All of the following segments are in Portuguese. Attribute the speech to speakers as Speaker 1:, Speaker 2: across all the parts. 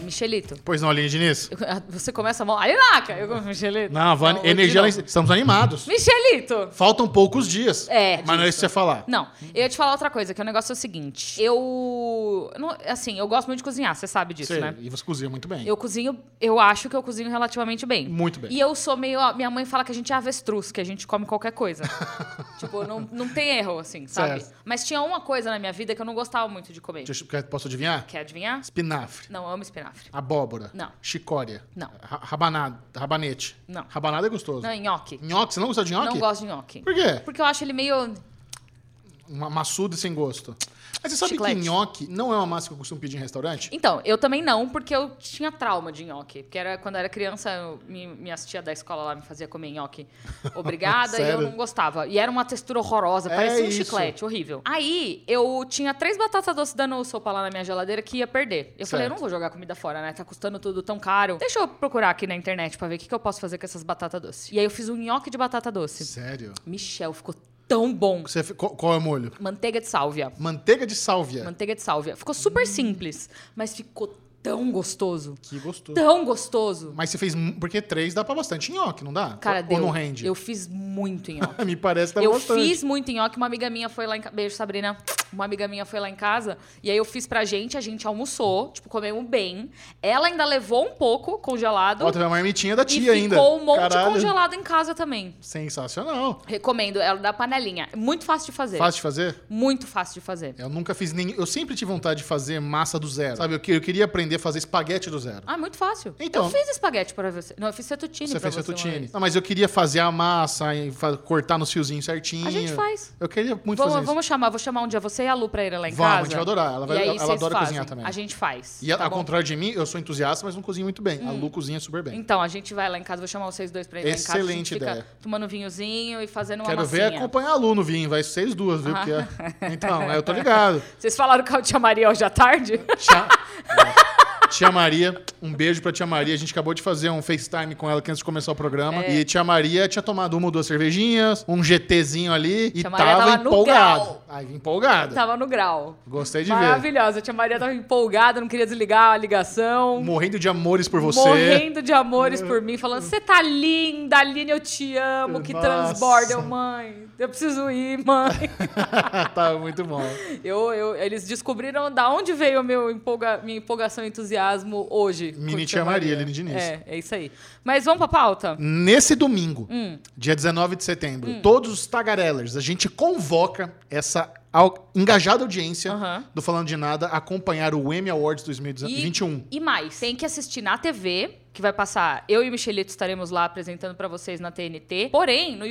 Speaker 1: Michelito.
Speaker 2: Pois não, Aline Diniz?
Speaker 1: Eu- Você começa a mão. Alinaca! Eu como Michelito.
Speaker 2: Não, Vani,
Speaker 1: Não,
Speaker 2: energia lá em
Speaker 1: de
Speaker 2: cima. Estamos animados.
Speaker 1: novo. Michelito!
Speaker 2: Faltam poucos dias.
Speaker 1: É,
Speaker 2: Mas não é isso que você ia falar.
Speaker 1: Não, eu ia te falar outra coisa, que o negócio é o seguinte. Eu. eu não- assim, eu gosto muito de cozinhar, você sabe disso,
Speaker 2: Sei,
Speaker 1: né?
Speaker 2: E você cozinha muito bem.
Speaker 1: Eu cozinho, eu acho que eu cozinho relativamente bem.
Speaker 2: Muito bem.
Speaker 1: E eu sou meio. ó, Minha mãe fala que a gente é avestruz, que a gente come qualquer coisa. tipo, não, não tem erro, assim, sabe?
Speaker 2: Certo.
Speaker 1: Mas tinha uma coisa na minha vida que eu não gostava muito de comer.
Speaker 2: Deixa eu- Posso adivinhar?
Speaker 1: Quer adivinhar?
Speaker 2: Espinafre.
Speaker 1: Não, eu amo espinafre.
Speaker 2: Abóbora.
Speaker 1: Não.
Speaker 2: Chicória.
Speaker 1: Não.
Speaker 2: ra- Rabanada. Rabanete.
Speaker 1: Não.
Speaker 2: Rabanada é gostoso.
Speaker 1: Não, nhoque.
Speaker 2: Nhoque, você não gosta de nhoque?
Speaker 1: Não gosto de nhoque.
Speaker 2: Por quê?
Speaker 1: Porque eu acho ele meio.
Speaker 2: Uma maçuda e sem gosto. Mas você sabe
Speaker 1: Chiclete.
Speaker 2: que nhoque não é uma massa que eu costumo pedir em restaurante?
Speaker 1: Então, eu também não, porque eu tinha trauma de nhoque. Porque era, quando eu era criança, eu, mi- minha tia da escola lá me fazia comer nhoque obrigada e eu
Speaker 2: Sério?
Speaker 1: não gostava. E era uma textura horrorosa,
Speaker 2: É
Speaker 1: parecia um
Speaker 2: isso.
Speaker 1: chiclete, horrível. Aí, eu tinha três batatas doces dando sopa lá na minha geladeira que ia perder. Eu falei,
Speaker 2: Certo.
Speaker 1: eu não vou jogar comida fora, né? Tá custando tudo tão caro. Deixa eu procurar aqui na internet pra ver o que, que eu posso fazer com essas batatas doces. E aí, eu fiz um nhoque de batata doce.
Speaker 2: Sério?
Speaker 1: Michel, ficou tão bom.
Speaker 2: Você, fe- qual, qual é o molho?
Speaker 1: Manteiga de sálvia.
Speaker 2: Manteiga de sálvia.
Speaker 1: Manteiga de sálvia. Ficou super simples, mas ficou tão gostoso.
Speaker 2: Que gostoso.
Speaker 1: Tão gostoso.
Speaker 2: Mas você fez... mu- Porque três dá pra bastante nhoque, não dá?
Speaker 1: Cara,
Speaker 2: ou,
Speaker 1: deu.
Speaker 2: ou não rende? Tá
Speaker 1: Eu fiz muito nhoque.
Speaker 2: Me parece que dá
Speaker 1: eu
Speaker 2: bastante.
Speaker 1: fiz muito nhoque. Uma amiga minha foi lá em casa. Beijo, Sabrina. Uma amiga minha foi lá em casa. E aí eu fiz pra gente, a gente almoçou, tipo, comemos bem. Ela ainda levou um pouco congelado.
Speaker 2: Ó, teve uma marmitinha da
Speaker 1: e
Speaker 2: tia
Speaker 1: ficou
Speaker 2: ainda.
Speaker 1: um monte
Speaker 2: Caralho.
Speaker 1: congelado em casa também.
Speaker 2: Sensacional.
Speaker 1: Recomendo, ela da panelinha. É Muito fácil de fazer.
Speaker 2: Fácil É. de fazer?
Speaker 1: Muito fácil de fazer.
Speaker 2: Eu nunca fiz nem. Eu sempre tive vontade de fazer massa do zero. Sabe, eu, que- eu queria aprender a fazer espaguete do zero.
Speaker 1: Ah, muito fácil.
Speaker 2: Então.
Speaker 1: Eu fiz espaguete pra você. Não, eu fiz cetutine
Speaker 2: você
Speaker 1: pra
Speaker 2: fez
Speaker 1: você. uma
Speaker 2: fettuccine.
Speaker 1: vez.
Speaker 2: Não, mas eu queria fazer a massa, e fa- cortar nos fiozinhos certinho.
Speaker 1: A gente faz.
Speaker 2: Eu queria muito
Speaker 1: Vamos,
Speaker 2: fazer
Speaker 1: vamos chamar, vou chamar um dia você e a Lu pra ir lá em
Speaker 2: Vamos, a
Speaker 1: casa.
Speaker 2: gente vai adorar. Ela vai-
Speaker 1: E aí
Speaker 2: ela
Speaker 1: vocês
Speaker 2: adora
Speaker 1: fazem.
Speaker 2: cozinhar também.
Speaker 1: A gente faz.
Speaker 2: isso. E a-
Speaker 1: tá
Speaker 2: ao
Speaker 1: bom? Hum.
Speaker 2: contrário de mim, eu sou entusiasta, mas não cozinho muito bem. A Lu cozinha super bem.
Speaker 1: Então, a gente vai lá em casa, vou chamar vocês dois pra ir lá em casa. A gente
Speaker 2: Excelente
Speaker 1: fica
Speaker 2: ideia.
Speaker 1: tomando um vinhozinho e fazendo uma
Speaker 2: Quero
Speaker 1: Então, massinha. Ah.
Speaker 2: ver acompanhar a Lu no vinho, vai vocês duas, viu? Porque é- Então, é, eu tô ligado.
Speaker 1: Vocês falaram que eu te chamaria hoje à tarde?
Speaker 2: Tia... É. Tia Maria, um beijo pra tia Maria. A gente acabou de fazer um FaceTime com ela aqui antes de começar o programa.
Speaker 1: É.
Speaker 2: E tia Maria tinha tomado uma ou duas cervejinhas, um GTzinho ali e
Speaker 1: Tia Maria
Speaker 2: tava,
Speaker 1: tava no
Speaker 2: empolgada.
Speaker 1: grau.
Speaker 2: Aí, empolgada.
Speaker 1: Tava no grau.
Speaker 2: Gostei de ver.
Speaker 1: Maravilhosa. A tia Maria tava empolgada, não queria desligar a ligação.
Speaker 2: Morrendo de amores por você.
Speaker 1: Morrendo de amores por mim, falando: Você tá linda, Aline, eu te amo, que
Speaker 2: Nossa.
Speaker 1: transborda, eu, mãe. Eu preciso ir, mãe.
Speaker 2: tá muito bom.
Speaker 1: Eu, eu- eles descobriram da onde veio o meu empolga, minha empolgação e entusiasmo hoje.
Speaker 2: Mini
Speaker 1: com
Speaker 2: Tia Maria, Aline Diniz.
Speaker 1: É, é isso aí. Mas vamos pra pauta?
Speaker 2: Nesse domingo,
Speaker 1: Hum.
Speaker 2: dia 19 de setembro, todos os tagarellers, a gente convoca essa au- engajada audiência
Speaker 1: Aham.
Speaker 2: do Falando de Nada a acompanhar o Emmy Awards 2021.
Speaker 1: E mais, tem que assistir na TV, que vai passar. Eu e Michelito estaremos lá apresentando pra vocês na TNT. Porém, no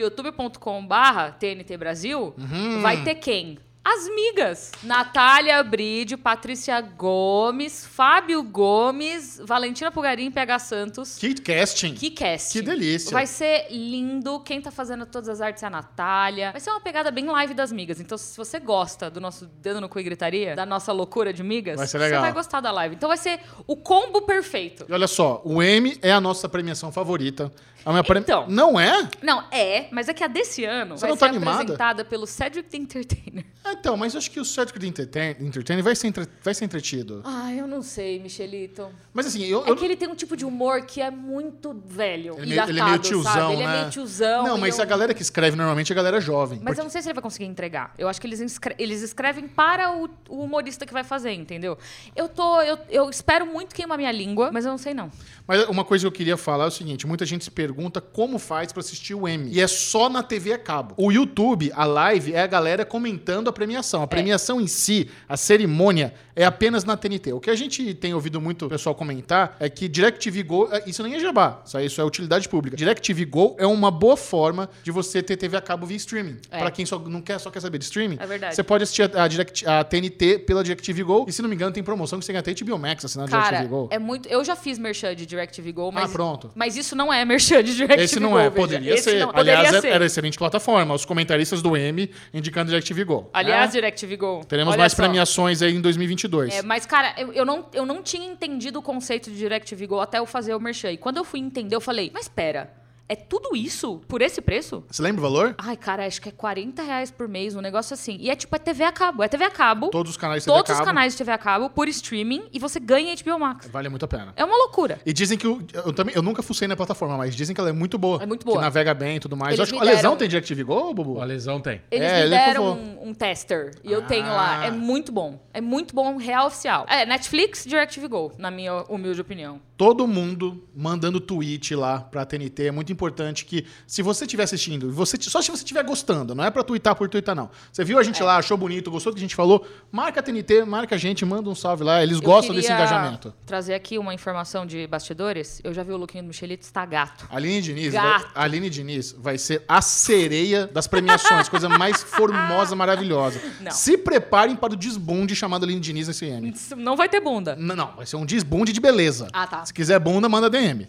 Speaker 1: youtube.com/barra TNT Brasil,
Speaker 2: Uhum.
Speaker 1: vai ter quem? As migas. Natália Bride, Patrícia Gomes, Fábio Gomes, Valentina Pugarim, PH Santos.
Speaker 2: Que casting!
Speaker 1: Que cast.
Speaker 2: Que delícia.
Speaker 1: Vai ser lindo. Quem tá fazendo todas as artes é a Natália. Vai ser uma pegada bem live das migas. Então, se você gosta do nosso dedo no cu e gritaria, da nossa loucura de migas,
Speaker 2: Vai ser legal.
Speaker 1: você vai gostar da live. Então, vai ser o combo perfeito.
Speaker 2: E olha só, o Emmy é a nossa premiação favorita. A minha premi-
Speaker 1: Então.
Speaker 2: Não é?
Speaker 1: Não, é, mas é que a desse ano
Speaker 2: Você
Speaker 1: vai
Speaker 2: não
Speaker 1: ser
Speaker 2: tá animada?
Speaker 1: apresentada pelo Cedric the Entertainer.
Speaker 2: Ah, Então, mas eu acho que o Cedric de Entertain, Entertain vai, ser entre- vai ser entretido.
Speaker 1: Ai, eu não sei, Michelito.
Speaker 2: Mas assim, eu.
Speaker 1: É
Speaker 2: eu-
Speaker 1: que ele tem um tipo de humor que é muito velho.
Speaker 2: ele,
Speaker 1: e
Speaker 2: é meio- ele é
Speaker 1: datado,
Speaker 2: meio tiozão,
Speaker 1: sabe? Ele
Speaker 2: né?
Speaker 1: é meio tiozão.
Speaker 2: Não,
Speaker 1: e
Speaker 2: mas
Speaker 1: eu-
Speaker 2: a galera que escreve normalmente é a galera jovem.
Speaker 1: Mas
Speaker 2: porque-
Speaker 1: eu não sei se ele vai conseguir entregar. Eu acho que eles, inscre- eles escrevem para o, o humorista que vai fazer, entendeu? Eu tô. Eu, eu espero muito queimar minha língua, mas eu não sei, não.
Speaker 2: Mas uma coisa que eu queria falar é o seguinte: muita gente se pergunta como faz pra assistir o Emmy. E é só na TV a cabo. O YouTube, a live, é a galera comentando a premiação.
Speaker 1: É.
Speaker 2: A premiação em si, a cerimônia, é apenas na TNT. O que a gente tem ouvido muito o pessoal comentar é que DirecTV Go. é, Isso nem é jabá, isso é- isso é utilidade pública. DirecTV Go é uma boa forma de você ter TV a cabo via streaming.
Speaker 1: É.
Speaker 2: Pra quem só não quer, só quer saber de streaming,
Speaker 1: É verdade.
Speaker 2: você pode assistir a, a Direct- a TNT pela DirecTV Go. E se não me engano, tem promoção que você ganha até HBO Max assinando
Speaker 1: Cara,
Speaker 2: DirecTV Go.
Speaker 1: é muito. Eu já fiz merchan de DirecTV Go, mas.
Speaker 2: Ah, pronto.
Speaker 1: Mas isso não é merchan de DirecTV
Speaker 2: Esse não é, poderia ser. Aliás,
Speaker 1: Aliás,
Speaker 2: era- era né? excelente plataforma. Os comentaristas do M indicando DirecTV Go.
Speaker 1: Aliás,
Speaker 2: É.
Speaker 1: DirecTV Go.
Speaker 2: teremos
Speaker 1: olha
Speaker 2: mais
Speaker 1: só.
Speaker 2: premiações aí em 2022.
Speaker 1: É, mas, cara, eu, eu não, eu não tinha entendido o conceito de DirecTV Go até eu fazer o merchan. E quando eu fui entender, eu falei, mas pera, É tudo isso por esse preço?
Speaker 2: Você lembra o valor?
Speaker 1: Ai, cara, acho que é 40 reais por mês, um negócio assim. E é tipo, é TV a cabo. É TV a cabo.
Speaker 2: Todos os canais
Speaker 1: todos
Speaker 2: TV a
Speaker 1: os
Speaker 2: cabo.
Speaker 1: canais de TV a cabo por streaming e você ganha HBO Max.
Speaker 2: Vale muito a pena.
Speaker 1: É uma loucura.
Speaker 2: E dizem que o- eu também eu nunca fucei na plataforma, mas dizem que ela é muito boa.
Speaker 1: É muito boa.
Speaker 2: Que navega bem e tudo mais.
Speaker 1: Eles
Speaker 2: Eu acho que
Speaker 1: me
Speaker 2: a lesão
Speaker 1: deram-
Speaker 2: tem DirecTV Go, Bubu?
Speaker 3: A lesão tem.
Speaker 1: Eles
Speaker 2: É,
Speaker 1: me
Speaker 2: ele
Speaker 1: deram
Speaker 2: aprovou.
Speaker 1: um, um tester e eu
Speaker 2: Ah.
Speaker 1: tenho lá. É muito bom. É muito bom, real oficial. É, Netflix, DirecTV Go, na minha humilde opinião.
Speaker 2: Todo mundo mandando tweet lá pra TNT. É muito importante que, se você estiver assistindo, você, só se você estiver gostando, não é pra twittar por twittar, não. Você viu a
Speaker 1: É.
Speaker 2: gente lá, achou bonito, gostou do que a gente falou, marca a TNT, marca a gente, manda um salve lá. Eles
Speaker 1: Eu
Speaker 2: gostam desse
Speaker 1: queria
Speaker 2: engajamento.
Speaker 1: trazer aqui uma informação de bastidores. Eu já vi o lookinho do Michelito, está gato.
Speaker 2: Aline Diniz, vai,
Speaker 1: Gato.
Speaker 2: Aline Diniz vai ser a sereia das premiações, coisa mais formosa, maravilhosa.
Speaker 1: Não.
Speaker 2: Se preparem para o desbunde chamado Aline Diniz nesse ano.
Speaker 1: Isso Não vai ter bunda.
Speaker 2: Não, não, vai ser um desbunde de beleza.
Speaker 1: Ah, tá.
Speaker 2: Se quiser bunda, manda DM.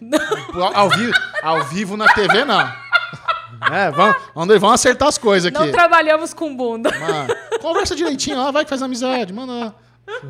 Speaker 2: Ao, ao vi- ao vivo na TV, não. É, vamos, vamos, vamos acertar as coisas
Speaker 1: Não
Speaker 2: aqui.
Speaker 1: trabalhamos com bunda.
Speaker 2: Mano, conversa direitinho lá, vai que faz amizade, manda.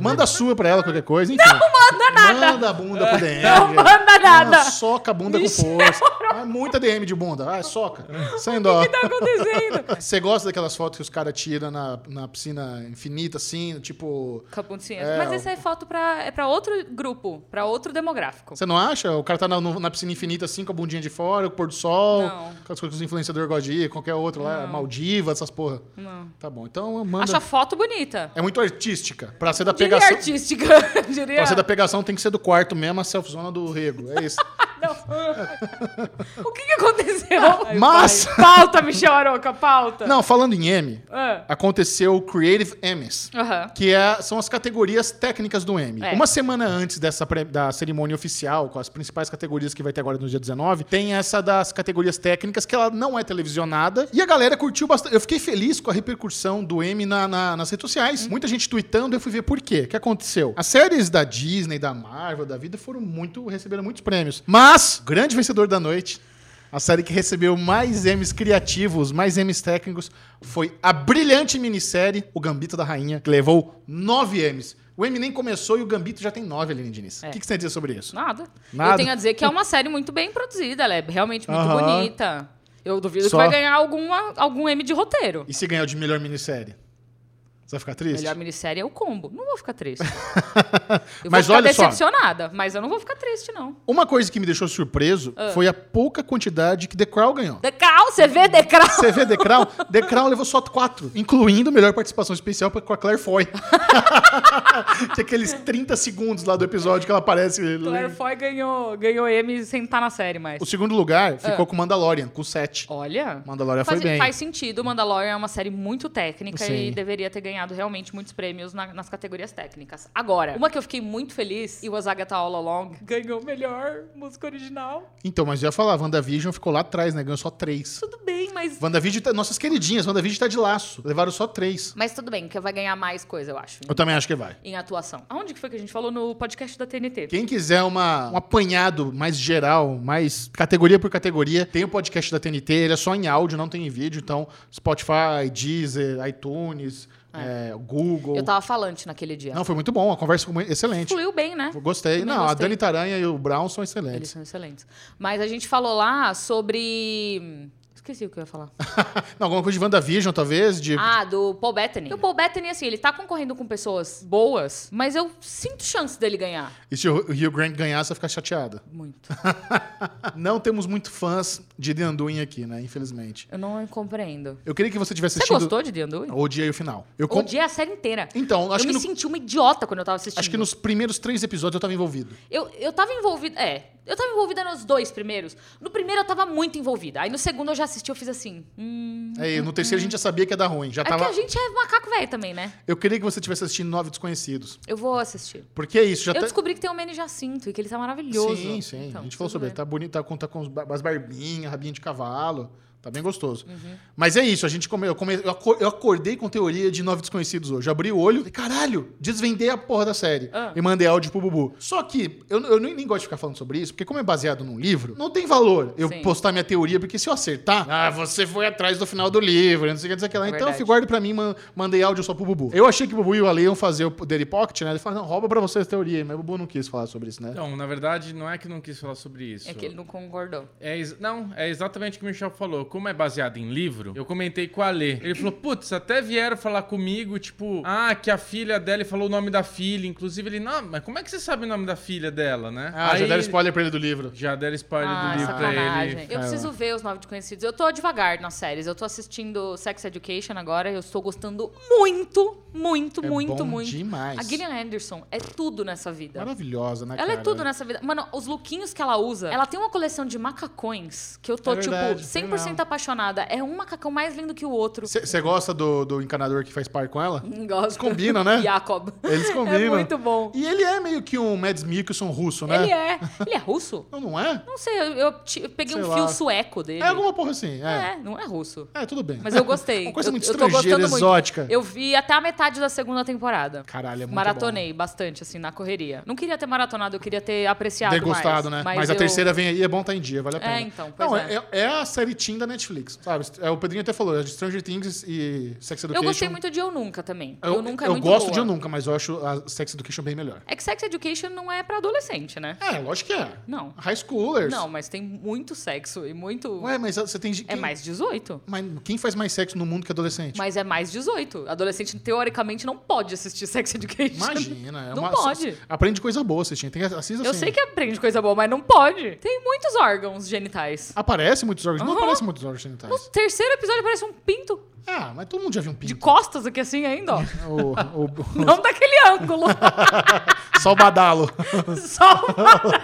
Speaker 2: Manda a sua pra ela, qualquer coisa, enfim. Não manda nada. Manda a bunda pro DM.
Speaker 1: Não
Speaker 2: gente.
Speaker 1: manda nada.
Speaker 2: Ah, soca a bunda
Speaker 1: Michel
Speaker 2: com força. Ah, muita DM de bunda. Ah, soca. Sem dó.
Speaker 1: Tá acontecendo.
Speaker 2: Você gosta daquelas fotos que os caras tiram na, na piscina infinita, assim, tipo...
Speaker 1: Capucinha.
Speaker 2: É,
Speaker 1: Mas
Speaker 2: o-
Speaker 1: essa é foto pra, é pra outro grupo, pra outro demográfico.
Speaker 2: Você não acha? O cara tá na, no- na piscina infinita assim, com a bundinha de fora, o pôr do sol,
Speaker 1: Não.
Speaker 2: com as coisas que os influenciadores gostam de ir, qualquer outro lá, Maldivas, essas porra.
Speaker 1: Não.
Speaker 2: Tá bom, então manda...
Speaker 1: Acho a foto bonita.
Speaker 2: É muito artística. Pra ser da
Speaker 1: Diria
Speaker 2: pegação...
Speaker 1: artística. Diria.
Speaker 2: Pra ser da pegação tem que ser do quarto mesmo, a self-zona do rego. É isso.
Speaker 1: Não. o que, que aconteceu? Ai,
Speaker 2: Mas-
Speaker 1: pai. Pauta, Michel Aroca, pauta.
Speaker 2: Não, falando em M,
Speaker 1: Ah.
Speaker 2: aconteceu o Creative M's.
Speaker 1: Aham.
Speaker 2: que é- são as categorias técnicas do M.
Speaker 1: É.
Speaker 2: Uma semana antes dessa pre- da cerimônia oficial, com as principais categorias que vai ter agora no dia 19, tem essa das categorias técnicas, que ela não é televisionada. E a galera curtiu bastante. Eu fiquei feliz com a repercussão do M na- na- nas redes sociais. Muita gente tweetando, eu fui ver por quê. O que aconteceu? As séries da Disney, da Marvel, da vida, foram muito. receberam muitos prêmios. Mas, o grande vencedor da noite. A série que recebeu mais M's criativos, mais M's técnicos, foi a brilhante minissérie O Gambito da Rainha, que levou nove M's. O M nem começou e o Gambito já tem nove, Aline Diniz. O
Speaker 1: É.
Speaker 2: que, que você tem a dizer sobre isso?
Speaker 1: Nada.
Speaker 2: Nada.
Speaker 1: Eu tenho a dizer que é uma série muito bem produzida, ela é realmente muito
Speaker 2: Aham.
Speaker 1: bonita. Eu duvido
Speaker 2: Só-
Speaker 1: que vai ganhar alguma, algum M de roteiro.
Speaker 2: E se ganhar o de melhor minissérie? Você vai ficar triste?
Speaker 1: Melhor minissérie é o combo. Não vou ficar triste. Eu
Speaker 2: Mas
Speaker 1: vou ficar
Speaker 2: olha só.
Speaker 1: decepcionada, mas eu não vou ficar triste, não.
Speaker 2: Uma coisa que me deixou surpreso
Speaker 1: Ah.
Speaker 2: foi a pouca quantidade que The Crown ganhou.
Speaker 1: Decal, você vê Decal?
Speaker 2: Você vê The Crown? The Crown levou só quatro, incluindo melhor participação especial com a Claire Foy. que é aqueles 30 segundos lá do episódio que ela aparece.
Speaker 1: Claire Foy ganhou, ganhou M sem estar na série mais.
Speaker 2: O segundo lugar ficou com Mandalorian, com 7.
Speaker 1: Olha.
Speaker 2: Mandalorian
Speaker 1: Ah. Faz,
Speaker 2: foi bem.
Speaker 1: faz sentido, Mandalorian é uma série muito técnica
Speaker 2: Sim.
Speaker 1: e deveria ter ganhado realmente muitos prêmios na- nas categorias técnicas. Agora, uma que eu fiquei muito feliz, e o Azagata All Along ganhou melhor música original.
Speaker 2: Então, mas eu ia falar, WandaVision ficou lá atrás, né? Ganhou só 3.
Speaker 1: Tudo bem, mas.
Speaker 2: WandaVision, tá, nossas queridinhas, WandaVision tá de laço. Levaram só 3.
Speaker 1: Mas tudo bem, que vai ganhar mais coisa, eu acho,
Speaker 2: Eu também acho que vai.
Speaker 1: em atuação. Aonde que foi que a gente falou no podcast da TNT?
Speaker 2: Quem quiser uma, um apanhado mais geral, mais categoria por categoria, tem o podcast da TNT, ele é só em áudio, não tem em vídeo, então Spotify, Deezer, iTunes, é, Google.
Speaker 1: Eu tava falante naquele dia.
Speaker 2: Não, foi muito bom, a conversa foi muito- excelente.
Speaker 1: Fluiu bem, né?
Speaker 2: Eu Gostei.
Speaker 1: Também
Speaker 2: não, a
Speaker 1: gostei.
Speaker 2: Dani Taranha e o Brown são
Speaker 1: Eles
Speaker 2: excelentes.
Speaker 1: são excelentes. Mas a gente falou lá sobre. Esqueci o que eu ia falar.
Speaker 2: Não, alguma coisa de WandaVision, talvez, de
Speaker 1: Ah, do Paul Bettany. E o Paul Bettany, assim, ele tá concorrendo com pessoas boas, mas eu sinto chance dele ganhar.
Speaker 2: E se o Rio Grant ganhar, você vai ficar chateada.
Speaker 1: Muito.
Speaker 2: Não temos muito fãs de The Anduin aqui, né? Infelizmente.
Speaker 1: Eu não compreendo.
Speaker 2: Eu queria que você tivesse
Speaker 1: Você
Speaker 2: assistido.
Speaker 1: gostou de The Anduin?
Speaker 2: Eu odiei o final. Eu com-
Speaker 1: Odiei a série inteira.
Speaker 2: Então,
Speaker 1: eu
Speaker 2: acho que,
Speaker 1: me
Speaker 2: no-
Speaker 1: senti uma idiota quando eu tava assistindo.
Speaker 2: acho que nos primeiros três episódios eu tava envolvido.
Speaker 1: eu, eu tava envolvida... É, eu tava envolvida nos dois primeiros. No primeiro eu tava muito envolvida. Aí no segundo eu já assisti, eu fiz assim... Hum...
Speaker 2: Aí, É, no terceiro a gente já sabia que ia dar ruim. Já
Speaker 1: É que
Speaker 2: tava...
Speaker 1: a gente é macaco velho também, né?
Speaker 2: Eu queria que você tivesse assistindo Nove Desconhecidos.
Speaker 1: Eu vou assistir.
Speaker 2: Porque é isso, já
Speaker 1: eu
Speaker 2: tá.
Speaker 1: descobri que tem o Manny Jacinto e que ele tá maravilhoso.
Speaker 2: Sim, sim.
Speaker 1: Então,
Speaker 2: a gente falou
Speaker 1: tudo
Speaker 2: sobre
Speaker 1: bem.
Speaker 2: ele. Tá bonito, tá com, tá com os ba- as barbinhas, rabinha de cavalo. Tá bem gostoso.
Speaker 1: Uhum.
Speaker 2: Mas é isso, a gente come, eu, come, eu, aco- eu acordei com teoria de Nove Desconhecidos hoje. Abri o olho e, caralho, desvendei a porra da série.
Speaker 1: Ah.
Speaker 2: E mandei áudio pro Bubu. Só que eu, eu nem, nem gosto de ficar falando sobre isso, porque como é baseado num livro, não tem valor eu
Speaker 1: Sim.
Speaker 2: postar minha teoria, porque se eu acertar, ah, você foi atrás do final do livro, não sei o que, não sei o que lá.
Speaker 1: É
Speaker 2: então eu
Speaker 1: verdade.
Speaker 2: guardo pra mim, man- mandei áudio só pro Bubu. Eu achei que o Bubu e o Ale iam fazer o Daily Pocket, né? Ele falou, não, rouba pra vocês a teoria, mas o Bubu não quis falar sobre isso, né?
Speaker 3: Não, na verdade, não é que não quis falar sobre
Speaker 2: tá?
Speaker 3: isso.
Speaker 1: É que ele não concordou.
Speaker 3: É ex- não, é exatamente o que o Michel falou. Como é baseado em livro, eu comentei com a Lê. Ele falou, putz, até vieram falar comigo, tipo, ah, que a filha dela, ele falou o nome da filha. Inclusive, ele, não, mas como é que você sabe o nome da filha dela, né?
Speaker 2: Ah, já
Speaker 3: Aí-
Speaker 2: deram spoiler pra ele do livro.
Speaker 3: Já deram spoiler
Speaker 1: Ah,
Speaker 3: do livro pra
Speaker 1: sacanagem.
Speaker 3: ele.
Speaker 2: É.
Speaker 1: Eu preciso ver os nove desconhecidos. Eu tô devagar nas séries. Eu tô assistindo Sex Education agora. Eu estou gostando muito, muito,
Speaker 2: É
Speaker 1: muito,
Speaker 2: bom
Speaker 1: muito.
Speaker 2: demais.
Speaker 1: A Gillian Anderson é tudo nessa vida.
Speaker 2: Maravilhosa, né,
Speaker 1: Ela
Speaker 2: cara?
Speaker 1: é tudo nessa vida. Mano, os lookinhos que ela usa. Ela tem uma coleção de macacões que eu tô,
Speaker 2: É verdade,
Speaker 1: tipo,
Speaker 2: tem
Speaker 1: 100%
Speaker 2: mesmo.
Speaker 1: apaixonada. É um macacão mais lindo que o outro.
Speaker 2: Você gosta do, do encanador que faz par com ela?
Speaker 1: Gosto.
Speaker 2: Combina, né?
Speaker 1: Jacob.
Speaker 2: Eles combinam.
Speaker 1: Uhum. É muito bom.
Speaker 2: E ele é meio que um Mads Mikkelsen russo, né?
Speaker 1: Ele é. Ele é russo?
Speaker 2: Não, não é?
Speaker 1: Não sei, eu, eu ti- eu peguei
Speaker 2: Sei
Speaker 1: um
Speaker 2: lá.
Speaker 1: fio sueco dele.
Speaker 2: É alguma porra assim, é.
Speaker 1: É, não é russo.
Speaker 2: É, tudo bem.
Speaker 1: Mas eu gostei.
Speaker 2: Uma coisa
Speaker 1: Eu-
Speaker 2: muito
Speaker 1: eu tô
Speaker 2: estrangeira,
Speaker 1: gostando muito.
Speaker 2: exótica.
Speaker 1: Eu vi até a metade da segunda temporada.
Speaker 2: Caralho, é muito
Speaker 1: Maratonei bastante, assim, na correria. Não queria ter maratonado, eu queria ter apreciado
Speaker 2: Ter gostado,
Speaker 1: mais.
Speaker 2: né? Mas, a
Speaker 1: eu-
Speaker 2: terceira vem aí, é bom tá em dia, vale
Speaker 1: É,
Speaker 2: a pena.
Speaker 1: então, pois
Speaker 2: Não,
Speaker 1: é.
Speaker 2: é. é a série teen da Netflix, sabe? É, O Pedrinho até falou, é de Stranger Things e Sex
Speaker 1: Eu
Speaker 2: Education.
Speaker 1: gostei muito de Eu Nunca também. Eu,
Speaker 2: Eu,
Speaker 1: Nunca é
Speaker 2: eu
Speaker 1: muito
Speaker 2: gosto
Speaker 1: boa.
Speaker 2: de Eu Nunca, mas eu acho a Sex Education bem melhor.
Speaker 1: É que Sex Education não é pra adolescente, né?
Speaker 2: É, lógico que é.
Speaker 1: Não.
Speaker 2: High schoolers.
Speaker 1: Não, mas tem muito sexo e muito...
Speaker 2: Ué, mas você tem...
Speaker 1: é
Speaker 2: quem-
Speaker 1: mais 18.
Speaker 2: Mas quem faz mais sexo no mundo que adolescente?
Speaker 1: Mas é mais 18. Adolescente, teoricamente, não pode assistir Sex Education.
Speaker 2: Imagina. É
Speaker 1: Não
Speaker 2: uma-
Speaker 1: pode.
Speaker 2: Aprende coisa boa, Cestinha. Tem que assista
Speaker 1: Eu
Speaker 2: assim.
Speaker 1: sei que é- aprende coisa boa, mas não pode. Tem muitos órgãos genitais.
Speaker 2: Aparece muitos órgãos. Não
Speaker 1: Aham.
Speaker 2: aparece muitos órgãos
Speaker 1: No
Speaker 2: genitais.
Speaker 1: terceiro episódio parece um pinto
Speaker 2: Ah, mas todo mundo já viu um
Speaker 1: de
Speaker 2: pinto. né?
Speaker 1: costas aqui assim ainda, ó.
Speaker 2: O- o-
Speaker 1: Não daquele ângulo.
Speaker 2: só o badalo.
Speaker 1: Só uma...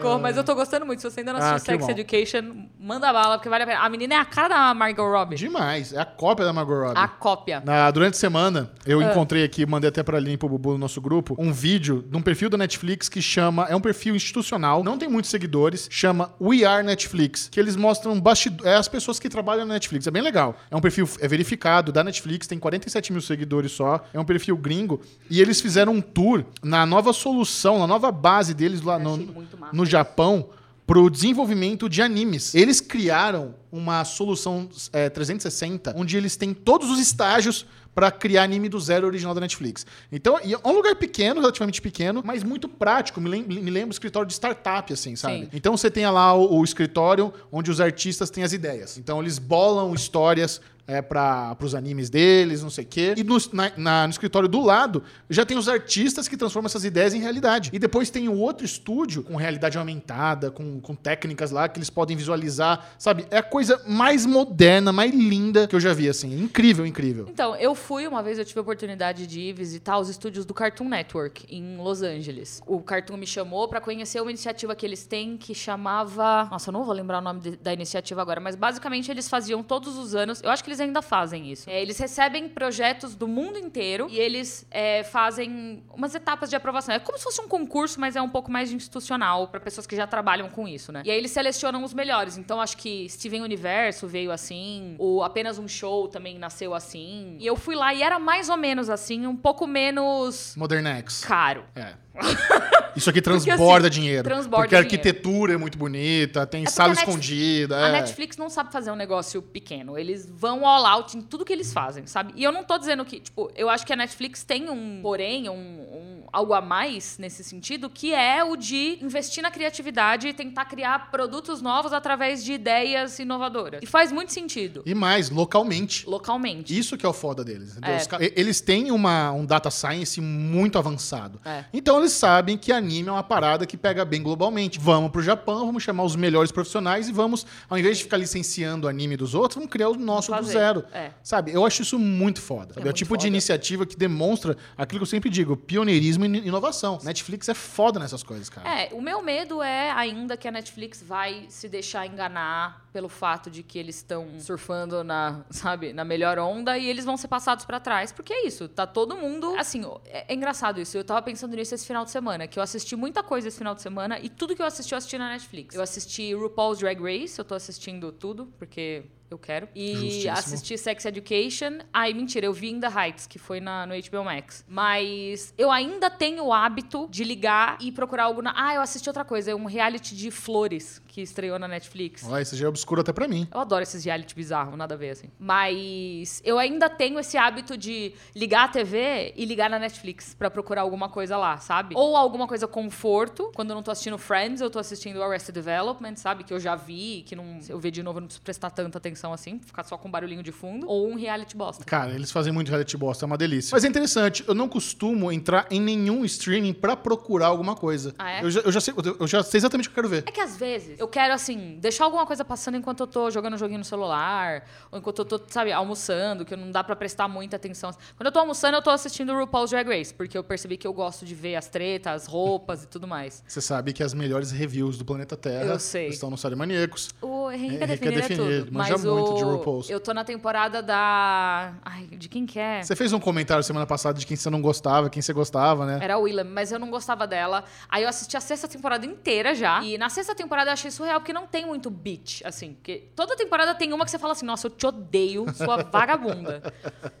Speaker 1: Cor, mas eu tô gostando muito. Se você ainda não assistiu
Speaker 2: Ah,
Speaker 1: Sex
Speaker 2: que bom.
Speaker 1: Education, manda bala, porque vale a pena. A menina é a cara da Margot Robbie.
Speaker 2: Demais. É a cópia da Margot Robbie.
Speaker 1: A cópia.
Speaker 2: Na- durante a semana, eu
Speaker 1: Ah.
Speaker 2: encontrei aqui, mandei até pra Aline e pro Bubu no nosso grupo, um vídeo de um perfil da Netflix que chama. É um perfil institucional, não tem muitos seguidores, chama We Are Netflix, que eles mostram bastidores. É as pessoas que trabalham na Netflix. É bem legal. É um perfil é verificado da Netflix, tem 47 mil seguidores só. É um perfil gringo. E eles fizeram um tour na nova solução, na nova base deles lá
Speaker 1: Eu
Speaker 2: no,
Speaker 1: achei muito massa
Speaker 2: no Japão pro desenvolvimento de animes. Eles criaram uma solução é, 360, onde eles têm todos os estágios para criar anime do zero original da Netflix. Então, e é um lugar pequeno, relativamente pequeno, mas muito prático. Me, lem- me lembra o escritório de startup, assim, sabe?
Speaker 1: Sim.
Speaker 2: Então você tem lá o, o escritório onde os artistas têm as ideias. Então eles bolam histórias é, para os animes deles, não sei o quê. E no, na- na- no escritório do lado já tem os artistas que transformam essas ideias em realidade. E depois tem o outro estúdio com realidade aumentada, com, com técnicas lá que eles podem visualizar, sabe? É a coisa mais moderna, mais linda que eu já vi, assim. Incrível, incrível.
Speaker 1: Então, eu fui uma vez, eu tive a oportunidade de ir visitar os estúdios do Cartoon Network em Los Angeles. O Cartoon me chamou pra conhecer uma iniciativa que eles têm que chamava, nossa, eu não vou lembrar o nome de- da iniciativa agora, mas basicamente eles faziam todos os anos, eu acho que eles ainda fazem isso. É, eles recebem projetos do mundo inteiro e eles é, fazem umas etapas de aprovação. É como se fosse um concurso, mas é um pouco mais institucional pra pessoas que já trabalham com isso, né? E aí eles selecionam os melhores. Então acho que Steven Universo veio assim, ou apenas um show também nasceu assim. E eu fui lá e era mais ou menos assim, um pouco menos
Speaker 2: Modernex.
Speaker 1: caro.
Speaker 2: É. Isso aqui transborda
Speaker 1: assim,
Speaker 2: dinheiro.
Speaker 1: transborda
Speaker 2: porque a
Speaker 1: dinheiro.
Speaker 2: arquitetura é muito bonita, tem
Speaker 1: porque a
Speaker 2: sala
Speaker 1: Netflix-
Speaker 2: escondida.
Speaker 1: A
Speaker 2: é.
Speaker 1: Netflix não sabe fazer um negócio pequeno. Eles vão all out em tudo que eles fazem, sabe? E eu não tô dizendo que, tipo, eu acho que a Netflix tem um porém, um, um- algo a mais nesse sentido, que é o de investir na criatividade e tentar criar produtos novos através de ideias inovadoras. E faz muito sentido.
Speaker 2: E mais, localmente.
Speaker 1: Localmente.
Speaker 2: Isso que é o foda deles. entendeu?
Speaker 1: É.
Speaker 2: Os ca- e- Eles têm uma, um data science muito avançado.
Speaker 1: É.
Speaker 2: Então eles sabem que anime é uma parada que pega bem globalmente. Vamos pro Japão, vamos chamar os melhores profissionais e vamos, ao invés de ficar licenciando o anime dos outros, vamos criar o nosso do
Speaker 1: fazer.
Speaker 2: zero.
Speaker 1: É.
Speaker 2: Sabe? Eu acho isso muito foda. sabe? É, o
Speaker 1: muito
Speaker 2: tipo de
Speaker 1: foda.
Speaker 2: iniciativa que demonstra aquilo que eu sempre digo: pioneirismo e in- inovação. Netflix é foda nessas coisas, cara.
Speaker 1: É, o meu medo é ainda que a Netflix vai se deixar enganar pelo fato de que eles estão surfando na, sabe, na melhor onda e eles vão ser passados pra trás, porque é isso, tá todo mundo, assim, é, é engraçado isso. Eu tava pensando nisso esse final de semana, que eu assisti muita coisa esse final de semana e tudo que eu assisti, eu assisti na Netflix. Eu assisti RuPaul's Drag Race, eu tô assistindo tudo, porque eu quero. E
Speaker 2: Justíssimo.
Speaker 1: assisti Sex Education. Ai, mentira, eu vi In The Heights, que foi na, no HBO Max. Mas eu ainda tenho o hábito de ligar e procurar algo na. Ah, eu assisti outra coisa, é um reality de flores que estreou na Netflix.
Speaker 2: Ó, esse já é obscuro até pra mim.
Speaker 1: Eu adoro esses reality bizarro, nada a ver, assim. Mas eu ainda tenho esse hábito de ligar a TV e ligar na Netflix pra procurar alguma coisa lá, sabe? Ou alguma coisa conforto. Quando eu não tô assistindo Friends, eu tô assistindo Arrested Development, sabe? Que eu já vi, que não, se eu ver de novo, eu não preciso prestar tanta atenção assim, ficar só com barulhinho de fundo. Ou um reality bosta.
Speaker 2: Cara, eles fazem muito reality bosta, é uma delícia. Mas é interessante, eu não costumo entrar em nenhum streaming pra procurar alguma coisa.
Speaker 1: Ah, é?
Speaker 2: eu, já, eu já sei, eu já sei exatamente o que eu quero ver.
Speaker 1: É que às vezes eu quero, assim, deixar alguma coisa passando enquanto eu tô jogando um joguinho no celular, ou enquanto eu tô, sabe, almoçando, que não dá pra prestar muita atenção. Quando eu tô almoçando, eu tô assistindo o RuPaul's Drag Race, porque eu percebi que eu gosto de ver as tretas, as roupas e tudo mais.
Speaker 2: Você sabe que as melhores reviews do planeta Terra
Speaker 1: Eu sei.
Speaker 2: estão no Série Maníacos.
Speaker 1: O Henrique
Speaker 2: Henrique é
Speaker 1: é definir é
Speaker 2: definido,
Speaker 1: tudo.
Speaker 2: manja
Speaker 1: mas
Speaker 2: muito
Speaker 1: o...
Speaker 2: de RuPaul's.
Speaker 1: Eu tô na temporada da. Ai, de quem que é?
Speaker 2: Você fez um comentário semana passada de quem você não gostava, quem você gostava, né?
Speaker 1: Era a Willam, mas eu não gostava dela. Aí eu assisti a sexta temporada inteira já. E na sexta temporada eu achei surreal, porque não tem muito bitch, assim. Porque toda temporada tem uma que você fala assim, nossa, eu te odeio, sua vagabunda.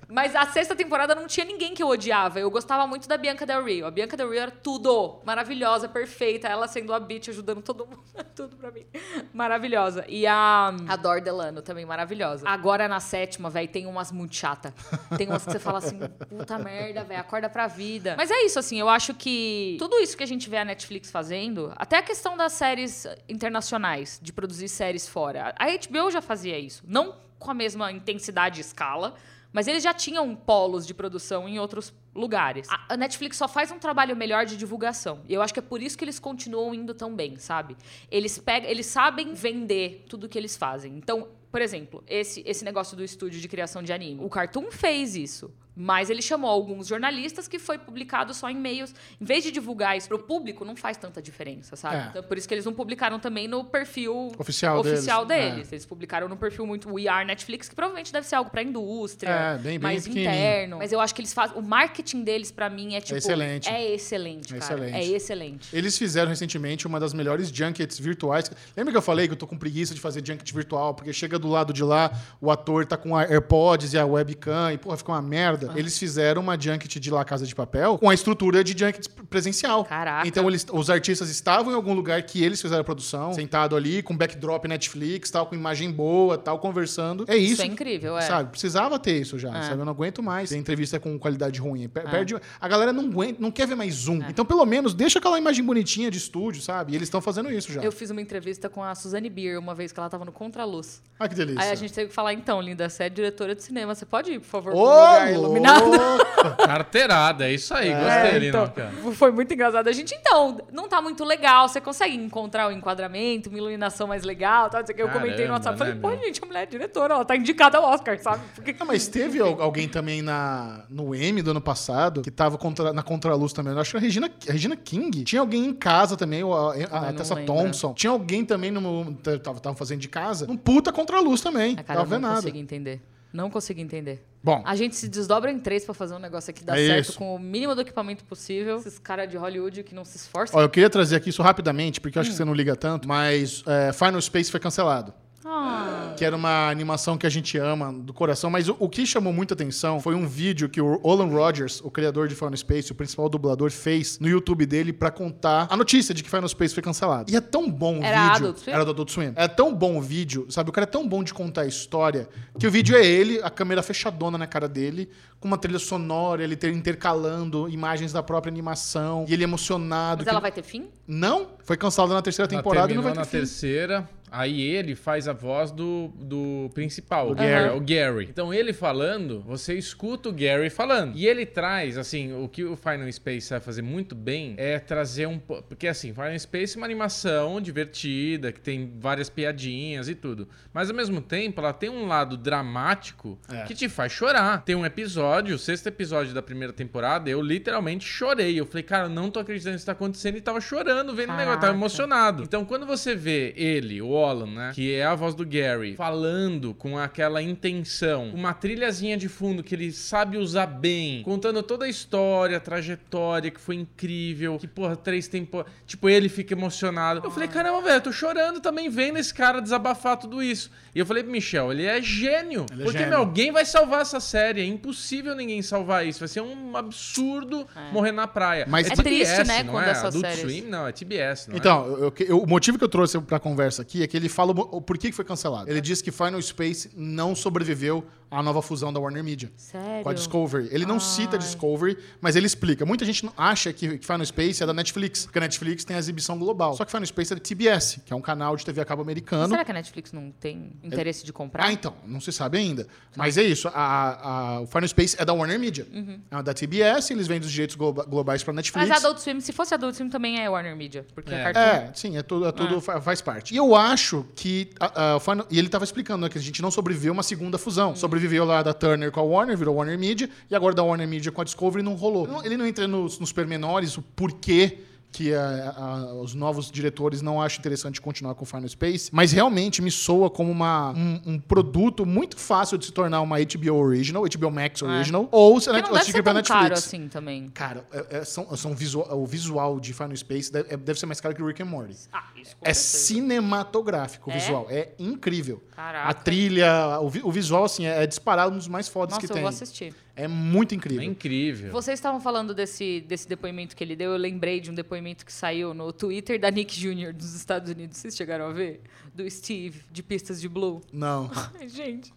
Speaker 1: Mas a sexta temporada não tinha ninguém que eu odiava. Eu gostava muito da Bianca Del Rio. A Bianca Del Rio era tudo. Maravilhosa, perfeita. Ela sendo a bitch, ajudando todo mundo. tudo pra mim. Maravilhosa. E a, a Dor Delano também, maravilhosa. Agora na sétima, velho, tem umas muito chata. Tem umas que você fala assim, puta merda, velho, acorda pra vida. Mas é isso, assim, eu acho que tudo isso que a gente vê a Netflix fazendo, até a questão das séries internacionais, de produzir séries fora. A HBO já fazia isso. Não com a mesma intensidade e escala, mas eles já tinham polos de produção em outros lugares. A- A Netflix só faz um trabalho melhor de divulgação. E eu acho que é por isso que eles continuam indo tão bem, sabe? Eles pegam, eles sabem vender tudo que eles fazem. Então, por exemplo, esse, esse negócio do estúdio de criação de anime. O Cartoon fez isso. Mas ele chamou alguns jornalistas que foi publicado só em meios. Em vez de divulgar isso pro público, não faz tanta diferença, sabe?
Speaker 2: É.
Speaker 1: Então, por isso que eles não publicaram também no perfil
Speaker 2: Oficial deles.
Speaker 1: oficial
Speaker 2: É.
Speaker 1: deles. Eles publicaram no perfil muito We Are Netflix, que provavelmente deve ser algo pra indústria,
Speaker 2: É, bem- bem
Speaker 1: mais
Speaker 2: pequenininho.
Speaker 1: interno. Mas eu acho que eles fazem. O marketing deles, pra mim, é tipo.
Speaker 2: excelente.
Speaker 1: É excelente,
Speaker 2: É
Speaker 1: cara.
Speaker 2: excelente.
Speaker 1: É excelente.
Speaker 2: Eles fizeram recentemente uma das melhores junkets virtuais. Lembra que eu falei que eu tô com preguiça de fazer junket virtual, porque chega do lado de lá, o ator tá com a AirPods e a webcam, e porra, fica uma merda. Eles fizeram uma junket de La Casa de Papel com a estrutura de junket presencial.
Speaker 1: Caraca.
Speaker 2: Então eles, os artistas estavam em algum lugar que eles fizeram a produção, sentado ali, com backdrop Netflix, tal, com imagem boa, tal, conversando. É isso.
Speaker 1: é incrível, é.
Speaker 2: Sabe? Precisava ter isso já,
Speaker 1: É.
Speaker 2: sabe? Eu não aguento mais ter entrevista com qualidade ruim. Per- Perde, a galera não aguenta, não quer ver mais zoom.
Speaker 1: É.
Speaker 2: Então, pelo menos, deixa aquela imagem bonitinha de estúdio, sabe? E eles estão fazendo isso já.
Speaker 1: Eu fiz uma entrevista com a Suzane Beer uma vez que ela tava no Contraluz.
Speaker 2: Ah, que delícia.
Speaker 1: Aí a gente teve que falar, então, linda, você é diretora de cinema, você pode ir, por favor,
Speaker 2: Ô,
Speaker 1: pro lugar iluminado?
Speaker 2: louco!
Speaker 3: Carteirada, é isso aí. Gostei, Lina.
Speaker 1: então,
Speaker 3: cara.
Speaker 1: foi muito engraçado. A gente, então, não tá muito legal. Você consegue encontrar o enquadramento, uma iluminação mais legal, tal, não sei o que. Eu
Speaker 3: Caramba,
Speaker 1: comentei no WhatsApp. Falei,
Speaker 3: né,
Speaker 1: pô,
Speaker 3: meu?
Speaker 1: gente, a mulher é diretora, ela tá indicada ao Oscar, sabe? Porque
Speaker 2: Ah, mas teve al- alguém também na, no M do ano passado que tava contra, na contraluz também. Eu acho que a Regina, a Regina King. Tinha alguém em casa também, ou a, a- a
Speaker 1: Ah, não
Speaker 2: Tessa
Speaker 1: lembro.
Speaker 2: Thompson. Tinha alguém também no. t- Tava, tava fazendo de casa. Um puta contraluz também.
Speaker 1: Ah,
Speaker 2: Não tava
Speaker 1: cara, eu
Speaker 2: Tá vendo
Speaker 1: não
Speaker 2: nada.
Speaker 1: consegui entender. Não consegui entender.
Speaker 2: Bom.
Speaker 1: A gente se desdobra em três pra fazer um negócio aqui dar
Speaker 2: É
Speaker 1: certo
Speaker 2: isso.
Speaker 1: com o mínimo do equipamento possível. Esses caras de Hollywood que não se esforçam.
Speaker 2: Ó, eu queria trazer aqui isso rapidamente, porque eu
Speaker 1: Hum.
Speaker 2: acho que você não liga tanto, mas é, Final Space foi cancelado.
Speaker 1: Ah,
Speaker 2: Que era uma animação que a gente ama do coração, mas o, o que chamou muita atenção foi um vídeo que o Olan Rogers, o criador de Final Space, o principal dublador, fez no YouTube dele pra contar a notícia de que Final Space foi cancelado. E é tão bom o
Speaker 1: Era
Speaker 2: vídeo.
Speaker 1: Adult Swim?
Speaker 2: Era do Adult Swim. É tão bom o vídeo, sabe? O cara é tão bom de contar a história que o vídeo é ele, a câmera fechadona na cara dele, com uma trilha sonora, ele ter- intercalando imagens da própria animação, e ele emocionado.
Speaker 1: mas
Speaker 2: que
Speaker 1: ela vai ter fim?
Speaker 2: não, foi cancelada na terceira temporada e não vai
Speaker 3: terminou na
Speaker 2: ter fim.
Speaker 3: terceira. Aí ele faz a voz do, do principal, o
Speaker 2: Gary.
Speaker 3: o Gary. Então ele falando, você escuta o Gary falando. E ele traz, assim, o que o Final Space sabe fazer muito bem é trazer um. po- Porque, assim, Final Space é uma animação divertida, que tem várias piadinhas e tudo. Mas ao mesmo tempo, ela tem um lado dramático
Speaker 2: É.
Speaker 3: que te faz chorar. Tem um episódio, o sexto episódio da primeira temporada, eu literalmente chorei. Eu falei, cara, eu não tô acreditando que isso tá acontecendo. E tava chorando, vendo o negócio, tava
Speaker 1: Caraca.
Speaker 3: emocionado. Então, quando você vê ele, o Holland, né? Que é a voz do Gary, falando com aquela intenção, uma trilhazinha de fundo que ele sabe usar bem, contando toda a história, a trajetória, que foi incrível, que, porra, três temporadas. Tipo, ele fica emocionado. Eu
Speaker 1: Ah.
Speaker 3: falei, caramba, velho, eu tô chorando também vendo esse cara desabafar tudo isso. E eu falei, Michel, ele é gênio.
Speaker 2: Ele é
Speaker 3: porque,
Speaker 2: gênio.
Speaker 3: meu, alguém vai salvar essa série. É impossível ninguém salvar isso. Vai ser um absurdo morrer na praia.
Speaker 2: Mas- É
Speaker 1: É. triste, né,
Speaker 3: não
Speaker 1: quando
Speaker 3: é?
Speaker 1: essas
Speaker 3: Adult
Speaker 1: séries-
Speaker 3: Swim, não, é TBS, não é?
Speaker 2: Então, eu- eu- eu- o motivo que eu trouxe pra conversa aqui é que ele fala o mo- o porquê que foi cancelado. Ele diz que Final Space não sobreviveu à nova fusão da Warner Media.
Speaker 1: Sério?
Speaker 2: Com a Discovery. Ele não cita
Speaker 1: Ai.
Speaker 2: Discovery, mas ele explica. Muita gente não- acha que que Final Space é da Netflix, porque a Netflix tem a exibição global. Só que Final Space é da TBS, que é um canal de TV a cabo americano.
Speaker 1: Será que é a Netflix não tem interesse de comprar?
Speaker 2: Ah, então, não se sabe ainda. Mas é isso. a- a- o Final Space é da Warner Media. É da TBS, eles vendem os direitos globa- globais pra Netflix.
Speaker 1: Uhum. Mas a Adult Swim, se fosse Adult Swim, também é Warner Media. Porque
Speaker 3: É.
Speaker 1: é cartão. Ah.
Speaker 2: É, sim, é tudo, é tudo fa- faz parte. E eu acho que. a- a- o Final- e ele tava explicando, né, que a gente não sobreviveu a uma segunda fusão.
Speaker 1: Uhum.
Speaker 2: Sobreviveu lá da Turner com a Warner, virou Warner Media, e agora da Warner Media com a Discovery não rolou. Não- Ele não entra nos, nos pormenores, o porquê. Que a- a- os novos diretores não acham interessante continuar com o Final Space, mas realmente me soa como uma, um, um produto muito fácil de se tornar uma HBO Original, HBO Max Original, ou se
Speaker 1: Porque
Speaker 2: a
Speaker 1: É. não deve
Speaker 2: Netflix
Speaker 1: ser
Speaker 2: ir né, pra
Speaker 1: tão caro
Speaker 2: Netflix.
Speaker 1: assim também.
Speaker 2: Cara, é- é- são, são visual- o visual de Final Space deve, é- deve ser mais caro que o Rick and Morty.
Speaker 1: Ah, isso com
Speaker 2: É
Speaker 1: certeza.
Speaker 2: cinematográfico o
Speaker 1: É?
Speaker 2: visual. É incrível.
Speaker 1: Caraca.
Speaker 2: A trilha, o, vi- o visual, assim, é, é disparado um dos mais fodas
Speaker 1: Nossa,
Speaker 2: que
Speaker 1: eu
Speaker 2: tem.
Speaker 1: vou assistir.
Speaker 2: É muito
Speaker 3: É
Speaker 2: incrível.
Speaker 3: incrível.
Speaker 1: Vocês estavam falando desse, desse depoimento que ele deu. Eu lembrei de um depoimento que saiu no Twitter da Nick Jr. dos Estados Unidos. Vocês chegaram a ver? Do Steve, de Pistas de Blue.
Speaker 2: Não.
Speaker 1: Ai, Gente,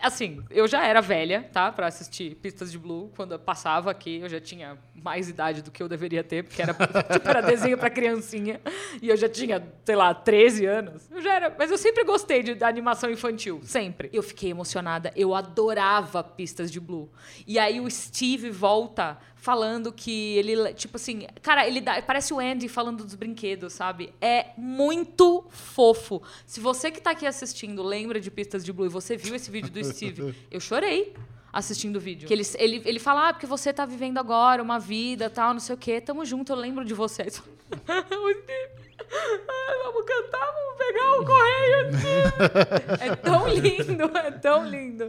Speaker 1: assim, eu já era velha, tá? Pra assistir Pistas de Blue. Quando eu passava aqui, eu já tinha mais idade do que eu deveria ter, porque era, tipo, era desenho pra criancinha. E eu já tinha, sei lá, 13 anos. Eu já era, mas eu sempre gostei de, da animação infantil, sempre. Eu fiquei emocionada, eu adorava Pistas de Blue. E aí o Steve volta falando que ele, tipo assim, cara, ele dá- parece o Andy falando dos brinquedos, sabe? É muito fofo. Se você que tá aqui assistindo lembra de Pistas de Blue e você viu esse vídeo do Steve, eu chorei assistindo o vídeo. Que ele, ele, ele fala, ah, porque você tá vivendo agora uma vida, tal, não sei o quê, tamo junto, eu lembro de você. Aí só- o Steve... "Ah, vamos cantar, vamos pegar o correio. Steve." É tão lindo, é tão lindo.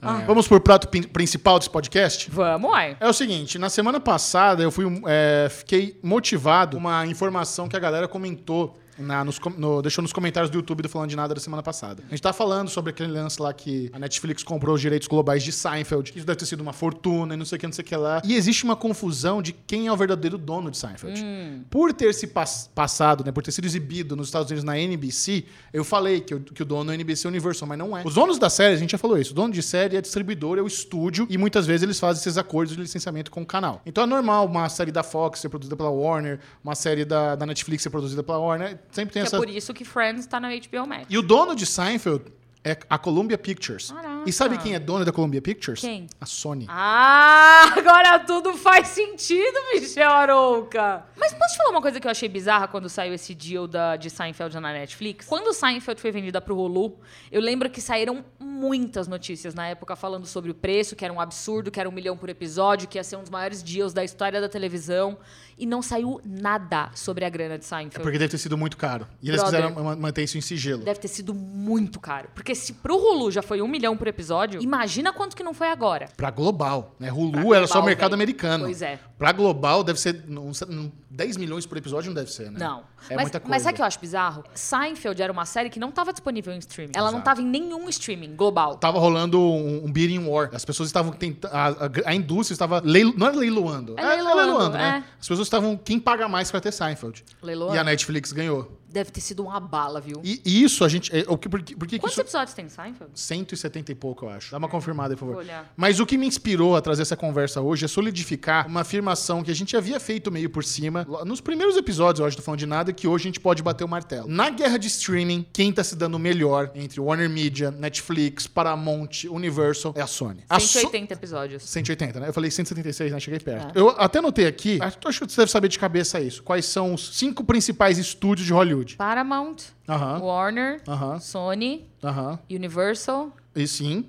Speaker 1: Ah,
Speaker 2: Vamos pro prato pin- principal desse podcast?
Speaker 1: Vamos, uai.
Speaker 2: É o seguinte, na semana passada eu fui, é, fiquei motivado uma informação que a galera comentou. na- nos com- no- deixou nos comentários do YouTube do Falando de Nada da semana passada. A gente tá falando sobre aquele lance lá que a Netflix comprou os direitos globais de Seinfeld, que isso deve ter sido uma fortuna e não sei o que, não sei o que lá. E existe uma confusão de quem é o verdadeiro dono de Seinfeld.
Speaker 1: Hum.
Speaker 2: Por ter se pas- passado, né, por ter sido exibido nos Estados Unidos na NBC, eu falei que, o- que o dono é a NBC Universal, mas não é. Os donos da série, a gente já falou isso, o dono de série é a distribuidora, é o estúdio, e muitas vezes eles fazem esses acordos de licenciamento com o canal. Então é normal uma série da Fox ser produzida pela Warner, uma série da, da Netflix ser produzida pela Warner, sempre tem
Speaker 1: Que
Speaker 2: essa...
Speaker 1: é por isso que Friends tá na HBO Max.
Speaker 2: E o dono de Seinfeld é a Columbia Pictures.
Speaker 1: Caraca.
Speaker 2: E sabe quem é dono da Columbia Pictures?
Speaker 1: Quem?
Speaker 2: A Sony.
Speaker 1: Ah, agora tudo faz sentido, Michel Arouca. Mas posso te falar uma coisa que eu achei bizarra quando saiu esse deal da, de Seinfeld na Netflix? Quando Seinfeld foi vendida pro Hulu, eu lembro que saíram muitas notícias na época falando sobre o preço, que era um absurdo, que era um milhão por episódio, que ia ser um dos maiores deals da história da televisão. E não saiu nada sobre a grana de Seinfeld.
Speaker 2: É porque deve ter sido muito caro. E eles
Speaker 1: Brother.
Speaker 2: quiseram ma- manter isso em sigilo.
Speaker 1: Deve ter sido muito caro. Porque se pro Hulu já foi um milhão por episódio, imagina quanto que não foi agora.
Speaker 2: Pra global, né? Hulu
Speaker 1: Pra
Speaker 2: era só
Speaker 1: global,
Speaker 2: mercado
Speaker 1: velho.
Speaker 2: americano.
Speaker 1: Pois é.
Speaker 2: Pra global deve ser não, sei, não, 10 milhões por episódio não deve ser, né?
Speaker 1: Não.
Speaker 2: É
Speaker 1: mas,
Speaker 2: muita coisa.
Speaker 1: mas sabe o que eu acho bizarro? Seinfeld era uma série que não estava disponível em streaming. Ela não
Speaker 2: Exato.
Speaker 1: estava em nenhum streaming global.
Speaker 2: Tava rolando um, um bidding war. As pessoas estavam tentando. A, a- a indústria estava. leiloando. não era leiloando.
Speaker 1: É leiloando, é.
Speaker 2: né? As pessoas estavam. Quem paga mais pra ter Seinfeld?
Speaker 1: Leiloa,
Speaker 2: E a Netflix ganhou.
Speaker 1: deve ter sido uma bala, viu?
Speaker 2: E, e isso a gente. é, o que, por que, por que que
Speaker 1: Quantos
Speaker 2: isso.
Speaker 1: episódios tem Seinfeld?
Speaker 2: 170 e pouco, eu acho. Dá uma confirmada, aí, por favor.
Speaker 1: Vou olhar.
Speaker 2: Mas o que me inspirou a trazer essa conversa hoje é solidificar uma afirmação que a gente havia feito meio por cima, lo- nos primeiros episódios, eu acho, do Falando de Nada, que hoje a gente pode bater o martelo. Na guerra de streaming, quem tá se dando melhor entre Warner Media, Netflix, Paramount, Universal é a Sony. A So-
Speaker 1: 180 episódios.
Speaker 2: 180, né? Eu falei 176, né? Cheguei perto.
Speaker 1: Ah.
Speaker 2: Eu até anotei aqui, acho acho que você deve saber de cabeça isso. Quais são os cinco principais estúdios de Hollywood?
Speaker 1: Paramount,
Speaker 2: Aham,
Speaker 1: Warner,
Speaker 2: aham,
Speaker 1: Sony,
Speaker 2: aham.
Speaker 1: Universal
Speaker 2: E sim.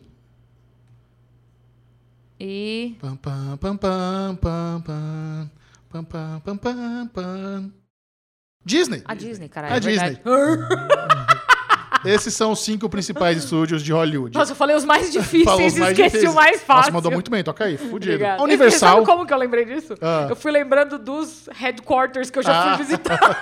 Speaker 1: e...
Speaker 2: Pam, pam, pam, pam, pam, pam. Pam, pam, pam, pam, pam. Disney.
Speaker 1: A Disney, caralho.
Speaker 2: A
Speaker 1: é verdade.
Speaker 2: Disney. Esses são os cinco principais estúdios de Hollywood.
Speaker 1: Nossa, eu falei os mais
Speaker 2: Falou os
Speaker 1: difíceis e esqueci
Speaker 2: difíceis.
Speaker 1: o mais
Speaker 2: Nossa,
Speaker 1: fácil.
Speaker 2: mandou muito bem, toca aí, fudido.
Speaker 1: Obrigada.
Speaker 2: Universal.
Speaker 1: Sabe como que eu lembrei disso?
Speaker 2: Ah.
Speaker 1: Eu fui lembrando dos headquarters que eu já
Speaker 2: Ah.
Speaker 1: fui visitar.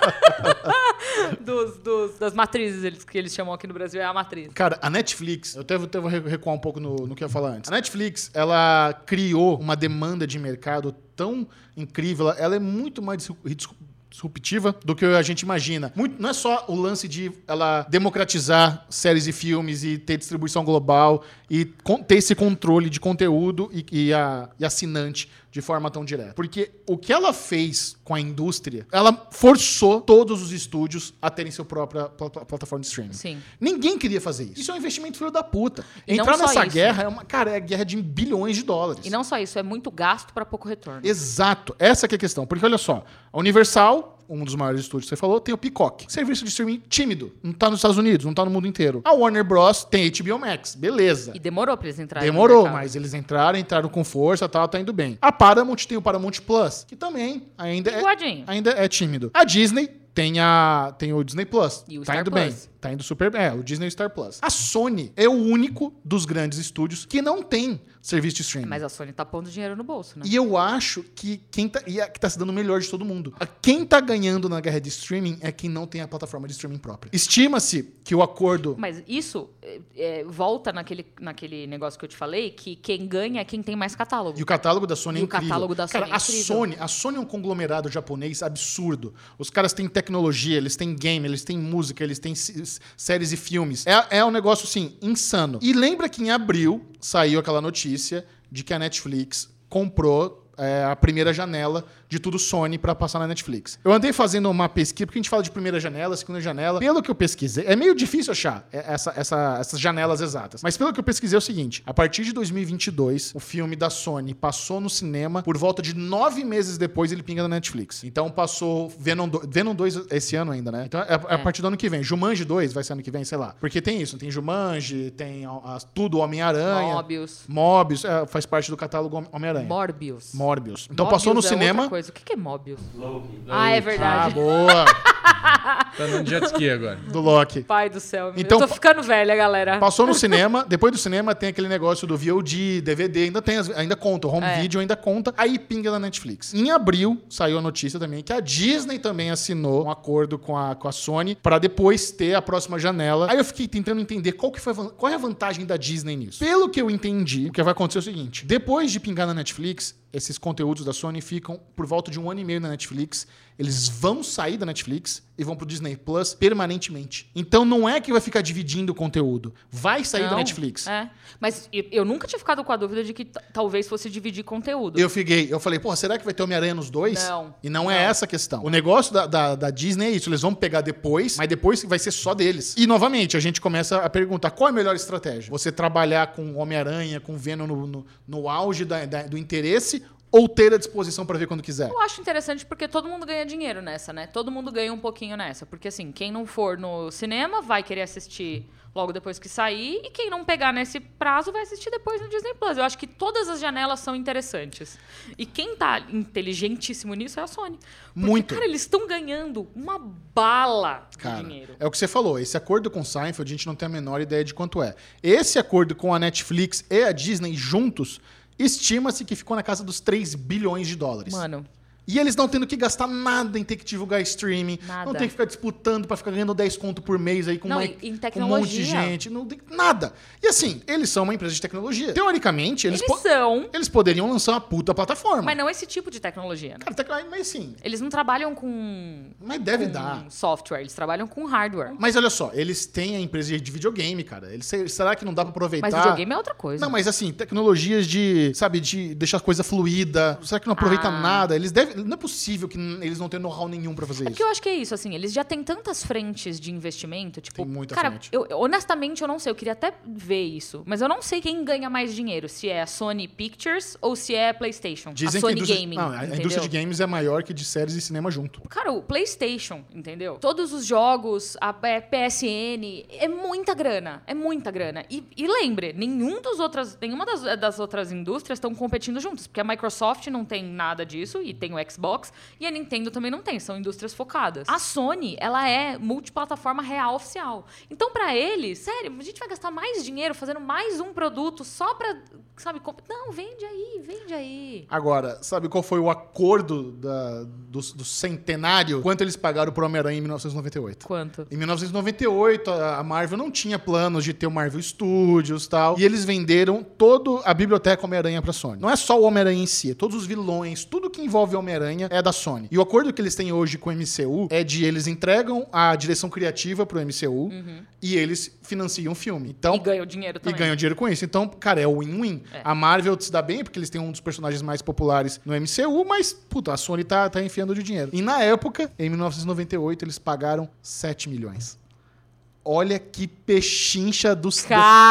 Speaker 1: dos, dos- das matrizes eles, que eles chamam aqui no Brasil, é a matriz.
Speaker 2: Cara, a Netflix, eu até, vou- até vou recuar um pouco no, no que eu ia falar antes. A Netflix, ela criou uma demanda de mercado tão incrível, ela- ela é muito mais disru- disru- disruptiva do que a gente imagina. Muito- não é só o lance de ela democratizar séries e filmes e ter distribuição global e con- ter esse controle de conteúdo e, e a- e assinante de forma tão direta. Porque o que ela fez com a indústria, ela forçou todos os estúdios a terem sua própria pla- pla- plataforma de streaming.
Speaker 1: Sim.
Speaker 2: Ninguém queria fazer isso. Isso é um investimento filho da puta.
Speaker 1: E não
Speaker 2: Entrar
Speaker 1: só
Speaker 2: nessa
Speaker 1: isso.
Speaker 2: guerra é uma, cara, é guerra de bilhões de dólares.
Speaker 1: E não só isso, é muito gasto pra pouco retorno.
Speaker 2: Exato. Essa que é a questão. Porque olha só, a Universal, um dos maiores estúdios que você falou, tem o Peacock. Serviço de streaming tímido. Não tá nos Estados Unidos, não tá no mundo inteiro. A Warner Bros tem HBO Max. Beleza.
Speaker 1: E demorou pra eles entrarem. no
Speaker 2: Demorou,
Speaker 1: mercado.
Speaker 2: mas eles entraram, entraram com força, tal, tá indo bem. A Paramount tem o Paramount Plus, que também ainda é,
Speaker 1: Linguadinho.
Speaker 2: ainda é tímido. A Disney tem, a, tem o Disney Plus.
Speaker 1: E o
Speaker 2: tá
Speaker 1: Star
Speaker 2: indo
Speaker 1: Plus.
Speaker 2: bem. Tá indo super bem. É, o Disney e o Star Plus. A Sony é o único dos grandes estúdios que não tem serviço de streaming.
Speaker 1: Mas a Sony tá pondo dinheiro no bolso, né?
Speaker 2: E eu acho que quem tá, e a que tá se dando melhor de todo mundo. A- Quem tá ganhando na guerra de streaming é quem não tem a plataforma de streaming própria. Estima-se que o acordo.
Speaker 1: Mas isso é, é, volta naquele, naquele negócio que eu te falei, que quem ganha é quem tem mais catálogo.
Speaker 2: E o catálogo da
Speaker 1: E
Speaker 2: Sony
Speaker 1: o
Speaker 2: é incrível.
Speaker 1: catálogo da
Speaker 2: Cara,
Speaker 1: Sony é
Speaker 2: a
Speaker 1: incrível.
Speaker 2: Sony, a Sony é um conglomerado japonês absurdo. Os caras têm tecnologia, eles têm game, eles têm música, eles têm s- séries e filmes. É, é um negócio, assim, insano. E lembra que em abril saiu aquela notícia de que a Netflix comprou é, a primeira janela de tudo Sony pra passar na Netflix. Eu andei fazendo uma pesquisa, porque a gente fala de primeira janela, segunda janela. Pelo que eu pesquisei, é meio difícil achar é, essa- essa- essas janelas exatas. Mas pelo que eu pesquisei é o seguinte: a partir de 2022, o filme da Sony passou no cinema, por volta de nove meses depois ele pinga na Netflix. Então passou Venom 2, Venom 2 esse ano ainda, né? Então é, é a
Speaker 1: É.
Speaker 2: partir do ano que vem. Jumanji 2 vai ser ano que vem, sei lá. Porque tem isso, tem Jumanji, tem a- a- tudo Homem-Aranha.
Speaker 1: Mobius.
Speaker 2: Mobius, é, faz parte do catálogo Hom- Homem-Aranha.
Speaker 1: Morbius.
Speaker 2: Morbius. É. Então
Speaker 1: Mobius
Speaker 2: passou
Speaker 1: é
Speaker 2: no
Speaker 1: outra
Speaker 2: cinema.
Speaker 1: coisa. O que que é Mobius? Ah, é
Speaker 2: Ah,
Speaker 1: verdade.
Speaker 2: boa.
Speaker 3: Tá andando de jet ski agora.
Speaker 2: Do Loki.
Speaker 1: Pai do céu.
Speaker 2: Então,
Speaker 1: eu tô ficando velha, galera.
Speaker 2: Passou no cinema, depois do cinema tem aquele negócio do VOD, DVD, ainda tem, as- ainda conta, o home
Speaker 1: É.
Speaker 2: video ainda conta, aí pinga na Netflix. Em abril saiu a notícia também que a Disney também assinou um acordo com a, com a Sony pra depois ter a próxima janela. Aí eu fiquei tentando entender qual que foi a van- qual é a vantagem da Disney nisso. Pelo que eu entendi, o que vai acontecer é o seguinte: depois de pingar na Netflix, esses conteúdos da Sony ficam por volta de um ano e meio na Netflix. Eles vão sair da Netflix e vão pro Disney Plus permanentemente. Então não é que vai ficar dividindo o conteúdo. Vai sair da
Speaker 1: Não,
Speaker 2: Netflix.
Speaker 1: É. Mas eu, eu nunca tinha ficado com a dúvida de que t- talvez fosse dividir conteúdo.
Speaker 2: Eu fiquei, eu falei, porra, será que vai ter Homem-Aranha nos dois?
Speaker 1: Não.
Speaker 2: E não, é
Speaker 1: Não.
Speaker 2: essa a questão. O negócio da, da, da Disney é isso, eles vão pegar depois, mas depois vai ser só deles. E novamente, a gente começa a perguntar qual é a melhor estratégia? Você trabalhar com Homem-Aranha, com Venom no, no, no auge da- da- do interesse ou ter a disposição pra ver quando quiser?
Speaker 1: Eu acho interessante porque todo mundo ganha dinheiro nessa, né? Todo mundo ganha um pouquinho nessa. Porque, assim, quem não for no cinema vai querer assistir logo depois que sair. E quem não pegar nesse prazo vai assistir depois no Disney Plus. Eu acho que todas as janelas são interessantes. E quem tá inteligentíssimo nisso é a Sony. Porque,
Speaker 2: Muito.
Speaker 1: cara, eles estão ganhando uma bala
Speaker 2: Cara,
Speaker 1: de dinheiro.
Speaker 2: é o que você falou. Esse acordo com o Seinfeld, a gente não tem a menor ideia de quanto é. Esse acordo com a Netflix e a Disney juntos, estima-se que ficou na casa dos 3 bilhões de dólares.
Speaker 1: Mano,
Speaker 2: E eles não tendo que gastar nada em ter que divulgar streaming,
Speaker 1: Nada.
Speaker 2: não tem que ficar disputando pra ficar ganhando 10 conto por mês aí com,
Speaker 1: Não,
Speaker 2: uma-
Speaker 1: e- em
Speaker 2: com um monte de
Speaker 1: tecnologia.
Speaker 2: gente, não tem nada. E assim, eles são uma empresa de tecnologia. Teoricamente, eles,
Speaker 1: eles,
Speaker 2: po-
Speaker 1: são,
Speaker 2: eles poderiam lançar uma puta plataforma.
Speaker 1: mas não esse tipo de tecnologia. né?
Speaker 2: Cara, tecla- mas sim,
Speaker 1: Eles não trabalham com,
Speaker 2: mas deve
Speaker 1: com
Speaker 2: dar.
Speaker 1: software, eles trabalham com hardware.
Speaker 2: Mas olha só, eles têm a empresa de videogame, cara. Eles, será que não dá pra aproveitar?
Speaker 1: Mas videogame é outra coisa.
Speaker 2: Não, mas assim, tecnologias de, sabe, de deixar a coisa fluida. Será que não aproveita
Speaker 1: Ah.
Speaker 2: nada? Eles devem, não é possível que n- eles não tenham know-how nenhum pra
Speaker 1: É
Speaker 2: fazer isso.
Speaker 1: porque eu acho que é isso, assim, eles já têm tantas frentes de investimento, tipo,
Speaker 2: Tem muita
Speaker 1: cara,
Speaker 2: frente.
Speaker 1: eu- eu- honestamente eu não sei, eu queria até ver isso, mas eu não sei quem ganha mais dinheiro, se é a Sony Pictures ou se é a PlayStation, a
Speaker 2: que a
Speaker 1: Sony
Speaker 2: indústria,
Speaker 1: Gaming,
Speaker 2: não, a
Speaker 1: entendeu?
Speaker 2: indústria de games é maior que de séries e cinema junto.
Speaker 1: Cara, o PlayStation, entendeu? Todos os jogos, a é, PSN, é muita grana, é muita grana. E, e lembre, nenhum dos outras, nenhuma das, das outras indústrias estão competindo juntos, porque a Microsoft não tem nada disso e tem o Xbox, e a Nintendo também não tem, são indústrias focadas. A Sony, ela é multiplataforma real oficial. Então, pra eles, sério, a gente vai gastar mais dinheiro fazendo mais um produto só pra, sabe, comp- não, vende aí, vende aí.
Speaker 2: Agora, sabe qual foi o acordo da- do, do centenário? Quanto eles pagaram pro Homem-Aranha em 1998?
Speaker 1: Quanto?
Speaker 2: Em 1998, a a Marvel não tinha planos de ter o Marvel Studios e tal. E eles venderam toda a biblioteca Homem-Aranha pra Sony. Não é só o Homem-Aranha em si, é todos os vilões, tudo que envolve o Homem-Aranha é da Sony. E o acordo que eles têm hoje com o MCU é de eles entregam a direção criativa pro MCU e eles financiam o filme. Então,
Speaker 1: E ganha o dinheiro
Speaker 2: e
Speaker 1: também.
Speaker 2: ganham dinheiro com isso. Então, cara, é win-win.
Speaker 1: É.
Speaker 2: A Marvel se dá bem, porque eles têm um dos personagens mais populares no MCU, mas, puta, a Sony tá, tá enfiando de dinheiro. E na época, em 1998, eles pagaram 7 milhões. Olha que pechincha dos...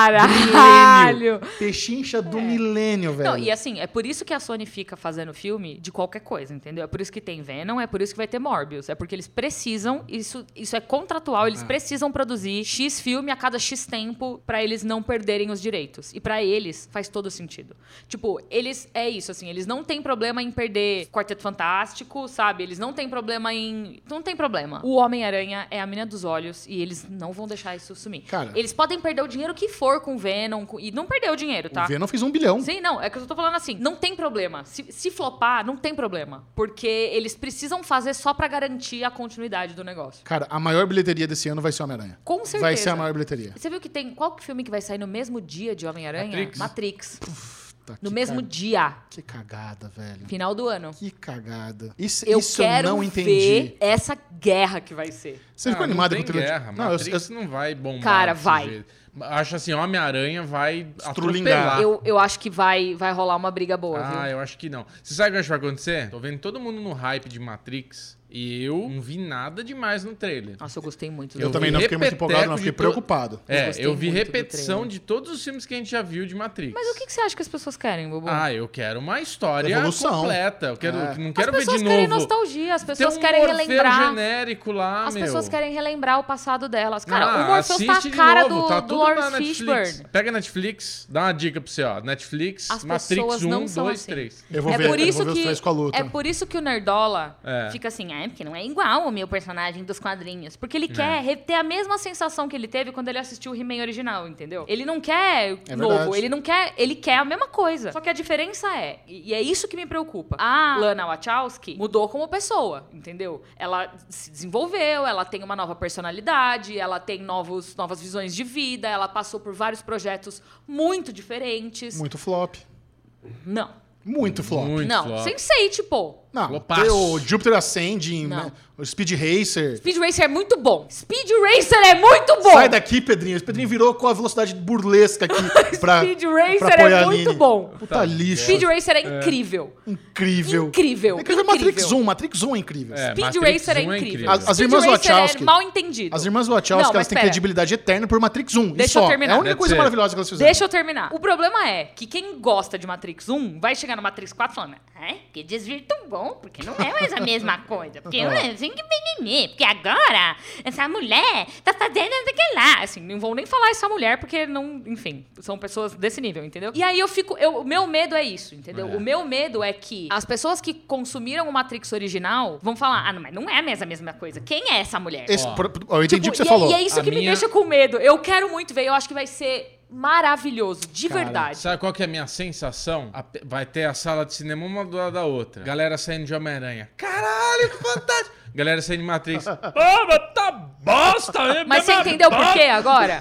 Speaker 1: Caralho!
Speaker 2: Do, pechincha do milênio, velho.
Speaker 1: É. Não, e assim, é por isso que a Sony fica fazendo filme de qualquer coisa, entendeu? É por isso que tem Venom, é por isso que vai ter Morbius. É porque eles precisam, isso, isso é contratual, eles precisam produzir X filme a cada X tempo pra eles não perderem os direitos. E pra eles faz todo sentido. Tipo, eles é isso assim, eles não têm problema em perder Quarteto Fantástico, sabe? Eles não têm problema em, não tem problema. O Homem-Aranha é a menina dos olhos e eles não vão deixar isso sumir.
Speaker 2: Cara.
Speaker 1: eles podem perder o dinheiro que for com Venom com- e não perder o dinheiro, tá?
Speaker 2: O Venom fez um bilhão.
Speaker 1: Sim, não, é que eu tô falando assim, não tem problema. Se, se flopar, não tem problema. Porque eles precisam fazer só pra garantir a continuidade do negócio.
Speaker 2: Cara, a maior bilheteria desse ano vai ser Homem-Aranha.
Speaker 1: Com
Speaker 2: Vai
Speaker 1: certeza.
Speaker 2: ser a maior bilheteria.
Speaker 1: Você viu que tem. Qual que filme que vai sair no mesmo dia de Homem-Aranha?
Speaker 3: Matrix.
Speaker 2: Puta,
Speaker 1: No
Speaker 2: que
Speaker 1: mesmo
Speaker 2: ca-
Speaker 1: dia.
Speaker 2: Que cagada, velho.
Speaker 1: Final do ano.
Speaker 2: Que cagada. Isso,
Speaker 1: Eu
Speaker 2: isso
Speaker 1: quero
Speaker 2: eu não entendi.
Speaker 1: ver essa guerra que vai ser.
Speaker 2: Você ficou
Speaker 3: Ah,
Speaker 2: animado
Speaker 3: não
Speaker 2: com o
Speaker 3: tem
Speaker 2: trailer? de-
Speaker 3: guerra,
Speaker 2: não, eu,
Speaker 3: Matrix
Speaker 2: eu-
Speaker 3: não vai bombar.
Speaker 1: Cara,
Speaker 3: desse
Speaker 1: vai.
Speaker 3: jeito. Acho assim, Homem-Aranha vai
Speaker 2: Estrulingar.
Speaker 3: atropelar.
Speaker 2: Ah.
Speaker 1: Eu, eu acho que vai, vai rolar uma briga boa,
Speaker 3: Ah,
Speaker 1: viu?
Speaker 3: eu acho que não. Você sabe o que eu acho que vai acontecer? Tô vendo todo mundo no hype de Matrix e eu não vi nada demais no trailer.
Speaker 1: Nossa, eu gostei muito.
Speaker 2: eu
Speaker 1: do-
Speaker 2: também não fiquei muito
Speaker 3: repeteco
Speaker 2: empolgado, não.
Speaker 3: de
Speaker 2: Fiquei
Speaker 3: to-
Speaker 2: preocupado.
Speaker 3: É,
Speaker 1: gostei
Speaker 3: eu vi
Speaker 1: muito do
Speaker 3: repetição
Speaker 1: trailer.
Speaker 3: de todos os filmes que a gente já viu de Matrix.
Speaker 1: Mas o que, é? que você acha que as pessoas querem, Bubu?
Speaker 3: Ah, eu quero uma história
Speaker 2: Evolução.
Speaker 3: completa. Eu quero,
Speaker 2: É.
Speaker 3: não
Speaker 1: as
Speaker 3: quero ver
Speaker 1: pessoas
Speaker 3: de
Speaker 1: querem
Speaker 3: novo.
Speaker 1: nostalgia, as
Speaker 3: Tem
Speaker 1: pessoas
Speaker 3: um
Speaker 1: querem
Speaker 3: Morfeu
Speaker 1: relembrar.
Speaker 3: genérico lá,
Speaker 1: As
Speaker 3: Ah, meu.
Speaker 1: pessoas querem relembrar o passado delas. Cara,
Speaker 3: Ah,
Speaker 1: o Morpheus tá
Speaker 3: assiste
Speaker 1: a
Speaker 3: de
Speaker 1: cara
Speaker 3: novo,
Speaker 1: do,
Speaker 3: tá
Speaker 1: do
Speaker 3: tudo na
Speaker 1: Lord
Speaker 3: Netflix.
Speaker 1: Fishburne.
Speaker 3: Pega a Netflix, dá uma dica pra você, ó. Netflix,
Speaker 1: As
Speaker 3: Matrix
Speaker 1: pessoas
Speaker 3: 1,
Speaker 1: não
Speaker 3: 2,
Speaker 1: são assim.
Speaker 3: 3.
Speaker 2: Eu vou
Speaker 1: é
Speaker 2: ver,
Speaker 1: por
Speaker 2: eu
Speaker 1: isso
Speaker 2: vou ver os
Speaker 1: que
Speaker 2: três com a luta.
Speaker 1: é por isso que o nerdola
Speaker 3: É.
Speaker 1: fica assim, ah, é porque não é igual o meu personagem dos quadrinhos, porque
Speaker 2: É.
Speaker 1: ele quer re- ter a mesma sensação que ele teve quando ele assistiu o He-Man original, entendeu? Ele não quer
Speaker 2: É
Speaker 1: novo,
Speaker 2: verdade.
Speaker 1: ele não quer, ele quer a mesma coisa. Só que a diferença é, e e é isso que me preocupa.
Speaker 2: Ah.
Speaker 1: A Lana Wachowski mudou como pessoa, entendeu? Ela se desenvolveu, ela tem uma nova personalidade, ela tem novos, novas visões de vida, ela passou por vários projetos muito diferentes.
Speaker 2: Muito flop.
Speaker 1: Não.
Speaker 2: Muito flop.
Speaker 3: Muito
Speaker 1: não,
Speaker 3: flop.
Speaker 1: Sensei, tipo,
Speaker 2: Não,
Speaker 3: Flopaço.
Speaker 2: tem o Jupiter Ascending,
Speaker 1: Não.
Speaker 2: né, o Speed Racer.
Speaker 1: Speed Racer é muito bom. Speed Racer é muito bom.
Speaker 2: Sai daqui, Pedrinho. Esse Pedrinho virou com a velocidade burlesca aqui pra
Speaker 1: Speed Racer
Speaker 2: pra apoiar
Speaker 1: é
Speaker 2: a
Speaker 1: muito
Speaker 2: Aline.
Speaker 1: bom.
Speaker 2: Puta lixo.
Speaker 1: Speed Racer é incrível.
Speaker 2: Incrível.
Speaker 1: Incrível,
Speaker 2: É que eu vi Matrix
Speaker 1: incrível.
Speaker 2: 1. Matrix 1 é incrível.
Speaker 3: É.
Speaker 1: Speed
Speaker 3: Matrix
Speaker 1: Racer é
Speaker 3: 1 é
Speaker 1: incrível.
Speaker 3: incrível. As-
Speaker 2: as
Speaker 1: Speed
Speaker 2: irmãs
Speaker 1: Racer
Speaker 2: Wachowski-
Speaker 1: é mal entendido.
Speaker 2: As irmãs Wachowski,
Speaker 1: Não, mas
Speaker 2: elas têm
Speaker 1: pera.
Speaker 2: credibilidade eterna por Matrix 1.
Speaker 1: Deixa
Speaker 2: e só.
Speaker 1: eu terminar.
Speaker 2: É a única
Speaker 3: Deve
Speaker 2: coisa
Speaker 3: ser.
Speaker 2: maravilhosa que elas fizeram.
Speaker 1: Deixa eu terminar. O problema é que quem gosta de Matrix 1 vai chegar no Matrix 4 falando, ai, que desvio tão bom, porque não é mais a mesma coisa. Porque eu assim que menininha, porque agora essa mulher tá fazendo não sei o que lá. Assim, não vão nem falar essa mulher, porque não, enfim, são pessoas desse nível, entendeu? E aí eu fico, eu, o meu medo é isso, entendeu?
Speaker 3: É.
Speaker 1: O meu medo é que as pessoas que consumiram o Matrix original vão falar, ah, não, mas não é mais a mesma coisa. Quem é essa mulher?
Speaker 2: Esse-
Speaker 3: Ó.
Speaker 2: pro- pro- eu entendi o
Speaker 1: Tipo,
Speaker 2: que você
Speaker 1: e, é-
Speaker 2: falou.
Speaker 1: E é isso
Speaker 3: A
Speaker 1: que me
Speaker 3: minha-
Speaker 1: deixa com medo. Eu quero muito ver. Eu acho que vai ser maravilhoso, de
Speaker 2: Cara,
Speaker 1: verdade.
Speaker 3: Sabe qual que é a minha sensação? A pe- vai ter a sala de cinema uma do lado da outra. Galera saindo de Homem-Aranha. Caralho, que fantástico! Galera saindo de Matrix. Ah, mas tá bosta! hein?
Speaker 1: Mas
Speaker 2: é
Speaker 1: você
Speaker 3: Tá
Speaker 1: entendeu
Speaker 3: bosta!
Speaker 1: por quê agora?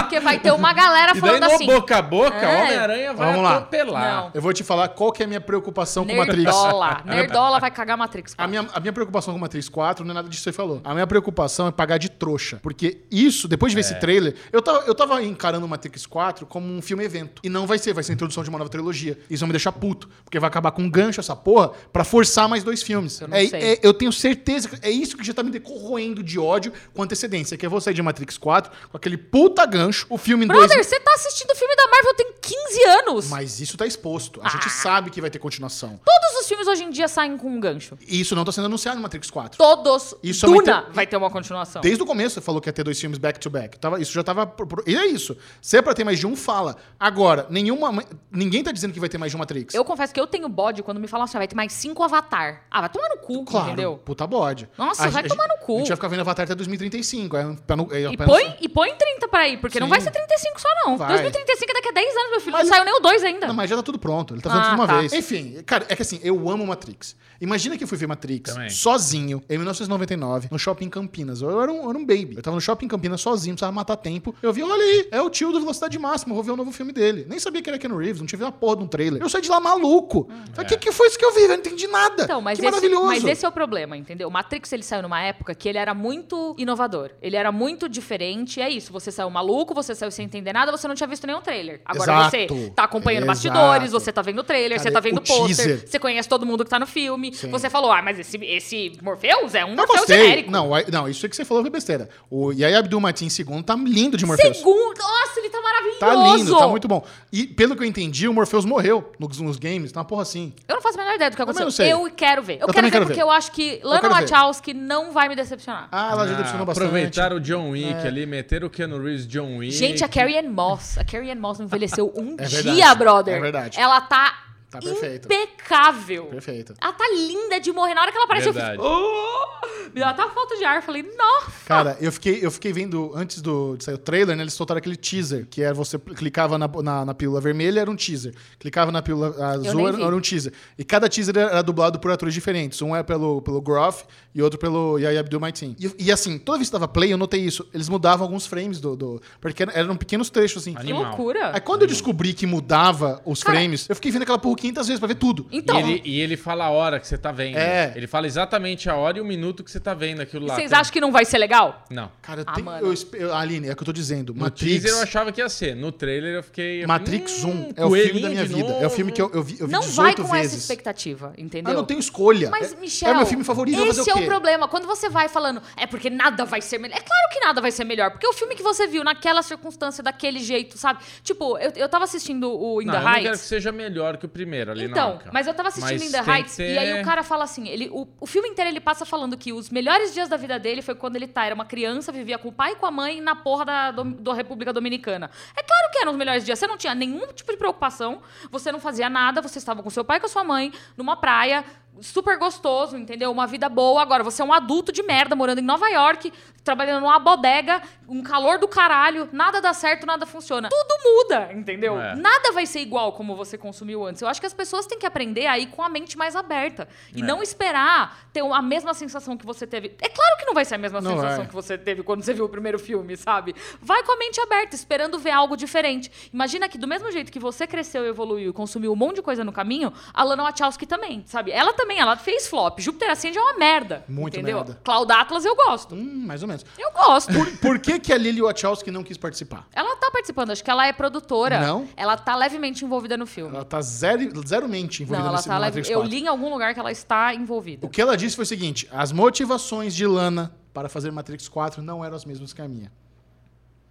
Speaker 1: Porque vai ter uma galera
Speaker 3: E daí
Speaker 1: falando
Speaker 3: no
Speaker 1: assim.
Speaker 3: boca a boca,
Speaker 1: É.
Speaker 3: Homem-Aranha vai
Speaker 2: Vamos lá.
Speaker 3: atropelar.
Speaker 1: Não.
Speaker 2: Eu vou te falar qual que é a minha preocupação com Matrix.
Speaker 1: Nerdola. Nerdola vai cagar Matrix.
Speaker 2: A minha, a minha preocupação com Matrix 4 não é nada disso que você falou. A minha preocupação é pagar de trouxa. Porque isso, depois de ver esse trailer, eu tava, eu tava encarando Matrix 4 como um filme evento. E não vai ser, vai ser a introdução de uma nova trilogia. Isso vai me deixar puto. Porque vai acabar com um gancho essa porra pra forçar mais dois filmes.
Speaker 1: Eu não
Speaker 2: É-
Speaker 1: sei.
Speaker 2: é- eu tenho certeza que é isso que já tá me corroendo de ódio com antecedência, que é você de Matrix 4, com aquele puta gancho, o filme em dois-
Speaker 1: Brother, você tá assistindo o filme da Marvel tem 15 anos.
Speaker 2: Mas isso tá exposto. A
Speaker 1: Ah.
Speaker 2: gente sabe que vai ter continuação.
Speaker 1: Todos os filmes hoje em dia saem com um gancho.
Speaker 2: E isso não tá sendo anunciado no Matrix 4.
Speaker 1: Todos.
Speaker 2: Isso é uma
Speaker 1: Duna
Speaker 2: inter-
Speaker 1: vai ter uma continuação.
Speaker 2: Desde o começo você falou que ia ter dois filmes back-to-back. Tava- Isso já tava. pro- pro- E é isso. Se é pra ter mais de um, fala. Agora, nenhuma. Ninguém tá dizendo que vai ter mais de um Matrix.
Speaker 1: Eu confesso que eu tenho bode quando me falam assim, "Ah, vai ter mais cinco Avatar. Ah, vai tomar no cu,
Speaker 2: Claro,
Speaker 1: entendeu?
Speaker 2: puta bode.
Speaker 1: Nossa, vai
Speaker 2: gen-
Speaker 1: tomar no cu.
Speaker 2: A gente vai ficar vendo Avatar até 2035. É, um pé no- é um
Speaker 1: E
Speaker 2: pé no-
Speaker 1: põe, e põe 30 pra aí, porque não
Speaker 2: Sim.
Speaker 1: vai ser 35 só não.
Speaker 2: Vai.
Speaker 1: 2035 é daqui a 10 anos, meu filho.
Speaker 2: Mas-
Speaker 1: Não saiu nem o 2 ainda.
Speaker 2: Não, mas já tá tudo pronto. Ele tá fazendo
Speaker 1: Ah,
Speaker 2: tudo uma
Speaker 1: tá.
Speaker 2: vez. Enfim, cara, é que assim, eu amo Matrix. Imagina que eu fui ver Matrix
Speaker 3: Também.
Speaker 2: sozinho, em 1999, no shopping Campinas. Eu era, um, eu era um baby. Eu tava no shopping Campinas sozinho, precisava matar tempo. Eu vi, olha aí, é o tio do Velocidade Máxima, eu vou ver o novo filme dele. Nem sabia que era Ken Reeves, não tinha visto a porra de um trailer. Eu saí de lá maluco. Falei, o que, que foi isso que eu vi? Eu não entendi nada.
Speaker 1: Então, mas
Speaker 2: que
Speaker 1: esse,
Speaker 2: maravilhoso.
Speaker 1: mas esse é o problema, entendeu? O Matrix ele saiu numa época que ele era muito inovador. Ele era muito diferente. É isso. Você saiu maluco, você saiu sem entender nada, você não tinha visto nenhum trailer. Agora
Speaker 2: Exato.
Speaker 1: você tá acompanhando
Speaker 2: Exato.
Speaker 1: bastidores, você tá vendo o trailer,
Speaker 2: Cara,
Speaker 1: você tá
Speaker 2: o
Speaker 1: vendo pôster,
Speaker 2: teaser.
Speaker 1: você conhece todo mundo que tá no filme.
Speaker 2: Sim.
Speaker 1: Você falou, ah, mas esse, esse Morpheus é um
Speaker 2: Eu
Speaker 1: Morpheus
Speaker 2: gostei.
Speaker 1: genérico.
Speaker 2: Não, aí- não, isso é que você falou foi besteira. O Yaya Abdul Matin II tá lindo de Morpheus.
Speaker 1: Segundo, nossa, ele tá maravilhoso.
Speaker 2: Tá lindo, tá muito bom. E pelo que eu entendi, o Morpheus morreu nos, nos games, tá uma porra assim.
Speaker 1: Eu não faço a menor ideia do que
Speaker 2: Também
Speaker 1: aconteceu.
Speaker 2: não sei.
Speaker 1: Eu quero ver. Eu,
Speaker 2: Eu
Speaker 1: quero
Speaker 2: também
Speaker 1: ver
Speaker 2: quero
Speaker 1: porque
Speaker 2: ver.
Speaker 1: eu acho que Lana
Speaker 2: quero ver.
Speaker 1: Wachowski não vai me decepcionar.
Speaker 2: Ah, ela já decepcionou bastante.
Speaker 3: Aproveitaram o John Wick ali, meteram o Keanu Reeves John Wick.
Speaker 1: É. Gente, a Carrie Ann Moss. A Carrie Ann Moss não envelheceu um
Speaker 2: É verdade,
Speaker 1: dia, brother.
Speaker 2: é verdade.
Speaker 1: Ela tá,
Speaker 2: Tá perfeita.
Speaker 1: impecável.
Speaker 2: Perfeita.
Speaker 1: Ela tá linda de morrer. Na hora que ela apareceu,
Speaker 3: Verdade.
Speaker 1: eu fiz... Oh! Me deu até uma falta de ar. Eu Falei, nossa.
Speaker 2: Cara, eu fiquei, eu fiquei vendo, antes do, de sair o trailer, né, eles soltaram aquele teaser, que era você clicava na, na, na pílula vermelha, era um teaser. Clicava na pílula
Speaker 1: nem
Speaker 2: azul, era,
Speaker 1: vi.
Speaker 2: era um teaser. E cada teaser era, era dublado por atores diferentes. Um era pelo, pelo Groff e outro pelo Yaya Abdul Mateen. E, e assim, toda vez que dava play, eu notei isso. Eles mudavam alguns frames do... do porque era- eram pequenos trechos, assim.
Speaker 1: Que
Speaker 3: Animal.
Speaker 1: loucura.
Speaker 2: Aí quando eu descobri que mudava os
Speaker 1: Cara-
Speaker 2: frames, eu fiquei vendo aquela porra 500 vezes pra ver tudo.
Speaker 1: Então,
Speaker 3: E ele, e ele fala a hora que você tá vendo.
Speaker 2: É.
Speaker 3: Ele fala exatamente a hora e o minuto que você tá vendo aquilo lá.
Speaker 1: vocês
Speaker 3: Tem-
Speaker 1: acham que não vai ser legal?
Speaker 3: Não.
Speaker 2: Cara, eu
Speaker 1: Ah,
Speaker 2: tenho.
Speaker 1: mano.
Speaker 2: eu espe- eu- Aline, é o que eu tô dizendo.
Speaker 3: No
Speaker 2: Matrix.
Speaker 3: teaser eu achava que ia ser. No trailer eu fiquei.
Speaker 2: Matrix 1
Speaker 3: Hum,
Speaker 2: é o filme da
Speaker 3: coelhinho
Speaker 2: minha
Speaker 3: de
Speaker 2: vida. É o
Speaker 3: novo.
Speaker 2: filme que eu, eu vi, eu vi
Speaker 1: Não
Speaker 2: 18
Speaker 1: vai com essa
Speaker 2: vezes.
Speaker 1: expectativa, entendeu?
Speaker 2: eu não tenho escolha.
Speaker 1: Mas,
Speaker 2: É-
Speaker 1: Michel,
Speaker 2: É meu filme favorito. eu vou
Speaker 1: esse
Speaker 2: fazer
Speaker 1: é
Speaker 2: o
Speaker 1: o
Speaker 2: quê?
Speaker 1: problema. Quando você vai falando, é porque nada vai ser melhor. É claro que nada vai ser melhor, porque o filme que você viu naquela circunstância, daquele jeito, sabe? Tipo, eu, eu tava assistindo o In
Speaker 3: Não,
Speaker 1: The
Speaker 3: eu não quero que
Speaker 1: Heights.
Speaker 3: seja melhor que o primeiro ali na
Speaker 1: Então,
Speaker 3: Arca.
Speaker 1: mas eu tava assistindo
Speaker 3: Mas
Speaker 1: In The
Speaker 3: tem que
Speaker 1: Heights
Speaker 3: ter-
Speaker 1: e aí o cara fala assim, ele, o, o filme inteiro ele passa falando que os melhores dias da vida dele foi quando ele tá, era uma criança, vivia com o pai e com a mãe na porra da, do, da República Dominicana. É claro que eram os melhores dias, você não tinha nenhum tipo de preocupação, você não fazia nada, você estava com seu pai e com a sua mãe numa praia, super gostoso, entendeu? Uma vida boa. Agora, você é um adulto de merda, morando em Nova York, trabalhando numa bodega, um calor do caralho, nada dá certo, nada funciona. Tudo muda, entendeu?
Speaker 3: É.
Speaker 1: nada vai ser igual como você consumiu antes. Eu acho que as pessoas têm que aprender aí com a mente mais aberta e não esperar ter a mesma sensação que você teve. É claro que não vai ser a mesma
Speaker 2: Não é.
Speaker 1: sensação
Speaker 2: vai.
Speaker 1: que você teve quando você viu o primeiro filme, sabe? Vai com a mente aberta, esperando ver algo diferente. Imagina que do mesmo jeito que você cresceu, evoluiu e consumiu um monte de coisa no caminho, a Lana Wachowski também, sabe? Ela também, ela fez flop. Júpiter Ascende é uma merda,
Speaker 2: Muito
Speaker 1: entendeu?
Speaker 2: merda.
Speaker 1: Cloud Atlas eu gosto.
Speaker 2: Hum, mais ou menos.
Speaker 1: Eu gosto.
Speaker 2: Por que, que a Lily Wachowski não quis participar?
Speaker 1: Ela tá participando, acho que ela é produtora.
Speaker 2: Não.
Speaker 1: Ela tá levemente envolvida no filme.
Speaker 2: Ela tá zero, zeromente envolvida
Speaker 1: Não, ela
Speaker 2: nesse
Speaker 1: tá
Speaker 2: Matrix
Speaker 1: leve- Eu
Speaker 2: 4.
Speaker 1: li em algum lugar que ela está envolvida.
Speaker 2: O que ela disse foi o seguinte: as motivações de Lana para fazer Matrix 4 não eram as mesmas que a minha.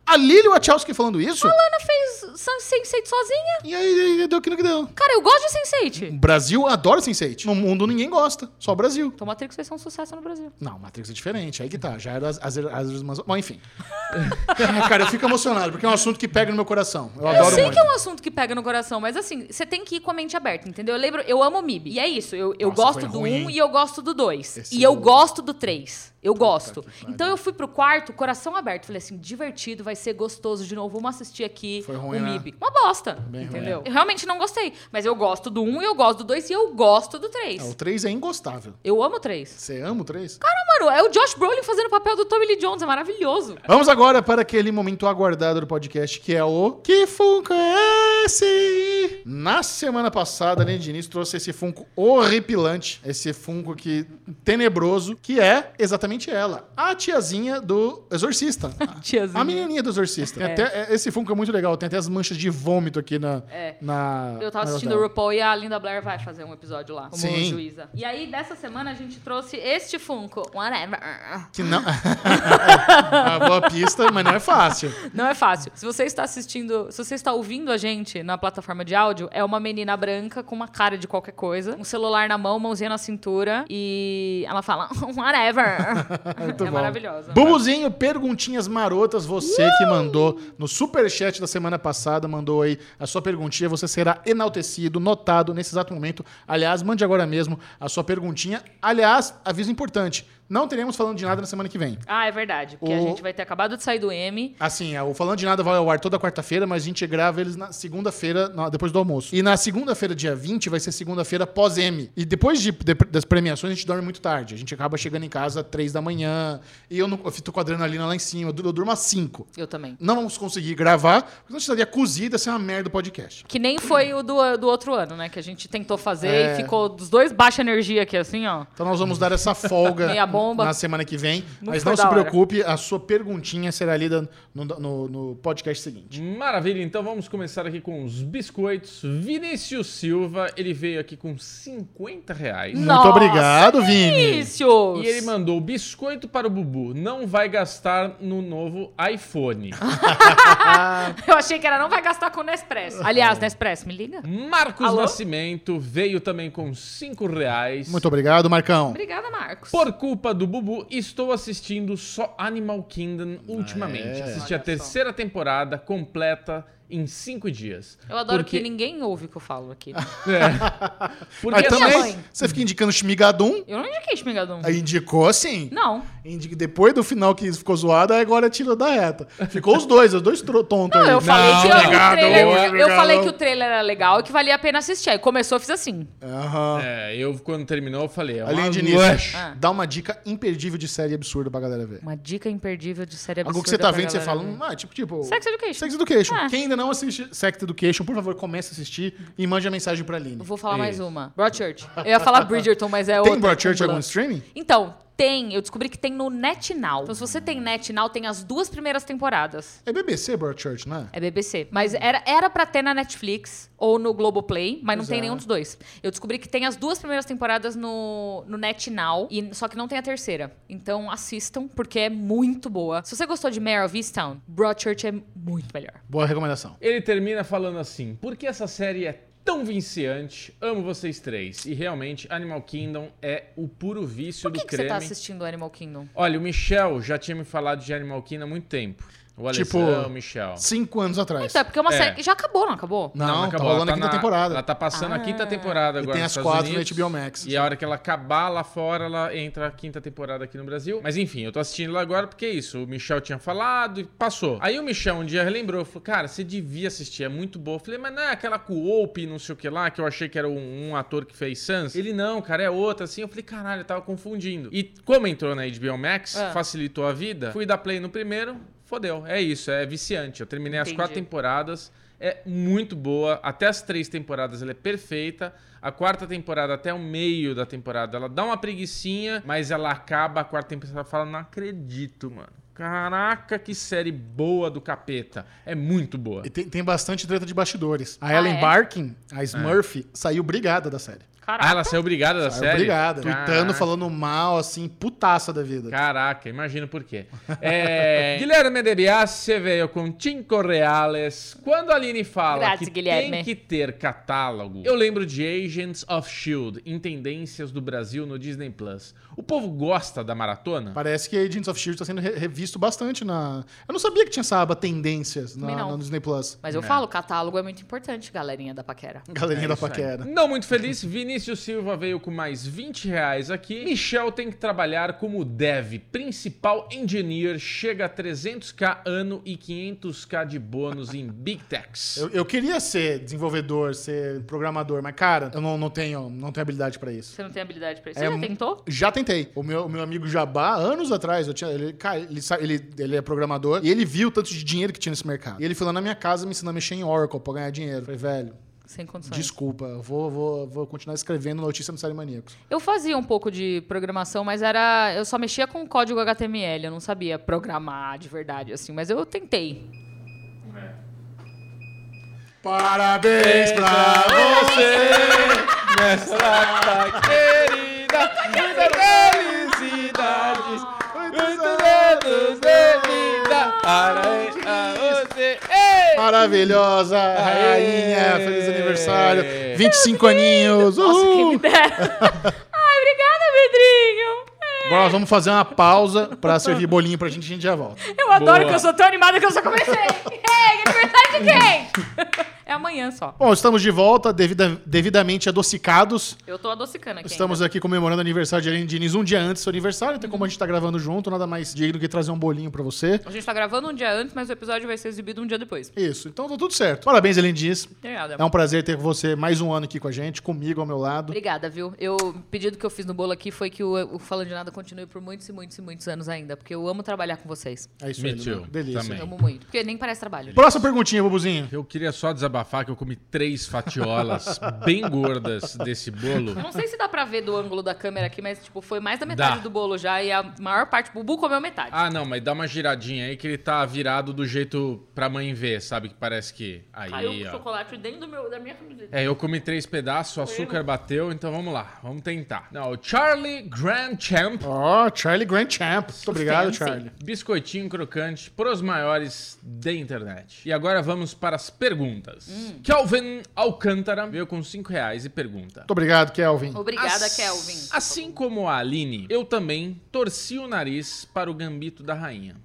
Speaker 2: A Lily Wachowski falando isso?
Speaker 1: Ela fez Sun- Sense8 sozinha?
Speaker 2: E aí, aí deu aquilo que deu.
Speaker 1: Cara, eu gosto de
Speaker 2: O
Speaker 1: Sense8.
Speaker 2: Brasil adora Sense8. No mundo ninguém gosta, só o Brasil.
Speaker 1: Então Matrix vai ser um sucesso no Brasil.
Speaker 2: Não, Matrix é diferente, aí que tá. Já era as, as, as irmãs. Bom, enfim. Ah, Cara, eu fico emocionado, porque é um assunto que pega no meu coração. Eu,
Speaker 1: Eu
Speaker 2: adoro
Speaker 1: sei
Speaker 2: muito.
Speaker 1: que é um assunto que pega no coração, mas assim, você tem que ir com a mente aberta, entendeu? Eu lembro, eu amo o MIB. E é isso, eu, eu
Speaker 2: Nossa,
Speaker 1: gosto
Speaker 2: foi
Speaker 1: do
Speaker 2: ruim.
Speaker 1: 1 e eu gosto do 2.
Speaker 2: Esse
Speaker 1: E eu
Speaker 2: do-
Speaker 1: gosto do 3. Eu gosto.
Speaker 2: que pariu.
Speaker 1: Então eu fui pro quarto, coração aberto. Falei assim, divertido, vai ser gostoso de novo. Vamos assistir aqui
Speaker 2: Foi ruim,
Speaker 1: o
Speaker 2: né?
Speaker 1: MIB. Uma bosta,
Speaker 2: Bem ruim.
Speaker 1: entendeu? Eu realmente não gostei. Mas eu gosto do 1 e eu gosto do 2 e eu gosto do
Speaker 2: É, o
Speaker 1: 3.
Speaker 2: 3 é ingostável.
Speaker 1: Eu amo o 3.
Speaker 2: Você ama o 3?
Speaker 1: Mano, é o Josh Brolin fazendo o papel do Tommy Lee Jones, é maravilhoso.
Speaker 2: Vamos agora para aquele momento aguardado do podcast, que é o... Que funko é esse? Na semana passada, a Aline Diniz trouxe esse funko horripilante, esse funko que tenebroso, que é exatamente ela, a tiazinha do Exorcista.
Speaker 1: Tiazinha.
Speaker 2: A menininha do Exorcista. Tem
Speaker 1: É.
Speaker 2: até- é, esse funko é muito legal, tem até as manchas de vômito aqui na...
Speaker 1: É.
Speaker 2: na
Speaker 1: Eu tava
Speaker 2: na
Speaker 1: assistindo o
Speaker 2: dela.
Speaker 1: RuPaul e a Linda Blair vai fazer um episódio lá, como
Speaker 2: Sim.
Speaker 1: juíza. E aí, dessa semana, a gente trouxe este Funko. Whatever.
Speaker 2: Que não... a boa pista, mas não é fácil.
Speaker 1: Não é fácil. Se você está assistindo, se você está ouvindo a gente na plataforma de áudio, é uma menina branca com uma cara de qualquer coisa, um celular na mão, mãozinha na cintura e ela fala whatever.
Speaker 2: Muito
Speaker 1: é
Speaker 2: bom.
Speaker 1: maravilhosa.
Speaker 2: Bubuzinho, perguntinhas marotas, você que mandou no superchat da semana passada, mandou aí a sua perguntinha, você será enaltecido, notado nesse exato momento. Aliás, mande agora mesmo a sua perguntinha. Aliás, aviso importante, não teremos falando de nada na semana que vem.
Speaker 1: Ah, é verdade, porque a
Speaker 2: O-
Speaker 1: gente vai ter acabado de sair do M.
Speaker 2: Assim, é, o Falando de Nada vai ao ar toda quarta-feira, mas a gente grava eles na segunda-feira, na- depois do almoço. E na segunda-feira, dia 20, vai ser segunda-feira pós-M. E depois de- de- das premiações, a gente dorme muito tarde. A gente acaba chegando em casa às três da manhã. E eu, não, eu fico com a adrenalina lá em cima. Eu, du- eu durmo às cinco.
Speaker 1: Eu também.
Speaker 2: Não vamos conseguir gravar, porque senão a gente estaria cozida, ser uma merda o podcast.
Speaker 1: Que nem foi o do, do outro ano, né? Que a gente tentou fazer
Speaker 2: É.
Speaker 1: e ficou dos dois baixa energia aqui, assim, ó.
Speaker 2: Então nós vamos dar essa folga
Speaker 1: Meia bomba.
Speaker 2: na semana que vem.
Speaker 1: Não
Speaker 2: mas
Speaker 1: foi
Speaker 2: não se
Speaker 1: da hora.
Speaker 2: preocupe, a sua perguntinha será lida no- no- no podcast seguinte.
Speaker 3: Maravilha, então vamos começar aqui com os biscoitos. Vinícius Silva, ele veio aqui com 50 reais.
Speaker 1: Não.
Speaker 2: Muito
Speaker 1: Nossa,
Speaker 2: obrigado, Vini.
Speaker 1: Vinícius!
Speaker 3: E ele mandou biscoito para o Bubu. Não vai gastar no novo iPhone.
Speaker 1: Eu achei que ela não vai gastar com o Nespresso. Aliás, Nespresso, me liga.
Speaker 3: Marcos
Speaker 1: Alô?
Speaker 3: Nascimento veio também com 5 reais.
Speaker 2: Muito obrigado, Marcão.
Speaker 1: Obrigada, Marcos.
Speaker 3: Por culpa do Bubu, estou assistindo só Animal Kingdom ultimamente.
Speaker 2: É.
Speaker 3: Assisti
Speaker 1: Olha
Speaker 3: a
Speaker 1: só.
Speaker 3: terceira temporada completa em 5 dias.
Speaker 1: Eu adoro
Speaker 3: Porque-
Speaker 1: que ninguém ouve o que eu falo aqui.
Speaker 3: É. Porque
Speaker 2: Mas
Speaker 3: assim,
Speaker 1: minha
Speaker 2: também,
Speaker 1: mãe?
Speaker 2: você fica indicando Shmigadum,
Speaker 1: Eu não indiquei Shmigadum.
Speaker 2: aí indicou sim.
Speaker 1: Não.
Speaker 2: Indi- Depois do final que ficou zoado, aí agora é tira da reta. Ficou os dois, os dois tro- tontos
Speaker 1: Não,
Speaker 2: aí.
Speaker 1: eu falei que o
Speaker 2: obrigado,
Speaker 1: trailer. eu
Speaker 2: obrigado.
Speaker 1: falei que o trailer era legal e que valia a pena assistir. Aí começou, eu fiz assim.
Speaker 2: Aham.
Speaker 3: É, eu quando terminou, eu falei. é uma
Speaker 2: Além de
Speaker 3: lua-
Speaker 2: nisso,
Speaker 1: Ah.
Speaker 2: dá uma dica imperdível de série absurda pra galera ver.
Speaker 1: Uma dica imperdível de série absurda.
Speaker 2: Algo que você tá
Speaker 1: pra
Speaker 2: vendo, você
Speaker 1: galera
Speaker 2: fala,
Speaker 1: ver.
Speaker 2: hum, ah, tipo, tipo...
Speaker 1: Sex Education.
Speaker 2: Sex Education.
Speaker 1: É.
Speaker 2: Quem ainda não assiste Sex Education, por favor, comece a assistir e mande a mensagem pra Aline.
Speaker 1: Eu vou falar mais
Speaker 3: Isso.
Speaker 1: uma. Broadchurch. Eu ia falar Bridgerton, mas é outra.
Speaker 2: Tem Broadchurch
Speaker 1: com
Speaker 2: algum
Speaker 1: Blan-
Speaker 2: streaming?
Speaker 1: Então, tem. Eu descobri que tem no NetNow. Então, se você tem NetNow, tem as duas primeiras temporadas.
Speaker 2: É BBC Broadchurch, não é?
Speaker 1: É BBC. Mas era, era pra ter na Netflix ou no Globoplay, mas não
Speaker 2: Pois
Speaker 1: tem
Speaker 2: é.
Speaker 1: nenhum dos dois. Eu descobri que tem as duas primeiras temporadas no, no NetNow, e, só que não tem a terceira. Então assistam, porque é muito boa. Se você gostou de Mare of Easttown, Broadchurch é muito melhor.
Speaker 2: Boa recomendação.
Speaker 3: Ele termina falando assim: por que essa série é tão viciante? Amo vocês três. E realmente, Animal Kingdom é o puro vício
Speaker 1: Por que,
Speaker 3: do
Speaker 1: que você
Speaker 3: creme.
Speaker 1: tá assistindo Animal Kingdom?
Speaker 3: Olha, o Michel já tinha me falado de Animal Kingdom há muito tempo. O
Speaker 2: Tipo,
Speaker 3: Alessandro, o Michel.
Speaker 2: Cinco anos atrás.
Speaker 1: Então, é porque é uma
Speaker 3: É.
Speaker 1: série que já acabou, não acabou?
Speaker 2: Não, tá
Speaker 3: acabou,
Speaker 2: rolando
Speaker 3: ela
Speaker 2: a quinta
Speaker 3: na-
Speaker 2: temporada.
Speaker 3: Ela tá passando a
Speaker 1: Ah.
Speaker 3: quinta temporada
Speaker 2: E
Speaker 3: agora.
Speaker 2: tem
Speaker 3: nos
Speaker 2: as
Speaker 3: Estados
Speaker 2: quatro no
Speaker 3: Unidos.
Speaker 2: HBO Max.
Speaker 3: E a hora que ela acabar lá fora, ela entra a quinta temporada aqui no Brasil. Mas enfim, eu tô assistindo lá agora porque é isso. O Michel tinha falado e passou. Aí o Michel um dia relembrou, falou, cara, você devia assistir, é muito boa. Eu falei, mas não é aquela com o Ope, não sei o que lá, que eu achei que era um, um ator que fez Sans? Ele, não, cara, é outra, assim. Eu falei, caralho, eu tava confundindo. E como entrou na HBO Max,
Speaker 1: Ah.
Speaker 3: facilitou a vida, fui dar play no primeiro, fodeu. É isso, é viciante. Eu terminei as
Speaker 1: Entendi.
Speaker 3: quatro temporadas. É muito boa. Até as três temporadas ela é perfeita. A quarta temporada, até o meio da temporada, ela dá uma preguiçinha, mas ela acaba a quarta temporada ela fala: não acredito, mano. Caraca, que série boa do capeta. É muito boa.
Speaker 2: E tem, tem bastante treta de bastidores. A
Speaker 1: Ah,
Speaker 2: Ellen
Speaker 1: é?
Speaker 2: Barkin, a Smurf, saiu brigada da série.
Speaker 1: Caraca.
Speaker 3: Ah, ela saiu obrigada da
Speaker 2: Saiu
Speaker 3: série?
Speaker 2: brigada.
Speaker 3: Caraca.
Speaker 2: Tweetando, falando mal, assim, putaça da vida.
Speaker 3: Caraca, imagino por quê. É, Guilherme de Biase veio com 5 reais. Quando a Aline fala
Speaker 1: Grazie,
Speaker 3: que tem
Speaker 1: Guilherme.
Speaker 3: que ter catálogo, eu lembro de Agents of S.H.I.E.L.D. em tendências do Brasil no Disney+. Plus. O povo gosta da maratona?
Speaker 2: Parece que Agents of S.H.I.E.L.D. tá sendo re- revisto bastante na... Eu não sabia que tinha essa aba tendências na,
Speaker 1: Também não.
Speaker 2: na Disney+. Plus.
Speaker 1: Mas eu falo, catálogo é muito importante, galerinha da paquera.
Speaker 2: Galerinha
Speaker 3: É
Speaker 2: da
Speaker 3: isso aí.
Speaker 2: paquera.
Speaker 3: Não muito feliz, Vinícius Silva veio com mais 20 reais aqui. Michel tem que trabalhar como dev, principal engineer, chega a 300k ano e 500k de bônus em Big Techs.
Speaker 2: Eu, eu queria ser desenvolvedor, ser programador, mas, cara, eu não, não tenho, não tenho habilidade pra isso.
Speaker 1: Você não tem habilidade pra isso?
Speaker 2: É
Speaker 1: Você já
Speaker 2: mu-
Speaker 1: tentou?
Speaker 2: Já tentei. O meu, o meu amigo Jabá, anos atrás, eu tinha, ele, cara, ele, sa- ele, ele é programador e ele viu o tanto de dinheiro que tinha nesse mercado. E ele foi lá na minha casa me ensinou a mexer em Oracle pra ganhar dinheiro. Eu Falei, velho,
Speaker 1: Sem condições.
Speaker 2: Desculpa, eu vou, vou, vou continuar escrevendo notícia no Série Maníacos.
Speaker 1: Eu fazia um pouco de programação, mas era. Eu só mexia com código HTML, eu não sabia programar de verdade, assim, mas eu tentei.
Speaker 2: Parabéns pra
Speaker 3: você nessa data querida. Muitas felicidades, muitos anos de vida. Parabéns a você. é. Ei!
Speaker 2: maravilhosa rainha.
Speaker 3: Aê!
Speaker 2: Feliz aniversário. 25 aninhos.
Speaker 1: Nossa, quem
Speaker 2: Uhul.
Speaker 1: me dera. Ai, obrigada, Pedrinho.
Speaker 2: Agora nós vamos fazer uma pausa pra servir bolinho pra gente e a gente já volta.
Speaker 1: É, Eu adoro
Speaker 3: Boa.
Speaker 1: que eu sou tão animada que eu só comecei. Ei, aniversário de quem? é amanhã só.
Speaker 2: Bom, estamos de volta, devida- devidamente adocicados.
Speaker 1: Eu tô adocicando aqui.
Speaker 2: Estamos aqui comemorando o aniversário de Aline Diniz um dia antes do seu aniversário, então como a gente tá gravando junto, nada mais digno que trazer um bolinho pra você.
Speaker 1: ainda. A gente tá gravando um dia antes, mas o episódio vai ser exibido um dia depois.
Speaker 2: Isso, então tá tudo certo. Parabéns, Aline Diniz.
Speaker 1: Obrigada.
Speaker 2: É um prazer ter você mais um ano aqui com a gente, comigo ao meu lado.
Speaker 1: Obrigada, viu? Eu, o pedido que eu fiz no bolo aqui foi que o, o Falando de Nada continue por muitos e muitos e muitos anos ainda, porque eu amo trabalhar com vocês.
Speaker 2: É isso
Speaker 3: Me
Speaker 2: aí, Lulu.
Speaker 3: too.
Speaker 2: Delícia.
Speaker 3: Também. Bem.
Speaker 1: Amo muito. Porque nem parece trabalho.
Speaker 2: Próxima perguntinha, Bubuzinho.
Speaker 3: Eu queria só desabafar que eu comi três fatiolas bem gordas desse bolo.
Speaker 1: Eu Não sei se dá pra ver do ângulo da câmera aqui, mas, tipo, foi mais da metade
Speaker 3: Dá.
Speaker 1: do bolo já e a maior parte, tipo, o Bubu comeu metade.
Speaker 3: Ah, não, mas dá uma giradinha aí que ele tá virado do jeito pra mãe ver, sabe? Que parece que. Aí,
Speaker 1: Caiu o
Speaker 3: ó.
Speaker 1: chocolate dentro do meu, da minha camiseta.
Speaker 3: É, eu comi três pedaços, o açúcar bateu, então vamos lá, vamos tentar. Não, o Charlie Grand Champ,
Speaker 2: Ó, Charlie Grand Champ. Muito obrigado, Charlie.
Speaker 3: biscoitinho crocante pros maiores da internet. E agora vamos para as perguntas.
Speaker 1: Hum.
Speaker 3: Kelvin Alcântara veio com 5 reais e pergunta.
Speaker 2: Muito obrigado, Kelvin.
Speaker 1: Obrigada,
Speaker 3: As-
Speaker 1: Kelvin.
Speaker 3: Assim como a Aline, eu também torci o nariz para o gambito da rainha.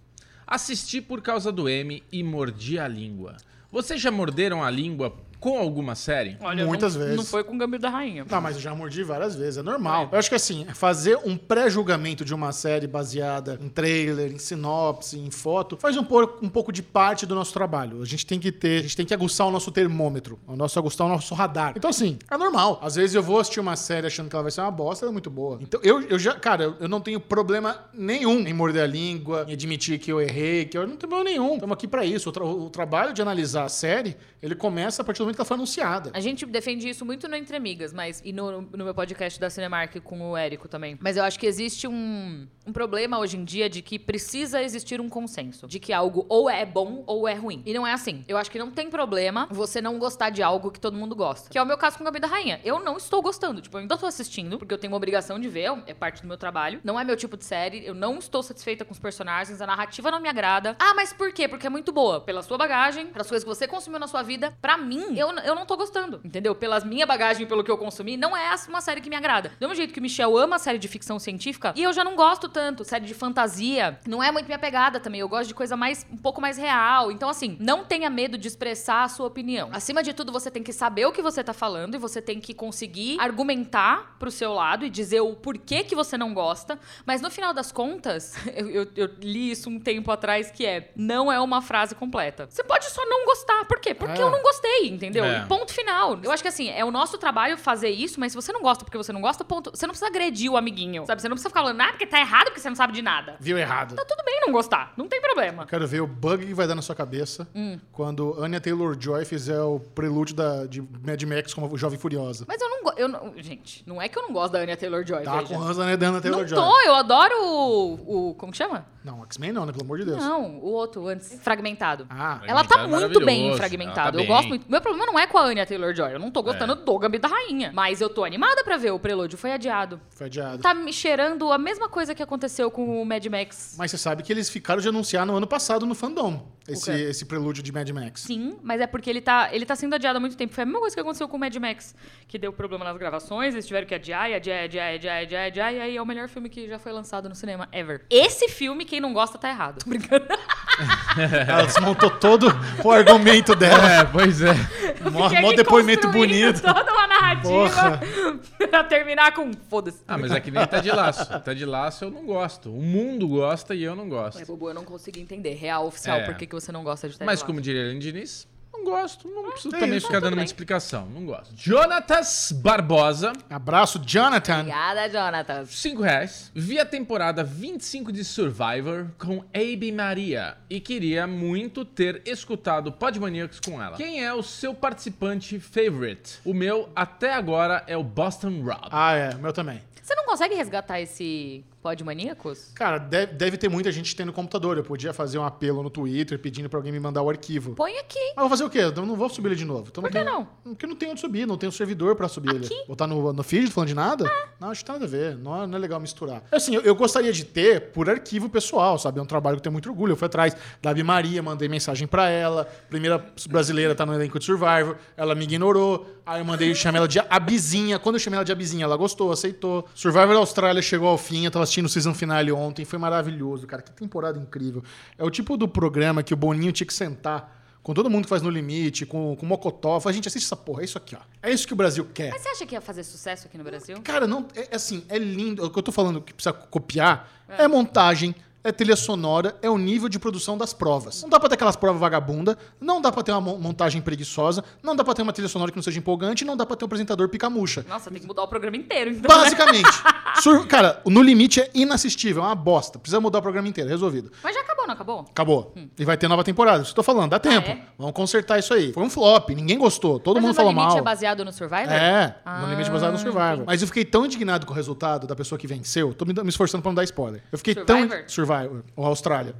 Speaker 3: Assisti por causa do M e mordi a língua. Vocês já morderam a língua com alguma série?
Speaker 1: não-
Speaker 2: Muitas vezes.
Speaker 1: Não foi com o gambito da rainha.
Speaker 2: Não, mas eu já mordi várias vezes, é normal. Eu acho que assim, fazer um pré-julgamento de uma série baseada em trailer, em sinopse, em foto, faz um pouco, um pouco de parte do nosso trabalho. A gente tem que ter, a gente tem que aguçar o nosso termômetro, o nosso aguçar o nosso radar. Então, assim, é normal. Às vezes eu vou assistir uma série achando que ela vai ser uma bosta, ela é muito boa. Então, eu, eu já, cara, eu, eu não tenho problema nenhum em morder a língua, em admitir que eu errei, que eu não tenho problema nenhum. Estamos aqui pra isso. O, tra- o trabalho de analisar a série, ele começa a partir do momento que ela foi anunciada.
Speaker 1: A gente defende isso muito no Entre Amigas, mas. E no, no meu podcast da Cinemark com o Érico também. Mas eu acho que existe um, um problema hoje em dia de que precisa existir um consenso. De que algo ou é bom ou é ruim. E não é assim. Eu acho que não tem problema você não gostar de algo que todo mundo gosta. Que é o meu caso com o Gabi da Rainha. Eu não estou gostando. Tipo, eu ainda tô assistindo, porque eu tenho uma obrigação de ver, é parte do meu trabalho. Não é meu tipo de série. Eu não estou satisfeita com os personagens, a narrativa não me agrada. Ah, mas por quê? Porque é muito boa. Pela sua bagagem, pelas coisas que você consumiu na sua vida. Pra mim, eu, eu não tô gostando, entendeu? Pelas minha bagagem, pelo que eu consumi, não é uma série que me agrada. Do mesmo jeito que o Michel ama série de ficção científica, e eu já não gosto tanto. Série de fantasia não é muito minha pegada também. Eu gosto de coisa mais um pouco mais real. Então, assim, não tenha medo de expressar a sua opinião. Acima de tudo, você tem que saber o que você tá falando e você tem que conseguir argumentar pro seu lado e dizer o porquê que você não gosta. Mas no final das contas, eu, eu- eu li isso um tempo atrás que é não é uma frase completa. Você pode só não gostar. Por quê? Porque
Speaker 2: É.
Speaker 1: eu não gostei, entendeu?
Speaker 3: É.
Speaker 1: E ponto final. Eu acho que assim, é o nosso trabalho fazer isso, mas se você não gosta porque você não gosta, ponto. Você não precisa agredir o amiguinho. Sabe? Você não precisa ficar falando, ah, porque tá errado porque você não sabe de nada.
Speaker 2: Viu errado.
Speaker 1: Tá tudo bem não gostar. Não tem problema.
Speaker 2: Quero ver o bug que vai dar na sua cabeça
Speaker 1: Hum.
Speaker 2: quando Anya Taylor-Joy fizer o prelúdio da, de Mad Max como Jovem Furiosa.
Speaker 1: Mas eu não gosto. Eu não... Gente, não é que eu não gosto da Anya Taylor Joy.
Speaker 2: Tá com ranço da Anya
Speaker 1: não
Speaker 2: Taylor-Joy.
Speaker 1: tô, eu adoro o. o- como que chama?
Speaker 2: Não, X-Men não, né? Pelo amor de Deus.
Speaker 1: Não, o outro antes. Fragmentado.
Speaker 2: Ah,
Speaker 1: Ela tá
Speaker 3: Fragmentado é
Speaker 1: muito bem em
Speaker 3: maravilhoso, ela
Speaker 1: fragmentado.
Speaker 3: tá
Speaker 1: eu
Speaker 3: bem. É.
Speaker 1: gosto muito. Meu problema não é com a Anya Taylor Joy. Eu não tô gostando do Gambito da Rainha. Mas eu tô animada pra ver. O prelúdio foi adiado.
Speaker 2: foi adiado.
Speaker 1: Tá me cheirando a mesma coisa que aconteceu com o Mad Max
Speaker 2: Mas você sabe que eles ficaram de anunciar no ano passado no fandom esse,
Speaker 1: quê?
Speaker 2: esse prelúdio de Mad Max.
Speaker 1: Sim, mas é porque ele tá, ele tá sendo adiado há muito tempo. Foi a mesma coisa que aconteceu com o Mad Max, que deu problema nas gravações, eles tiveram que adiar, e adiar, e adiar, e adiar, e adiar, e adiar, e aí é o melhor filme que já foi lançado no cinema ever. Esse filme, quem não gosta, tá errado. Tô brincando.
Speaker 2: Ela desmontou todo o argumento dela.
Speaker 3: É, pois é.
Speaker 2: Mó,
Speaker 1: Fiquei
Speaker 2: mó
Speaker 1: aqui
Speaker 2: depoimento
Speaker 1: construindo
Speaker 2: bonito.
Speaker 1: Toda uma narrativa
Speaker 2: Porra.
Speaker 1: pra terminar com foda-se.
Speaker 3: Ah, mas é que nem tá de laço. Tá de laço eu não gosto. O mundo gosta e eu não
Speaker 1: Mas,
Speaker 3: gosto.
Speaker 1: Bobo, eu não consegui entender, real, oficial,
Speaker 3: É.
Speaker 1: por que, que você não gosta de Ted
Speaker 3: Mas
Speaker 1: Lasso.
Speaker 3: como diria Aline Diniz, Não gosto, não preciso
Speaker 2: é
Speaker 3: também
Speaker 2: isso.
Speaker 3: ficar
Speaker 1: Então,
Speaker 3: dando
Speaker 1: tudo
Speaker 3: uma
Speaker 1: bem.
Speaker 3: explicação. Não gosto. Jonatas Barbosa,
Speaker 2: Abraço, Jonathan.
Speaker 1: Obrigada, Jonathan.
Speaker 3: 5 reais. Vi a temporada 25 de Survivor com Abe Maria e queria muito ter escutado Podmaniacs com ela. Quem é o seu participante favorite? O meu, até agora, é o Boston Rob.
Speaker 2: Ah, é, o meu também.
Speaker 1: Você não consegue resgatar esse pó de maníacos?
Speaker 2: Cara, deve, deve ter muita gente tendo computador. Eu podia fazer um apelo no Twitter pedindo pra alguém me mandar o arquivo.
Speaker 1: Põe aqui.
Speaker 2: Mas eu Ah, vou fazer o quê? Eu não vou subir ele de novo. Então,
Speaker 1: Por que
Speaker 2: tem-
Speaker 1: não?
Speaker 2: Porque não tem onde subir, não tem um servidor pra subir ele.
Speaker 1: Aqui? Ah.
Speaker 2: Botar no, no feed falando de nada? Não, acho que tem nada a ver. Não é, não é legal misturar. Assim, eu, eu gostaria de ter por arquivo pessoal, sabe? É um trabalho que eu tenho muito orgulho. Eu fui atrás da Abi Maria, mandei mensagem pra ela. Primeira brasileira tá no elenco de Survivor. Ela me ignorou. Aí eu mandei, chamei ela de Abizinha. Quando eu chamei ela de Abizinha, ela gostou, aceitou. Survivor Austrália chegou ao fim. Eu tava assistindo o season finale ontem. Foi maravilhoso, cara. Que temporada incrível. É o tipo do programa que o Boninho tinha que sentar com todo mundo que faz No Limite, com, com Mocotó. Fala, gente, assiste essa porra, é isso aqui, ó. É isso que o Brasil quer.
Speaker 1: Mas você acha que ia fazer sucesso
Speaker 2: Hum.
Speaker 1: aqui no Brasil?
Speaker 2: Cara, não, é, é assim, é lindo. O que eu tô falando que precisa copiar é, montagem, é trilha sonora, é o nível de produção das provas. Não dá pra ter aquelas provas vagabunda, não dá pra ter uma mon- montagem preguiçosa, não dá pra ter uma trilha sonora que não seja empolgante, não dá pra ter um apresentador picamucha.
Speaker 1: Nossa, tem que mudar o programa inteiro, então. né?
Speaker 2: Basicamente. Sur- cara, o No Limite é inassistível, é uma bosta. Precisa mudar o programa inteiro, é resolvido.
Speaker 1: Mas já acabou, não acabou?
Speaker 2: Acabou. E vai ter nova temporada. Isso que eu tô falando, dá tempo.
Speaker 1: é?
Speaker 2: Vamos consertar isso aí. Foi um flop, ninguém gostou, todo
Speaker 1: Mas
Speaker 2: mundo
Speaker 1: o
Speaker 2: falou
Speaker 1: No Limite
Speaker 2: mal.
Speaker 1: é baseado no Survivor?
Speaker 2: É,
Speaker 1: Ah,
Speaker 2: no limite baseado no Survivor. Mas eu fiquei tão indignado com o resultado da pessoa que venceu, tô me, me esforçando pra não dar spoiler. Eu fiquei
Speaker 1: Survivor?
Speaker 2: tão. Survivor, ou Austrália.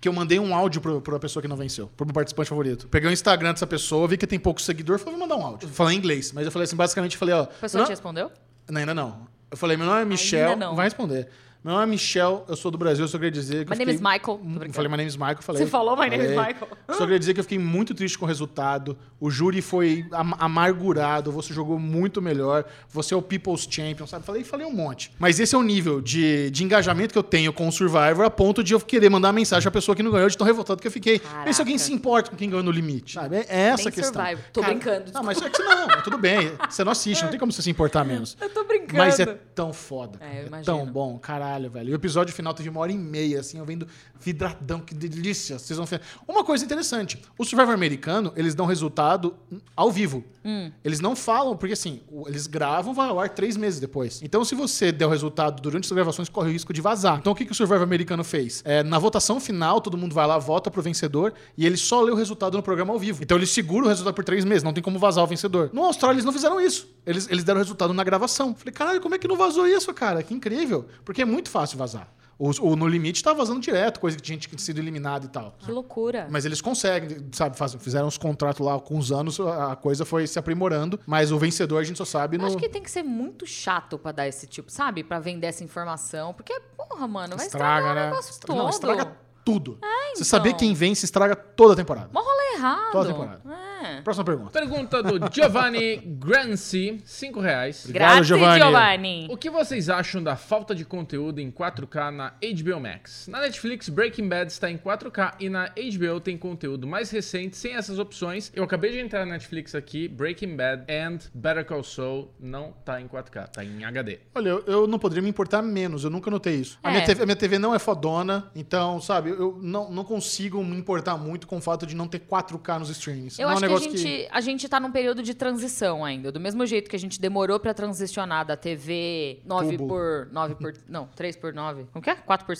Speaker 2: Que eu mandei um áudio pro, pra pessoa que não venceu, pro meu participante favorito. Peguei o Instagram dessa pessoa, vi que tem pouco seguidor, falei, vou mandar um áudio. Falei em inglês, mas eu falei assim, basicamente, falei, ó.
Speaker 1: A pessoa
Speaker 2: não-
Speaker 1: te respondeu?
Speaker 2: não, ainda não. Eu falei, meu nome é Michel.
Speaker 1: não.
Speaker 2: Vai responder. Meu nome é Michel, eu sou do Brasil, eu só queria dizer que.
Speaker 1: My
Speaker 2: eu
Speaker 1: name
Speaker 2: fiquei-
Speaker 1: is Michael. Tô brincando.
Speaker 2: Eu falei, my name is Michael. Falei,
Speaker 1: Você falou, my name is
Speaker 2: falei.
Speaker 1: Michael.
Speaker 2: Só queria dizer que eu fiquei muito triste com o resultado. O júri foi am- amargurado, você jogou muito melhor. Você é o People's Champion, sabe? Falei, falei um monte. Mas esse é o nível de, de engajamento que eu tenho com o Survivor a ponto de eu querer mandar mensagem à pessoa que não ganhou de tão revoltado que eu fiquei. Mas se alguém
Speaker 1: Caraca.
Speaker 2: se importa com quem ganhou no limite, sabe? É é essa
Speaker 1: Bem
Speaker 2: a questão.
Speaker 1: Survivor. Tô brincando,
Speaker 2: Não, mas só que você não, mas tudo bem. Você não assiste, não tem como você se importar menos.
Speaker 1: Eu tô brincando.
Speaker 2: Mas é tão foda. cara.
Speaker 1: eu
Speaker 2: É,
Speaker 1: imagino.
Speaker 2: tão bom, caralho, velho. E o episódio final teve uma hora e meia, assim, eu vendo vidradão, que delícia. Vocês vão ver. Uma coisa interessante: o Survivor americano, eles dão resultado ao vivo.
Speaker 1: Hum.
Speaker 2: Eles não falam, porque assim, o- eles gravam, vai ao ar três meses depois. Então, se você der o resultado durante as gravações, corre o risco de vazar. Então, o que, que o Survivor americano fez? É, na votação final, todo mundo vai lá, vota pro vencedor e ele só lê o resultado no programa ao vivo. Então, ele segura o resultado por três meses, não tem como vazar o vencedor. No Austrália, eles não fizeram isso. Eles, eles deram o resultado na gravação. Falei, caralho, como é que não vazou isso, cara? Que incrível. Porque é muito fácil vazar. O, o No Limite tá vazando direto, coisa que tinha gente que tinha sido eliminada e tal.
Speaker 1: Que loucura.
Speaker 2: Mas eles conseguem, sabe? faz- fizeram os contratos lá com os anos, a coisa foi se aprimorando, mas o vencedor a gente só sabe
Speaker 1: Eu
Speaker 2: no.
Speaker 1: Acho que tem que ser muito chato pra dar esse tipo, sabe? Pra vender essa informação. Porque, porra, mano, vai estragar o negócio
Speaker 2: Estra-
Speaker 1: todo.
Speaker 2: né? Não, estraga tudo. Você saber
Speaker 1: então.
Speaker 2: quem vence estraga toda a temporada.
Speaker 1: Mó rolê errado.
Speaker 2: Toda temporada.
Speaker 1: É.
Speaker 2: Próxima pergunta.
Speaker 3: Pergunta do Giovanni Granci, 5 reais.
Speaker 1: Grazie,
Speaker 2: Giovanni.
Speaker 1: Giovanni.
Speaker 3: O que vocês acham da falta de conteúdo em 4K na HBO Max? Na Netflix, Breaking Bad está em 4K e na HBO tem conteúdo mais recente, sem essas opções. Eu acabei de entrar na Netflix aqui, Breaking Bad and Better Call Saul não tá em 4K, tá em HD.
Speaker 2: Olha, eu, eu não poderia me importar menos, eu nunca notei isso. A,
Speaker 1: É.
Speaker 2: minha TV, a minha TV não é fodona, então, sabe, eu- eu não, não consigo me importar muito com o fato de não ter 4K nos streams.
Speaker 1: Eu
Speaker 2: não
Speaker 1: acho
Speaker 2: é um
Speaker 1: que a,
Speaker 2: negócio
Speaker 1: gente, a gente tá num período de transição ainda. Do mesmo jeito que a gente demorou pra transicionar da TV 9
Speaker 2: Tubo.
Speaker 1: por 9 por. Não, 3 por 9. Como que é? 4 por.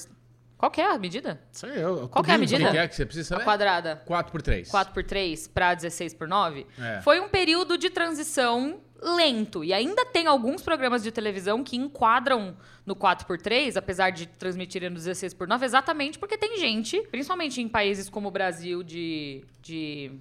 Speaker 1: Qual que é a medida?
Speaker 2: Sei, eu,
Speaker 1: Qual que é a
Speaker 3: O
Speaker 1: medida?
Speaker 3: que que é que você precisa
Speaker 1: A
Speaker 3: saber?
Speaker 1: quadrada.
Speaker 3: 4x3.
Speaker 1: 4 por 3 pra 16 por 9.
Speaker 3: É.
Speaker 1: Foi um período de transição lento. E ainda tem alguns programas de televisão que enquadram no 4x3, apesar de transmitirem no 16 por 9 exatamente porque tem gente, principalmente em países como o Brasil, de... de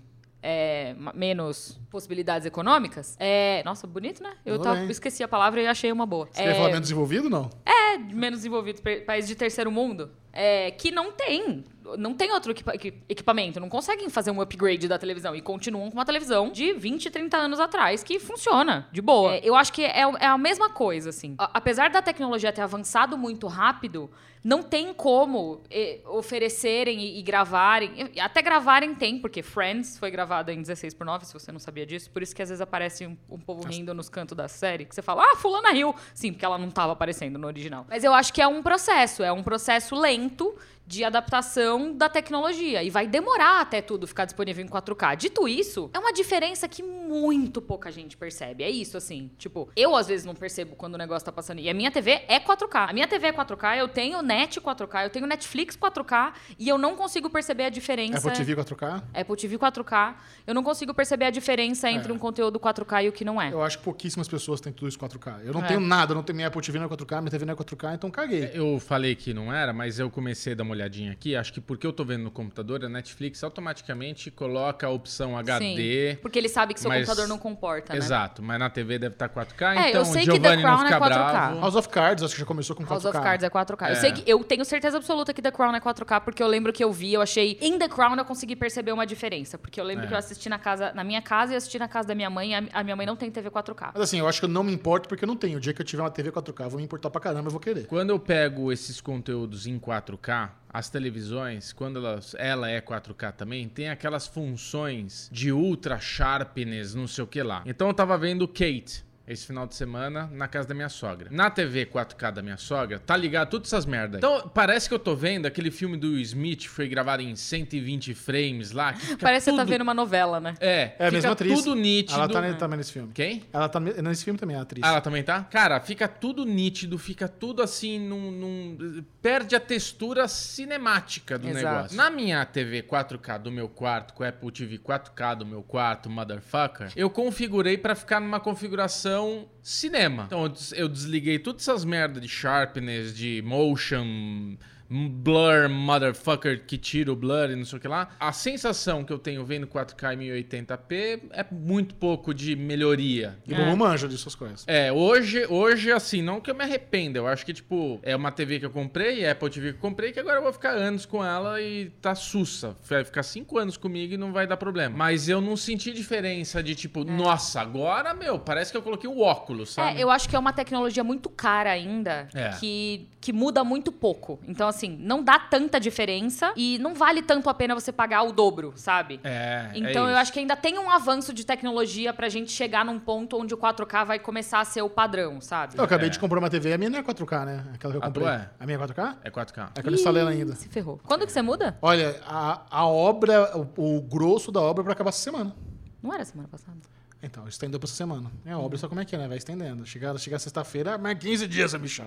Speaker 1: é, ma- menos possibilidades econômicas. É, nossa, bonito, né? Eu
Speaker 2: Tudo
Speaker 1: tava-
Speaker 2: bem.
Speaker 1: esqueci a palavra e achei uma boa.
Speaker 2: Você
Speaker 1: É,
Speaker 2: quer falar menos desenvolvido, não?
Speaker 1: é, menos desenvolvido, pe- país de terceiro mundo, é, que não tem, não tem outro equipa- equi- equipamento, não conseguem fazer um upgrade da televisão e continuam com uma televisão de 20, 30 anos atrás que funciona de boa. É, eu acho que é, o- é a mesma coisa, assim. A- apesar da tecnologia ter avançado muito rápido, não tem como eh, oferecerem e, e gravarem. E Até gravarem tem, porque Friends foi gravada em 16 por 9, se você não sabia disso. Por isso que às vezes aparece um, um povo rindo nos cantos da série, que você fala, ah, fulana riu. Sim, porque ela não tava aparecendo no original. Mas eu acho que é um processo, é um processo lento de adaptação da tecnologia. E vai demorar até tudo ficar disponível em 4K. Dito isso, é uma diferença que muito pouca gente percebe. É isso, assim. Tipo, eu às vezes não percebo quando o negócio tá passando. E a minha TV é 4K. A minha TV é 4K, eu tenho net 4K, eu tenho Netflix 4K e eu não consigo perceber a diferença.
Speaker 2: Apple TV 4K?
Speaker 1: Apple TV 4K. Eu não consigo perceber a diferença entre
Speaker 2: É.
Speaker 1: um conteúdo 4K e o que não é.
Speaker 2: Eu acho que pouquíssimas pessoas têm tudo isso 4K. Eu não
Speaker 1: É.
Speaker 2: tenho nada, eu não tenho minha Apple TV não é 4K, minha TV não é 4K, então caguei.
Speaker 3: Eu falei que não era, mas eu comecei a dar uma olhadinha aqui. Acho que porque eu tô vendo no computador, a Netflix automaticamente coloca a opção HD.
Speaker 1: Sim, porque ele sabe que seu
Speaker 3: mas-
Speaker 1: computador não comporta, né?
Speaker 3: Exato, mas na TV deve estar 4K,
Speaker 1: É, eu
Speaker 3: então
Speaker 1: sei
Speaker 3: o
Speaker 1: que The
Speaker 3: Giovanni não
Speaker 1: Crown é
Speaker 3: fica
Speaker 1: 4K.
Speaker 3: bravo.
Speaker 2: House of Cards, acho que já começou com 4K.
Speaker 1: House of Cards é 4K.
Speaker 3: É.
Speaker 1: Eu sei que eu tenho certeza absoluta que The Crown é 4K, porque eu lembro que eu vi, eu achei. Em The Crown eu consegui perceber uma diferença. Porque eu lembro
Speaker 3: É.
Speaker 1: que eu assisti na casa, na minha casa e assisti na casa da minha mãe. e A, a minha mãe não tem TV 4K.
Speaker 2: Mas assim, eu acho que eu não me importo porque eu não tenho. O dia que eu tiver uma TV 4K, eu vou me importar pra caramba, eu vou querer.
Speaker 3: Quando eu pego esses conteúdos em 4K, as televisões, quando elas, ela é 4K também, tem aquelas funções de ultra sharpness, não sei o que lá. Então eu tava vendo Kate esse final de semana na casa da minha sogra. Na TV 4K da minha sogra, tá ligado todas essas merdas. Então parece que eu tô vendo aquele filme do Will Smith que foi gravado em 120 frames lá. Que fica
Speaker 1: Parece que
Speaker 3: é tudo...
Speaker 1: você tá vendo uma novela, né?
Speaker 3: É,
Speaker 2: É a mesma
Speaker 3: fica
Speaker 2: atriz.
Speaker 3: tudo nítido.
Speaker 2: Ela tá ne- também nesse filme.
Speaker 3: Quem?
Speaker 2: Ela tá ne- nesse filme também, a atriz.
Speaker 3: Ah, ela também tá? Cara, fica tudo nítido, fica tudo assim, num, num- perde a textura cinemática do
Speaker 1: Exato.
Speaker 3: negócio. Na minha TV 4K do meu quarto, com a Apple TV 4K do meu quarto, motherfucker, eu configurei pra ficar numa configuração cinema. Então eu des- eu desliguei todas essas merdas de sharpness, de motion, blur, motherfucker, que tira o blur e não sei o que lá. A sensação que eu tenho vendo 4K e 1080p é muito pouco de melhoria.
Speaker 2: E Bubu manja dessas coisas.
Speaker 3: É, hoje, hoje, assim, não que eu me arrependa. Eu acho que, tipo, é uma TV que eu comprei, é Apple TV que eu comprei, que agora eu vou ficar anos com ela e tá sussa. Vai ficar cinco anos comigo e não vai dar problema. Mas eu não senti diferença de, tipo, nossa, agora, meu, parece que eu coloquei o óculos, sabe?
Speaker 1: É, eu acho que é uma tecnologia muito cara ainda,
Speaker 3: É.
Speaker 1: que, que muda muito pouco. Então, assim, não dá tanta diferença e não vale tanto a pena você pagar o dobro, sabe?
Speaker 3: É,
Speaker 1: Então
Speaker 3: é
Speaker 1: eu
Speaker 3: isso.
Speaker 1: acho que ainda tem um avanço de tecnologia pra gente chegar num ponto onde o 4K vai começar a ser o padrão, sabe?
Speaker 2: Eu acabei
Speaker 3: É.
Speaker 2: de comprar uma TV, a minha não é 4K, né? Aquela que eu
Speaker 3: A
Speaker 2: comprei.
Speaker 3: tua é?
Speaker 2: A minha é 4K?
Speaker 3: É 4K.
Speaker 2: É que eu não instalei ela ainda.
Speaker 1: Se ferrou. Quando que você muda?
Speaker 2: Olha, a, a obra, o, o grosso da obra vai acabar essa semana.
Speaker 1: Não era semana passada.
Speaker 2: Então, estendeu pra essa semana. É a obra, só como é que é, né? Vai estendendo. Chegar, chegar sexta-feira, mais 15 dias, essa bicha.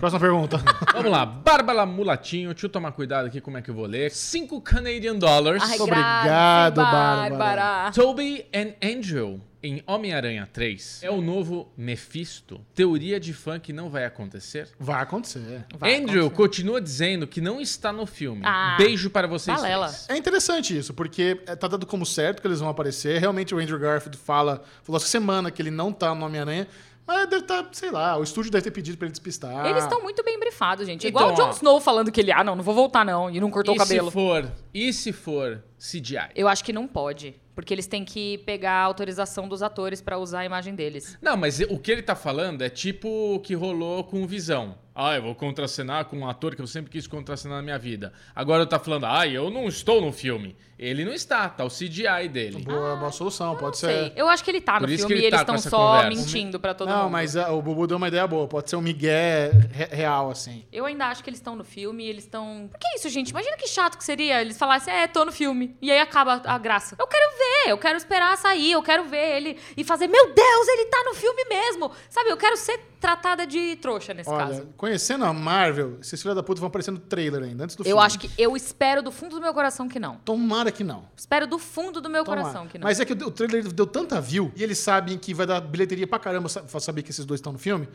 Speaker 2: Próxima pergunta.
Speaker 3: Vamos lá, Bárbara Mulatinho, deixa eu tomar cuidado aqui como é que eu vou ler. 5 Canadian Dollars.
Speaker 1: Ai,
Speaker 2: obrigado,
Speaker 1: graças,
Speaker 2: Bárbara.
Speaker 3: Toby and Angel em Homem-Aranha 3 é o novo Mephisto? Teoria de fã que não vai acontecer?
Speaker 2: Vai acontecer.
Speaker 1: Vai,
Speaker 3: Andrew
Speaker 1: continua.
Speaker 3: continua dizendo que não está no filme.
Speaker 1: Ah,
Speaker 3: Beijo para vocês
Speaker 1: balela.
Speaker 3: três.
Speaker 2: É interessante isso, porque é, tá dando como certo que eles vão aparecer. Realmente o Andrew Garfield fala, falou essa semana que ele não tá no Homem-Aranha, mas deve tá, sei lá, o estúdio deve ter pedido pra ele despistar.
Speaker 1: Eles estão muito bem brifados, gente.
Speaker 3: Então,
Speaker 1: Igual o Jon
Speaker 3: ó.
Speaker 1: Snow falando que ele, ah, não, não vou voltar não, e não cortou
Speaker 3: e
Speaker 1: o cabelo.
Speaker 3: se for, e se for CGI?
Speaker 1: Eu acho que não pode, porque eles têm que pegar a autorização dos atores pra usar a imagem deles.
Speaker 3: Não, mas o que ele tá falando é tipo o que rolou com o Visão. Ah, eu vou contracenar com um ator que eu sempre quis contracenar na minha vida. Agora tá falando, ah, eu não estou no filme. Ele não está, tá o CGI dele.
Speaker 2: Boa, boa solução, pode
Speaker 1: Ah, Não
Speaker 2: ser.
Speaker 1: sei. Eu acho que ele tá
Speaker 3: Por
Speaker 1: no
Speaker 3: isso
Speaker 1: filme
Speaker 3: que
Speaker 1: e
Speaker 3: ele
Speaker 1: eles
Speaker 3: tá
Speaker 1: estão
Speaker 3: com essa
Speaker 1: só
Speaker 3: conversa.
Speaker 1: mentindo pra todo mundo.
Speaker 2: não, mas ah, o Bubu deu uma ideia boa. Pode ser um migué re- real, assim.
Speaker 1: Eu ainda acho que eles estão no filme e eles estão. Por que isso, gente? Imagina que chato que seria eles falassem, é, tô no filme. E aí acaba a graça. Eu quero ver, eu quero esperar sair, eu quero ver ele e fazer, meu Deus, ele tá no filme mesmo. Sabe, eu quero ser tratada de trouxa nesse
Speaker 2: Olha,
Speaker 1: caso.
Speaker 2: conhecendo a Marvel, esses filhos da puta vão aparecer no trailer ainda, antes do
Speaker 1: Eu
Speaker 2: filme.
Speaker 1: acho que. Eu espero do fundo do meu coração que não.
Speaker 2: Tomara que não.
Speaker 1: Espero do fundo do meu
Speaker 2: Tomara.
Speaker 1: coração que não.
Speaker 2: Mas é que o trailer deu tanta view e eles sabem que vai dar bilheteria pra caramba sa- pra saber que esses dois estão no filme.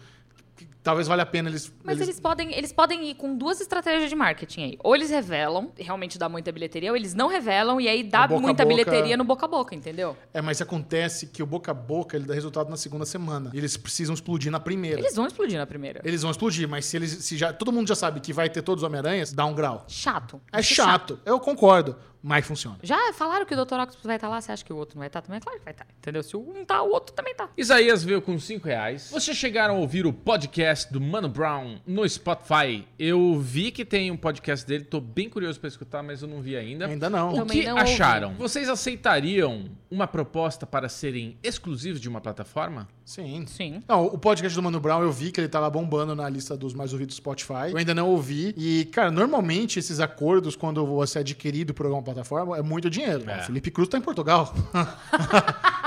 Speaker 2: que Talvez valha a pena eles.
Speaker 1: Mas eles... podem, eles podem ir com duas estratégias de marketing aí. Ou eles revelam, realmente dá muita bilheteria, ou eles não revelam e aí dá
Speaker 2: No boca a
Speaker 1: muita
Speaker 2: boca.
Speaker 1: bilheteria no boca a boca, entendeu?
Speaker 2: É, mas acontece que o boca a boca ele dá resultado na segunda semana. E eles precisam explodir na primeira. Eles,
Speaker 1: Eles vão explodir na primeira.
Speaker 2: vão explodir, mas se eles. Se já, todo mundo já sabe que vai ter todos os Homem-Aranhas, dá um grau.
Speaker 1: Chato.
Speaker 2: É chato. Eu concordo, mas funciona.
Speaker 1: Já falaram que o Dr. Octopus vai estar lá, você acha que o outro não vai estar também? É claro que vai estar, entendeu? Se um tá, o tá, outro também tá.
Speaker 3: Isaías veio com 5 reais. Vocês chegaram a ouvir o podcast podcast do Mano Brown no Spotify. Eu vi que tem um podcast dele, tô bem curioso pra escutar, mas eu não vi ainda.
Speaker 2: Ainda não.
Speaker 3: O
Speaker 1: Também
Speaker 3: que
Speaker 1: não
Speaker 3: acharam? Vocês aceitariam uma proposta para serem exclusivos de uma plataforma?
Speaker 2: Sim.
Speaker 1: Sim.
Speaker 2: Não, o podcast do Mano Brown eu vi que ele tá lá bombando na lista dos mais ouvidos do Spotify. Eu ainda não ouvi. E, cara, normalmente esses acordos, quando você é adquirido por alguma plataforma, é muito dinheiro.
Speaker 3: É.
Speaker 2: O Felipe Cruz tá em Portugal.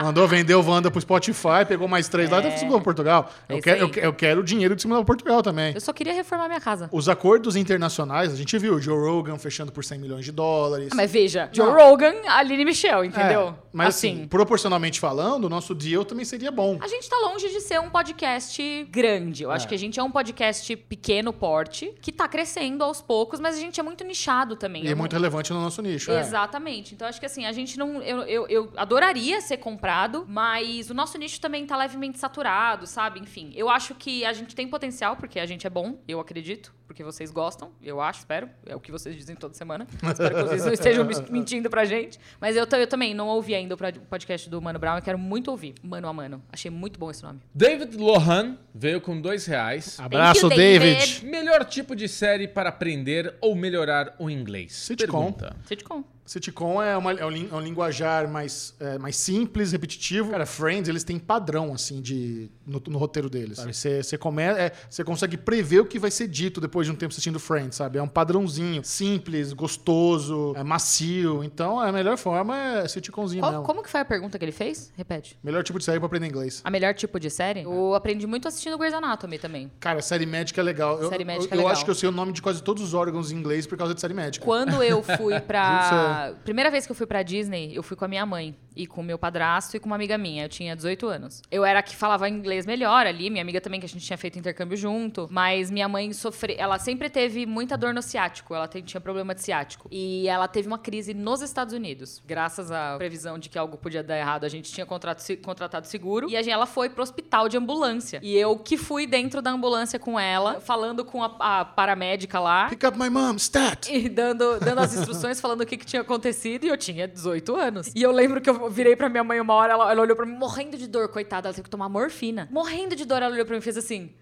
Speaker 2: Mandou vender o Wanda pro Spotify, pegou mais três lá e tá pra Portugal.
Speaker 1: É
Speaker 2: Eu,
Speaker 1: isso
Speaker 2: quero,
Speaker 1: aí.
Speaker 2: eu, que- eu quero o dinheiro de cima da Portugal também.
Speaker 1: Eu só queria reformar minha casa.
Speaker 2: Os acordos internacionais, a gente viu o Joe Rogan fechando por 100 milhões de dólares.
Speaker 1: Ah, mas veja,
Speaker 2: Não.
Speaker 1: Joe Rogan, Aline Michel, entendeu?
Speaker 2: É, mas assim, proporcionalmente falando, o nosso deal também seria bom.
Speaker 1: A gente tá longe de ser um podcast grande. Eu acho
Speaker 2: É.
Speaker 1: que a gente é um podcast pequeno porte, que tá crescendo aos poucos, mas a gente é muito nichado também.
Speaker 2: E é
Speaker 1: Eu não-
Speaker 2: muito relevante no nosso nicho. é.
Speaker 1: Exatamente. Então, acho que assim, a gente não. Eu, eu, eu adoraria ser comprado, mas o nosso nicho também tá levemente saturado, sabe? Enfim, eu acho que a gente tem potencial, porque a gente é bom, eu acredito, porque vocês gostam, eu acho, espero. É o que vocês dizem toda semana. espero que vocês não estejam mis- mentindo pra gente. Mas eu, ta- eu também não ouvi ainda o prod- podcast do Mano Brown, eu quero muito ouvir. Mano a Mano. Achei muito bom esse nome.
Speaker 3: David Lohan veio com dois reais.
Speaker 2: Abraço,
Speaker 1: Thank you, David.
Speaker 2: David.
Speaker 3: Melhor tipo de série para aprender ou melhorar o inglês?
Speaker 2: Sitcom.
Speaker 3: Pergunta.
Speaker 1: Sitcom.
Speaker 2: Sitcom é, uma- é um, lin- é um linguajar mais, é, mais simples, repetitivo. Cara, Friends, eles têm padrão, assim, de, no, no roteiro deles. sabe? Você, você, come- é, você consegue prever o que vai ser dito depois de um tempo assistindo Friends, sabe? É um padrãozinho. Simples, gostoso, é macio. Então, a melhor forma é sitcomzinho
Speaker 1: Qual-
Speaker 2: mesmo.
Speaker 1: como que foi a pergunta que ele fez? Repete.
Speaker 2: Melhor tipo de série pra aprender inglês.
Speaker 1: A melhor tipo de série? Eu aprendi muito assistindo Grey's Anatomy também.
Speaker 2: Cara, série médica é legal. Eu,
Speaker 1: Série médica é
Speaker 2: eu, eu
Speaker 1: legal.
Speaker 2: acho que eu sei o nome de quase todos os órgãos em inglês por causa de série médica.
Speaker 1: Quando eu fui pra. Primeira vez que eu fui pra Disney, eu fui com a minha mãe e com o meu padrasto e com uma amiga minha. Eu tinha 18 anos. Eu era a que falava inglês melhor ali, minha amiga também, que a gente tinha feito intercâmbio junto. Mas minha mãe sofreu. Ela sempre teve muita dor no ciático. Ela tem- tinha problema de ciático. E ela teve uma crise nos Estados Unidos. Graças à previsão de que algo podia dar errado, a gente tinha contrato, se- contratado seguro. E a gente, ela foi pro hospital de ambulância. E eu que fui dentro da ambulância com ela, falando com a, a paramédica lá.
Speaker 2: Pick up my mom, stat!
Speaker 1: E dando, dando as instruções, falando o que, que tinha acontecido, e eu tinha 18 anos. E eu lembro que eu virei pra minha mãe uma hora, ela, ela olhou pra mim morrendo de dor, coitada, ela teve que tomar morfina. Morrendo de dor, ela olhou pra mim e fez assim: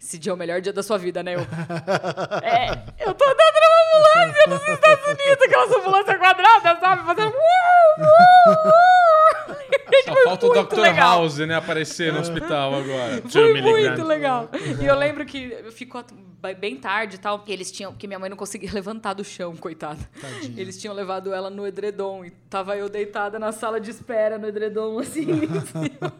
Speaker 1: Esse dia é o melhor dia da sua vida, né? Eu. é, eu tô andando numa ambulância nos Estados Unidos, aquelas ambulâncias quadradas, sabe? Fazendo. "Uau, uau".
Speaker 3: Só
Speaker 1: Foi
Speaker 3: Tá falta o
Speaker 1: tipo, muito
Speaker 3: Dr.
Speaker 1: legal.
Speaker 3: House, né, aparecer no hospital agora.
Speaker 1: Foi muito legal. E eu lembro que ficou at- bem tarde e tal. que eles tinham. Porque minha mãe não conseguia levantar do chão, coitada. Eles tinham levado ela no edredom. E tava eu deitada na sala de espera no edredom, assim. em cima.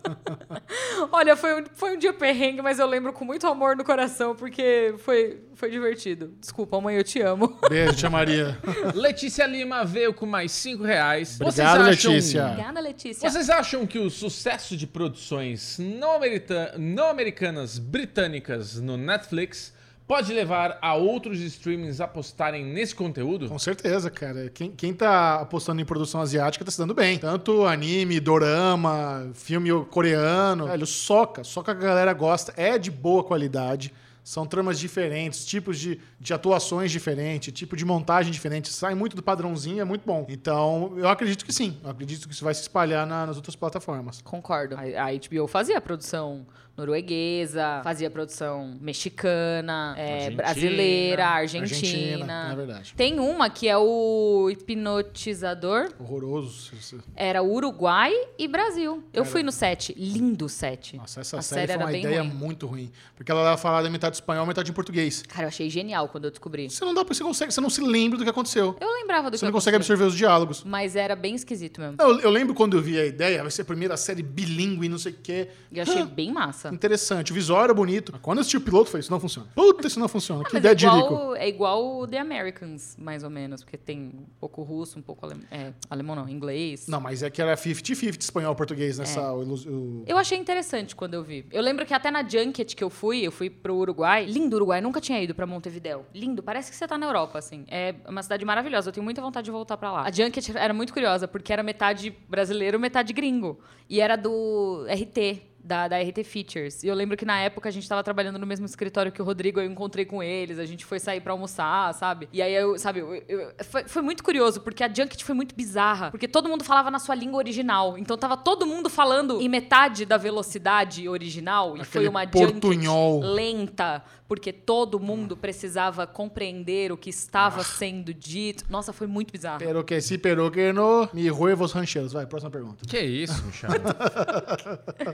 Speaker 1: Olha, foi um, foi um dia perrengue, mas eu lembro com muito amor no coração, porque foi, foi divertido. Desculpa, mãe, eu te amo.
Speaker 2: Beijo, tia Maria.
Speaker 3: Letícia Lima veio com mais cinco reais.
Speaker 2: Obrigado, Letícia.
Speaker 1: Obrigada, Letícia.
Speaker 3: Vocês acham que o sucesso de produções não, amerita- não americanas britânicas no Netflix pode levar a outros streamings apostarem nesse conteúdo?
Speaker 2: Com certeza, cara. Quem, quem tá apostando em produção asiática tá se dando bem. Tanto anime, dorama, filme coreano. Velho, soca. Soca que a galera gosta. É de boa qualidade. São tramas diferentes, tipos de, de atuações diferentes, tipo de montagem diferente. Sai muito do padrãozinho, é muito bom. Então, eu acredito que sim. Eu acredito que isso vai se espalhar na- nas outras plataformas.
Speaker 1: Concordo. A, a HBO fazia produção norueguesa, fazia produção mexicana, é,
Speaker 3: Argentina.
Speaker 1: brasileira,
Speaker 2: né,
Speaker 1: argentina.
Speaker 2: Argentina, é verdade.
Speaker 1: Tem uma que é o hipnotizador.
Speaker 2: Horroroso. Esse-
Speaker 1: Era Uruguai e Brasil. Eu fui no set. Lindo set.
Speaker 2: Nossa, essa
Speaker 1: A
Speaker 2: série, foi uma ideia
Speaker 1: ruim.
Speaker 2: muito ruim. Porque ela era falada metade espanhol, metade em português.
Speaker 1: Cara, eu achei genial quando eu descobri.
Speaker 2: Você não dá pra, você consegue, você não se lembra do que aconteceu.
Speaker 1: Eu lembrava do
Speaker 2: Você
Speaker 1: que
Speaker 2: não consegue
Speaker 1: aconteceu,
Speaker 2: absorver os diálogos.
Speaker 1: Mas era bem esquisito mesmo.
Speaker 2: Não, Eu, eu lembro quando eu vi a ideia, vai ser a primeira série bilíngue, não sei o quê.
Speaker 1: E eu achei
Speaker 2: Hã,
Speaker 1: bem massa.
Speaker 2: Interessante, o visual era bonito. Mas Quando eu assisti o piloto, eu falei, isso não funciona. Puta, isso não funciona.
Speaker 1: Ah,
Speaker 2: que
Speaker 1: mas
Speaker 2: ideia
Speaker 1: é
Speaker 2: de rico.
Speaker 1: igual, é igual o The Americans, mais ou menos. Porque tem um pouco russo, um pouco alemão. É, alemão não, inglês.
Speaker 2: Não, mas é que era 50-50 espanhol-português nessa...
Speaker 1: É.
Speaker 2: o ilus- o-
Speaker 1: Eu achei interessante quando eu vi. Eu lembro que até na Junket que eu fui, eu fui pro Uruguai. Lindo Uruguai, nunca tinha ido pra Montevidéu. Lindo, parece que você tá na Europa, assim. É uma cidade maravilhosa, eu tenho muita vontade de voltar pra lá. A Junket era muito curiosa, porque era metade brasileiro, metade gringo. E era do RT. da, da RT Features. E eu lembro que na época a gente tava trabalhando no mesmo escritório que o Rodrigo, eu encontrei com eles, a gente foi sair pra almoçar, sabe? E aí eu, sabe, eu- eu- foi, foi muito curioso, porque a Junket foi muito bizarra. Porque todo mundo falava na sua língua original. Então tava todo mundo falando em metade da velocidade original. E
Speaker 2: Aquele
Speaker 1: foi uma
Speaker 2: portunhol.
Speaker 1: Junket lenta, porque todo mundo precisava compreender o que estava
Speaker 2: Ah.
Speaker 1: sendo dito. Nossa, foi muito bizarro.
Speaker 2: Pero que si, pero que no. Mi ruevos rancheros. Vai, próxima pergunta.
Speaker 3: Que isso, Michel?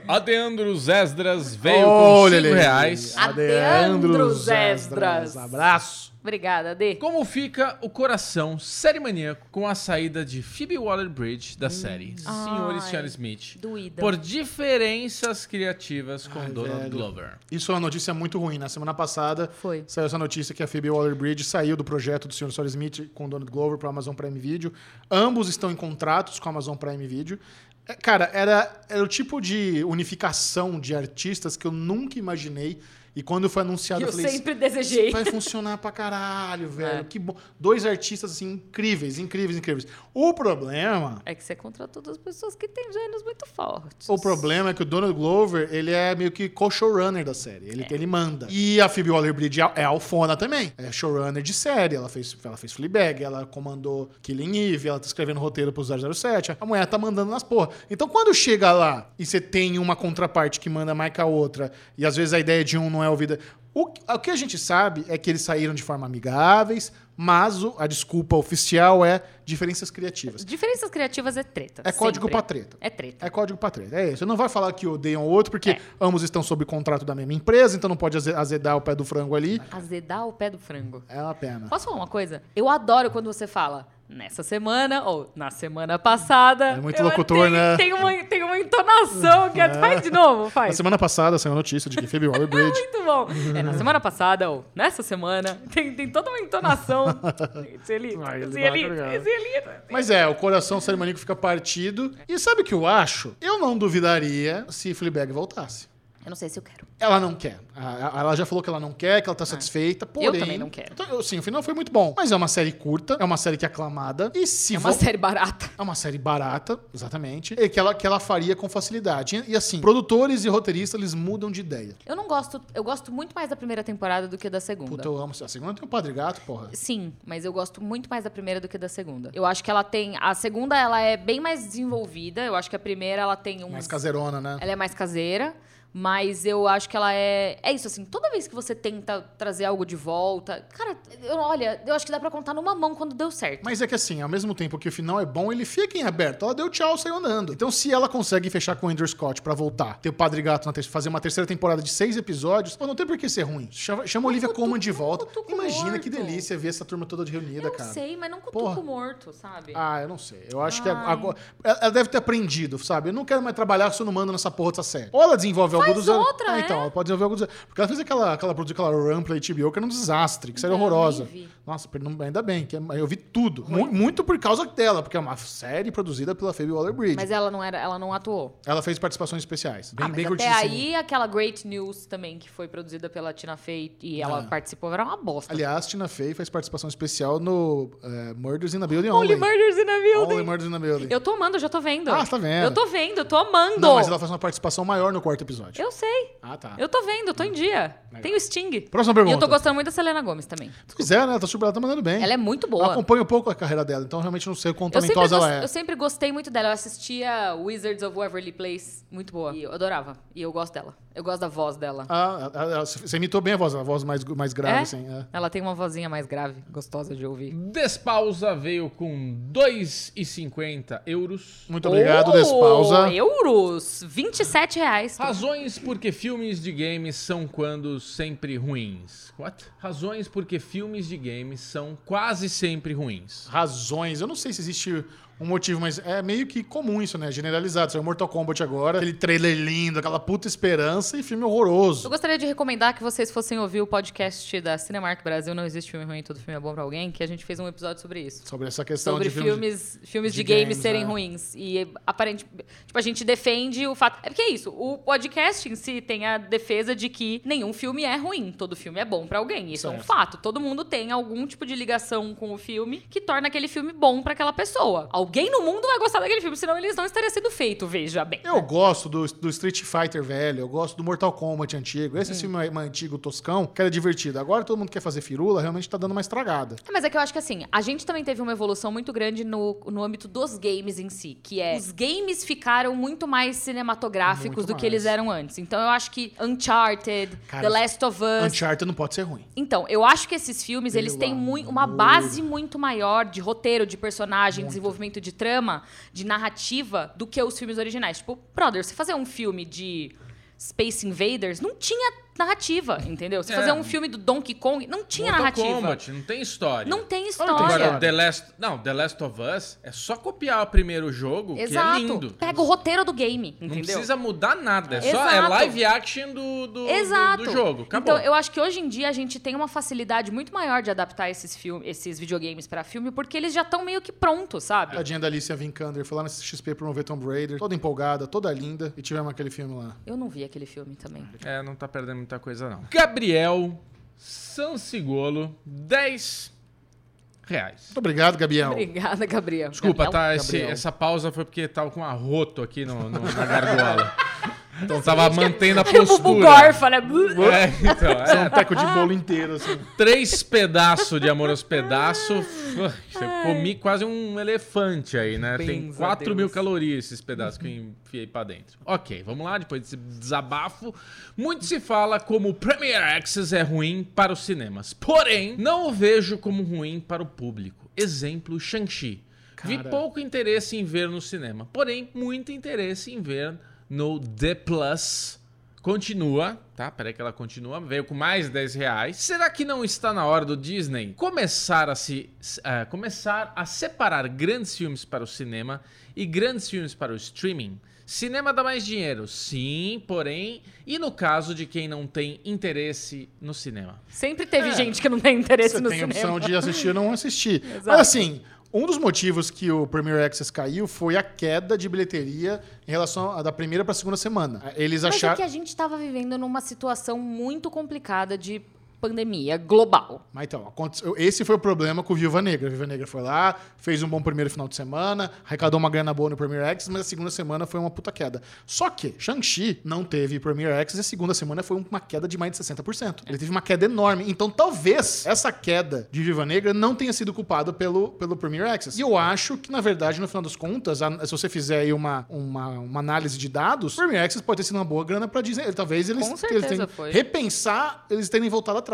Speaker 3: Adeandro Esdras veio
Speaker 2: Ô,
Speaker 3: com 5
Speaker 2: Lele.
Speaker 3: reais.
Speaker 1: Adeandros
Speaker 2: Adeandros
Speaker 1: Esdras.
Speaker 2: Esdras. Abraço.
Speaker 1: Obrigada, Dê.
Speaker 3: Como fica o coração série maníaco com a saída de Phoebe Waller-Bridge da série Senhores e
Speaker 1: Ai.
Speaker 3: Senhora Smith
Speaker 1: Doída.
Speaker 3: por diferenças criativas com Donald
Speaker 2: velho.
Speaker 3: Glover?
Speaker 2: Isso é uma notícia muito ruim. Na semana passada
Speaker 1: Foi.
Speaker 2: saiu essa notícia que a Phoebe Waller-Bridge saiu do projeto do Sr. Sr. Smith com o Donald Glover para Amazon Prime Video. Ambos estão em contratos com a Amazon Prime Video. É, Cara, era, era o tipo de unificação de artistas que eu nunca imaginei. E quando foi anunciado,
Speaker 1: Eu,
Speaker 2: eu falei...
Speaker 1: sempre desejei.
Speaker 2: Vai funcionar pra caralho, velho.
Speaker 1: É.
Speaker 2: Que bom. Dois artistas, assim, incríveis, incríveis, incríveis. O problema...
Speaker 1: É que você contratou duas pessoas que têm gênios muito fortes.
Speaker 2: O problema é que o Donald Glover, ele é meio que co-showrunner da série. Ele, ele manda. E a Phoebe Waller-Bridge é é alfona também. É showrunner de série. Ela fez, ela fez Fleabag, ela comandou Killing Eve, ela tá escrevendo roteiro pro 007. A mulher tá mandando nas porra. Então, quando chega lá e você tem uma contraparte que manda mais que a outra, e às vezes a ideia de um não é ouvida... O, que- o que a gente sabe é que eles saíram de forma amigáveis, mas o- a desculpa oficial é diferenças criativas.
Speaker 1: Diferenças criativas é treta.
Speaker 2: É código
Speaker 1: sempre.
Speaker 2: pra treta.
Speaker 1: É treta.
Speaker 2: É código pra treta. É isso. Eu não vai falar que odeiam o outro, porque
Speaker 1: É.
Speaker 2: ambos estão sob contrato da mesma empresa, então não pode aze- azedar o pé do frango ali.
Speaker 1: Azedar o pé do frango.
Speaker 2: É uma pena.
Speaker 1: Posso falar uma coisa? Eu adoro quando você fala nessa semana ou na semana passada.
Speaker 2: É muito
Speaker 1: Eu-
Speaker 2: locutor,
Speaker 1: tem,
Speaker 2: né?
Speaker 1: Tem uma, tem uma entonação que é... Faz de novo,
Speaker 2: Na
Speaker 1: faz.
Speaker 2: semana passada saiu a notícia de que Phoebe Waller-Bridge...
Speaker 1: Muito bom. É na semana passada ou nessa semana. Tem, tem toda uma entonação. Esse ali,
Speaker 2: Ai, ele
Speaker 1: esse
Speaker 2: dá
Speaker 1: ali,
Speaker 2: uma gargalhada.
Speaker 1: esse ali.
Speaker 2: Mas é, o coração sarimaníaco fica partido. E sabe o que eu acho? Eu não duvidaria se Fleabag voltasse.
Speaker 1: Eu não sei se eu quero.
Speaker 2: Ela não quer. A- a- Ela já falou que ela não quer, que ela tá satisfeita, porém...
Speaker 1: Ah. também não quero.
Speaker 2: Então, Sim, o final foi muito bom. Mas é uma série curta, é uma série que é aclamada. E se
Speaker 1: É uma
Speaker 2: vo-
Speaker 1: série barata.
Speaker 2: É uma série barata, exatamente, e que ela, que ela faria com facilidade. E assim, produtores e roteiristas, eles mudam de ideia.
Speaker 1: Eu não gosto. Eu gosto muito mais da primeira temporada do que da segunda.
Speaker 2: Puta, eu amo. A segunda tem o Padre Gato, porra.
Speaker 1: Sim, mas eu gosto muito mais da primeira do que da segunda. Eu acho que ela tem. A segunda, ela é bem mais desenvolvida. Eu acho que a primeira, ela tem um.
Speaker 2: Mais caseirona, né?
Speaker 1: Ela é mais caseira. Mas eu acho que ela é. É isso, assim. Toda vez que você tenta trazer algo de volta. Cara, eu, olha, eu acho que dá pra contar numa mão quando deu certo.
Speaker 2: Mas é que assim, ao mesmo tempo que o final é bom, ele fica em aberto. Ela deu tchau, saiu andando. Então, se ela consegue fechar com o Andrew Scott pra voltar, ter o Padre Gato na ter- fazer uma terceira temporada de seis episódios, pô, não tem por que ser ruim. Chama, chama a Olivia Colman de volta.
Speaker 1: cutuco
Speaker 2: Imagina que
Speaker 1: morto.
Speaker 2: delícia ver essa turma toda de reunida,
Speaker 1: eu
Speaker 2: cara.
Speaker 1: sei, mas não cutuco
Speaker 2: Porra.
Speaker 1: morto, sabe?
Speaker 2: Ah, eu não sei. Eu acho que
Speaker 1: Ai.
Speaker 2: agora. Ela ela deve ter aprendido, sabe? Eu não quero mais trabalhar se eu não mando nessa porra dessa série. Ou ela desenvolve algo do zero.
Speaker 1: outra,
Speaker 2: Ah,
Speaker 1: é?
Speaker 2: então, ela pode desenvolver algo do zero. Porque ela fez aquela, aquela produção, aquela run pra HBO, que era um desastre, que série
Speaker 1: Não,
Speaker 2: horrorosa.
Speaker 1: nem vi.
Speaker 2: Nossa, per- não- ainda bem, que é- eu vi tudo. Mu- muito por causa dela, porque é uma série produzida pela Phoebe Waller Bridge.
Speaker 1: Mas ela não era, ela não atuou.
Speaker 2: Ela fez participações especiais. Bem,
Speaker 1: ah, mas
Speaker 2: bem assim.
Speaker 1: até
Speaker 2: curtíssimo.
Speaker 1: aí, aquela Great News também, que foi produzida pela Tina Fey e ela
Speaker 2: Ah.
Speaker 1: participou, era uma bosta.
Speaker 2: Aliás, Tina Fey fez participação especial no eh, Murders in the Building
Speaker 1: Only
Speaker 2: Only.
Speaker 1: Murders in the Building.
Speaker 2: Only Murders in the Building.
Speaker 1: Eu tô amando, eu já tô vendo.
Speaker 2: Ah, você tá vendo.
Speaker 1: Eu tô vendo, eu tô amando.
Speaker 2: Não, mas ela faz uma participação maior no quarto episódio.
Speaker 1: Eu sei.
Speaker 2: Ah, tá.
Speaker 1: Eu tô vendo, eu tô em dia.
Speaker 2: Legal.
Speaker 1: Tem o Sting.
Speaker 2: Próxima
Speaker 1: E
Speaker 2: pergunta.
Speaker 1: eu tô gostando muito da Selena Gomes também.
Speaker 2: Se quiser, né? Ela tá super, ela tá mandando bem.
Speaker 1: Ela é muito boa.
Speaker 2: Eu acompanho um pouco a carreira dela, então realmente não sei o quão
Speaker 1: eu, sempre
Speaker 2: talentosa
Speaker 1: gos-
Speaker 2: ela é.
Speaker 1: eu sempre gostei muito dela. Eu assistia Wizards of Waverly Place. Muito boa. E eu adorava. E eu gosto dela. Eu gosto da voz dela.
Speaker 2: Ah, ah, ah, você imitou bem a voz, a voz mais, mais grave,
Speaker 1: É?
Speaker 2: assim. é.
Speaker 1: Ela tem uma vozinha mais grave, gostosa de ouvir.
Speaker 3: Despausa veio com 2,50 euros.
Speaker 2: Muito obrigado, Ah,
Speaker 1: Oh,
Speaker 2: Despausa.
Speaker 1: Euros! 27 reais.
Speaker 3: Razões porque filmes de games são quando sempre ruins. What? Razões porque filmes de games são quase sempre ruins.
Speaker 2: Razões. Eu não sei se existe um motivo, mas é meio que comum isso, né? Generalizado. Saiu Mortal Kombat agora, aquele trailer lindo, aquela puta esperança e filme horroroso.
Speaker 1: Eu gostaria de recomendar que vocês fossem ouvir o podcast da Cinemark Brasil, Não Existe Filme Ruim, Todo Filme é Bom Pra Alguém, que a gente fez um episódio sobre isso.
Speaker 2: Sobre essa questão
Speaker 1: Sobre
Speaker 2: de filmes.
Speaker 1: filmes, filmes de,
Speaker 2: de
Speaker 1: games,
Speaker 2: games,
Speaker 1: serem
Speaker 2: é.
Speaker 1: ruins. E aparentemente, tipo, a gente defende o fato. É porque é isso, o podcast em si tem a defesa de que nenhum filme é ruim, todo filme é bom pra alguém. Isso é um
Speaker 2: Certo.
Speaker 1: fato. Todo mundo tem algum tipo de ligação com o filme que torna aquele filme bom pra aquela pessoa. Algum Alguém no mundo vai gostar daquele filme, senão eles não estariam sendo feito, veja bem.
Speaker 2: Eu gosto do, do Street Fighter velho, eu gosto do Mortal Kombat antigo.
Speaker 1: Hum.
Speaker 2: Esse filme mais- mais antigo, toscão, que era divertido. Agora todo mundo quer fazer firula, realmente tá dando uma estragada.
Speaker 1: É, Mas é que eu acho que assim, a gente também teve uma evolução muito grande no, no âmbito dos games em si, que é os games ficaram muito mais cinematográficos
Speaker 2: Muito
Speaker 1: do que
Speaker 2: mais.
Speaker 1: eles eram antes. Então eu acho que Uncharted,
Speaker 2: Cara,
Speaker 1: The Last of Us.
Speaker 2: Uncharted não pode ser ruim.
Speaker 1: Então, eu acho que esses filmes,
Speaker 2: Pelo
Speaker 1: eles têm mui- uma
Speaker 2: amor.
Speaker 1: base muito maior de roteiro, de personagem,
Speaker 2: Muito.
Speaker 1: desenvolvimento de trama, de narrativa, do que os filmes originais. Tipo, brother, você fazer um filme de Space Invaders não tinha narrativa, entendeu? Você
Speaker 3: É.
Speaker 1: fazer um filme do Donkey Kong não tinha
Speaker 3: Mortal
Speaker 1: narrativa.
Speaker 3: Kombat, não tem história.
Speaker 1: Não tem
Speaker 2: história.
Speaker 1: história.
Speaker 3: Agora, The Last... Não, The Last of Us é só copiar o primeiro jogo,
Speaker 1: Exato.
Speaker 3: que é lindo.
Speaker 1: Pega o roteiro do game,
Speaker 3: Não
Speaker 1: entendeu?
Speaker 3: precisa mudar nada. É só
Speaker 1: Exato.
Speaker 3: é live action do, do,
Speaker 1: Exato.
Speaker 3: do, do jogo. Acabou.
Speaker 1: Então, eu acho que hoje em dia a gente tem uma facilidade muito maior de adaptar esses filmes, esses videogames pra filme, porque eles já estão meio que prontos, sabe?
Speaker 2: Tadinha da Alicia Vikander foi lá na XP promover Tomb Raider, toda empolgada, toda linda, e tivemos aquele filme lá.
Speaker 1: Eu não vi aquele filme também.
Speaker 3: É, não tá perdendo muita coisa, não. Gabriel Sansigolo, 10 reais.
Speaker 2: Muito obrigado, Gabriel.
Speaker 1: Obrigada, Gabriel.
Speaker 3: Desculpa,
Speaker 1: Então, Gabriel?
Speaker 3: tá? Esse-
Speaker 2: Gabriel.
Speaker 3: essa pausa foi porque tava com um arroto aqui no, no- na gargola. Então tava mantendo a
Speaker 1: Aí é o Bubu
Speaker 3: postura.
Speaker 1: gorfa, né? Blu.
Speaker 3: É, então,
Speaker 2: É um
Speaker 3: é,
Speaker 2: teco de bolo inteiro, assim.
Speaker 3: três pedaços de amor aos pedaços. Eu comi quase um elefante aí, né? Tem
Speaker 1: Benza
Speaker 3: 4
Speaker 1: Deus.
Speaker 3: mil calorias esses pedaços que eu enfiei pra dentro. Ok, vamos lá, depois desse desabafo. Muito se fala como o Premier Access é ruim para os cinemas. Porém, não o vejo como ruim para o público. Exemplo, Shang-Chi. Vi
Speaker 2: Cara.
Speaker 3: pouco interesse em ver no cinema, porém, muito interesse em ver no The Plus. Continua, tá? Peraí que ela continua. Veio com mais 10 reais. Será que não está na hora do Disney começar a se... eh, começar a separar grandes filmes para o cinema e grandes filmes para o streaming? Cinema dá mais dinheiro, sim, porém... E no caso de quem não tem interesse no cinema?
Speaker 1: Sempre teve
Speaker 3: É.
Speaker 1: gente que não tem interesse
Speaker 2: Você
Speaker 1: no
Speaker 2: tem a
Speaker 1: cinema.
Speaker 2: opção de assistir ou não assistir. Mas
Speaker 1: Exato.
Speaker 2: assim, um dos motivos que o Premier Access caiu foi a queda de bilheteria em relação à da primeira pra segunda semana. Eles
Speaker 1: Mas é
Speaker 2: acharam.
Speaker 1: que a gente tava vivendo numa situação muito complicada de pandemia global.
Speaker 2: Mas então, aconteceu- esse foi o problema com o Viúva Negra. O Viúva Negra foi lá, fez um bom primeiro final de semana, arrecadou uma grana boa no Premier Access, mas a segunda semana foi uma puta queda. Só que Shang-Chi não teve Premier Access e a segunda semana foi uma queda de mais de 60%. Ele teve uma queda enorme. Então talvez essa queda de Viúva Negra não tenha sido culpada pelo, pelo Premier Access. E eu acho que, na verdade, no final das contas, a- se você fizer aí uma, uma, uma análise de dados, o Premier Access pode ter sido uma boa grana pra Disney. Talvez eles,
Speaker 1: Com
Speaker 2: eles
Speaker 1: certeza
Speaker 2: tenham
Speaker 1: foi.
Speaker 2: repensar eles terem voltado atrás.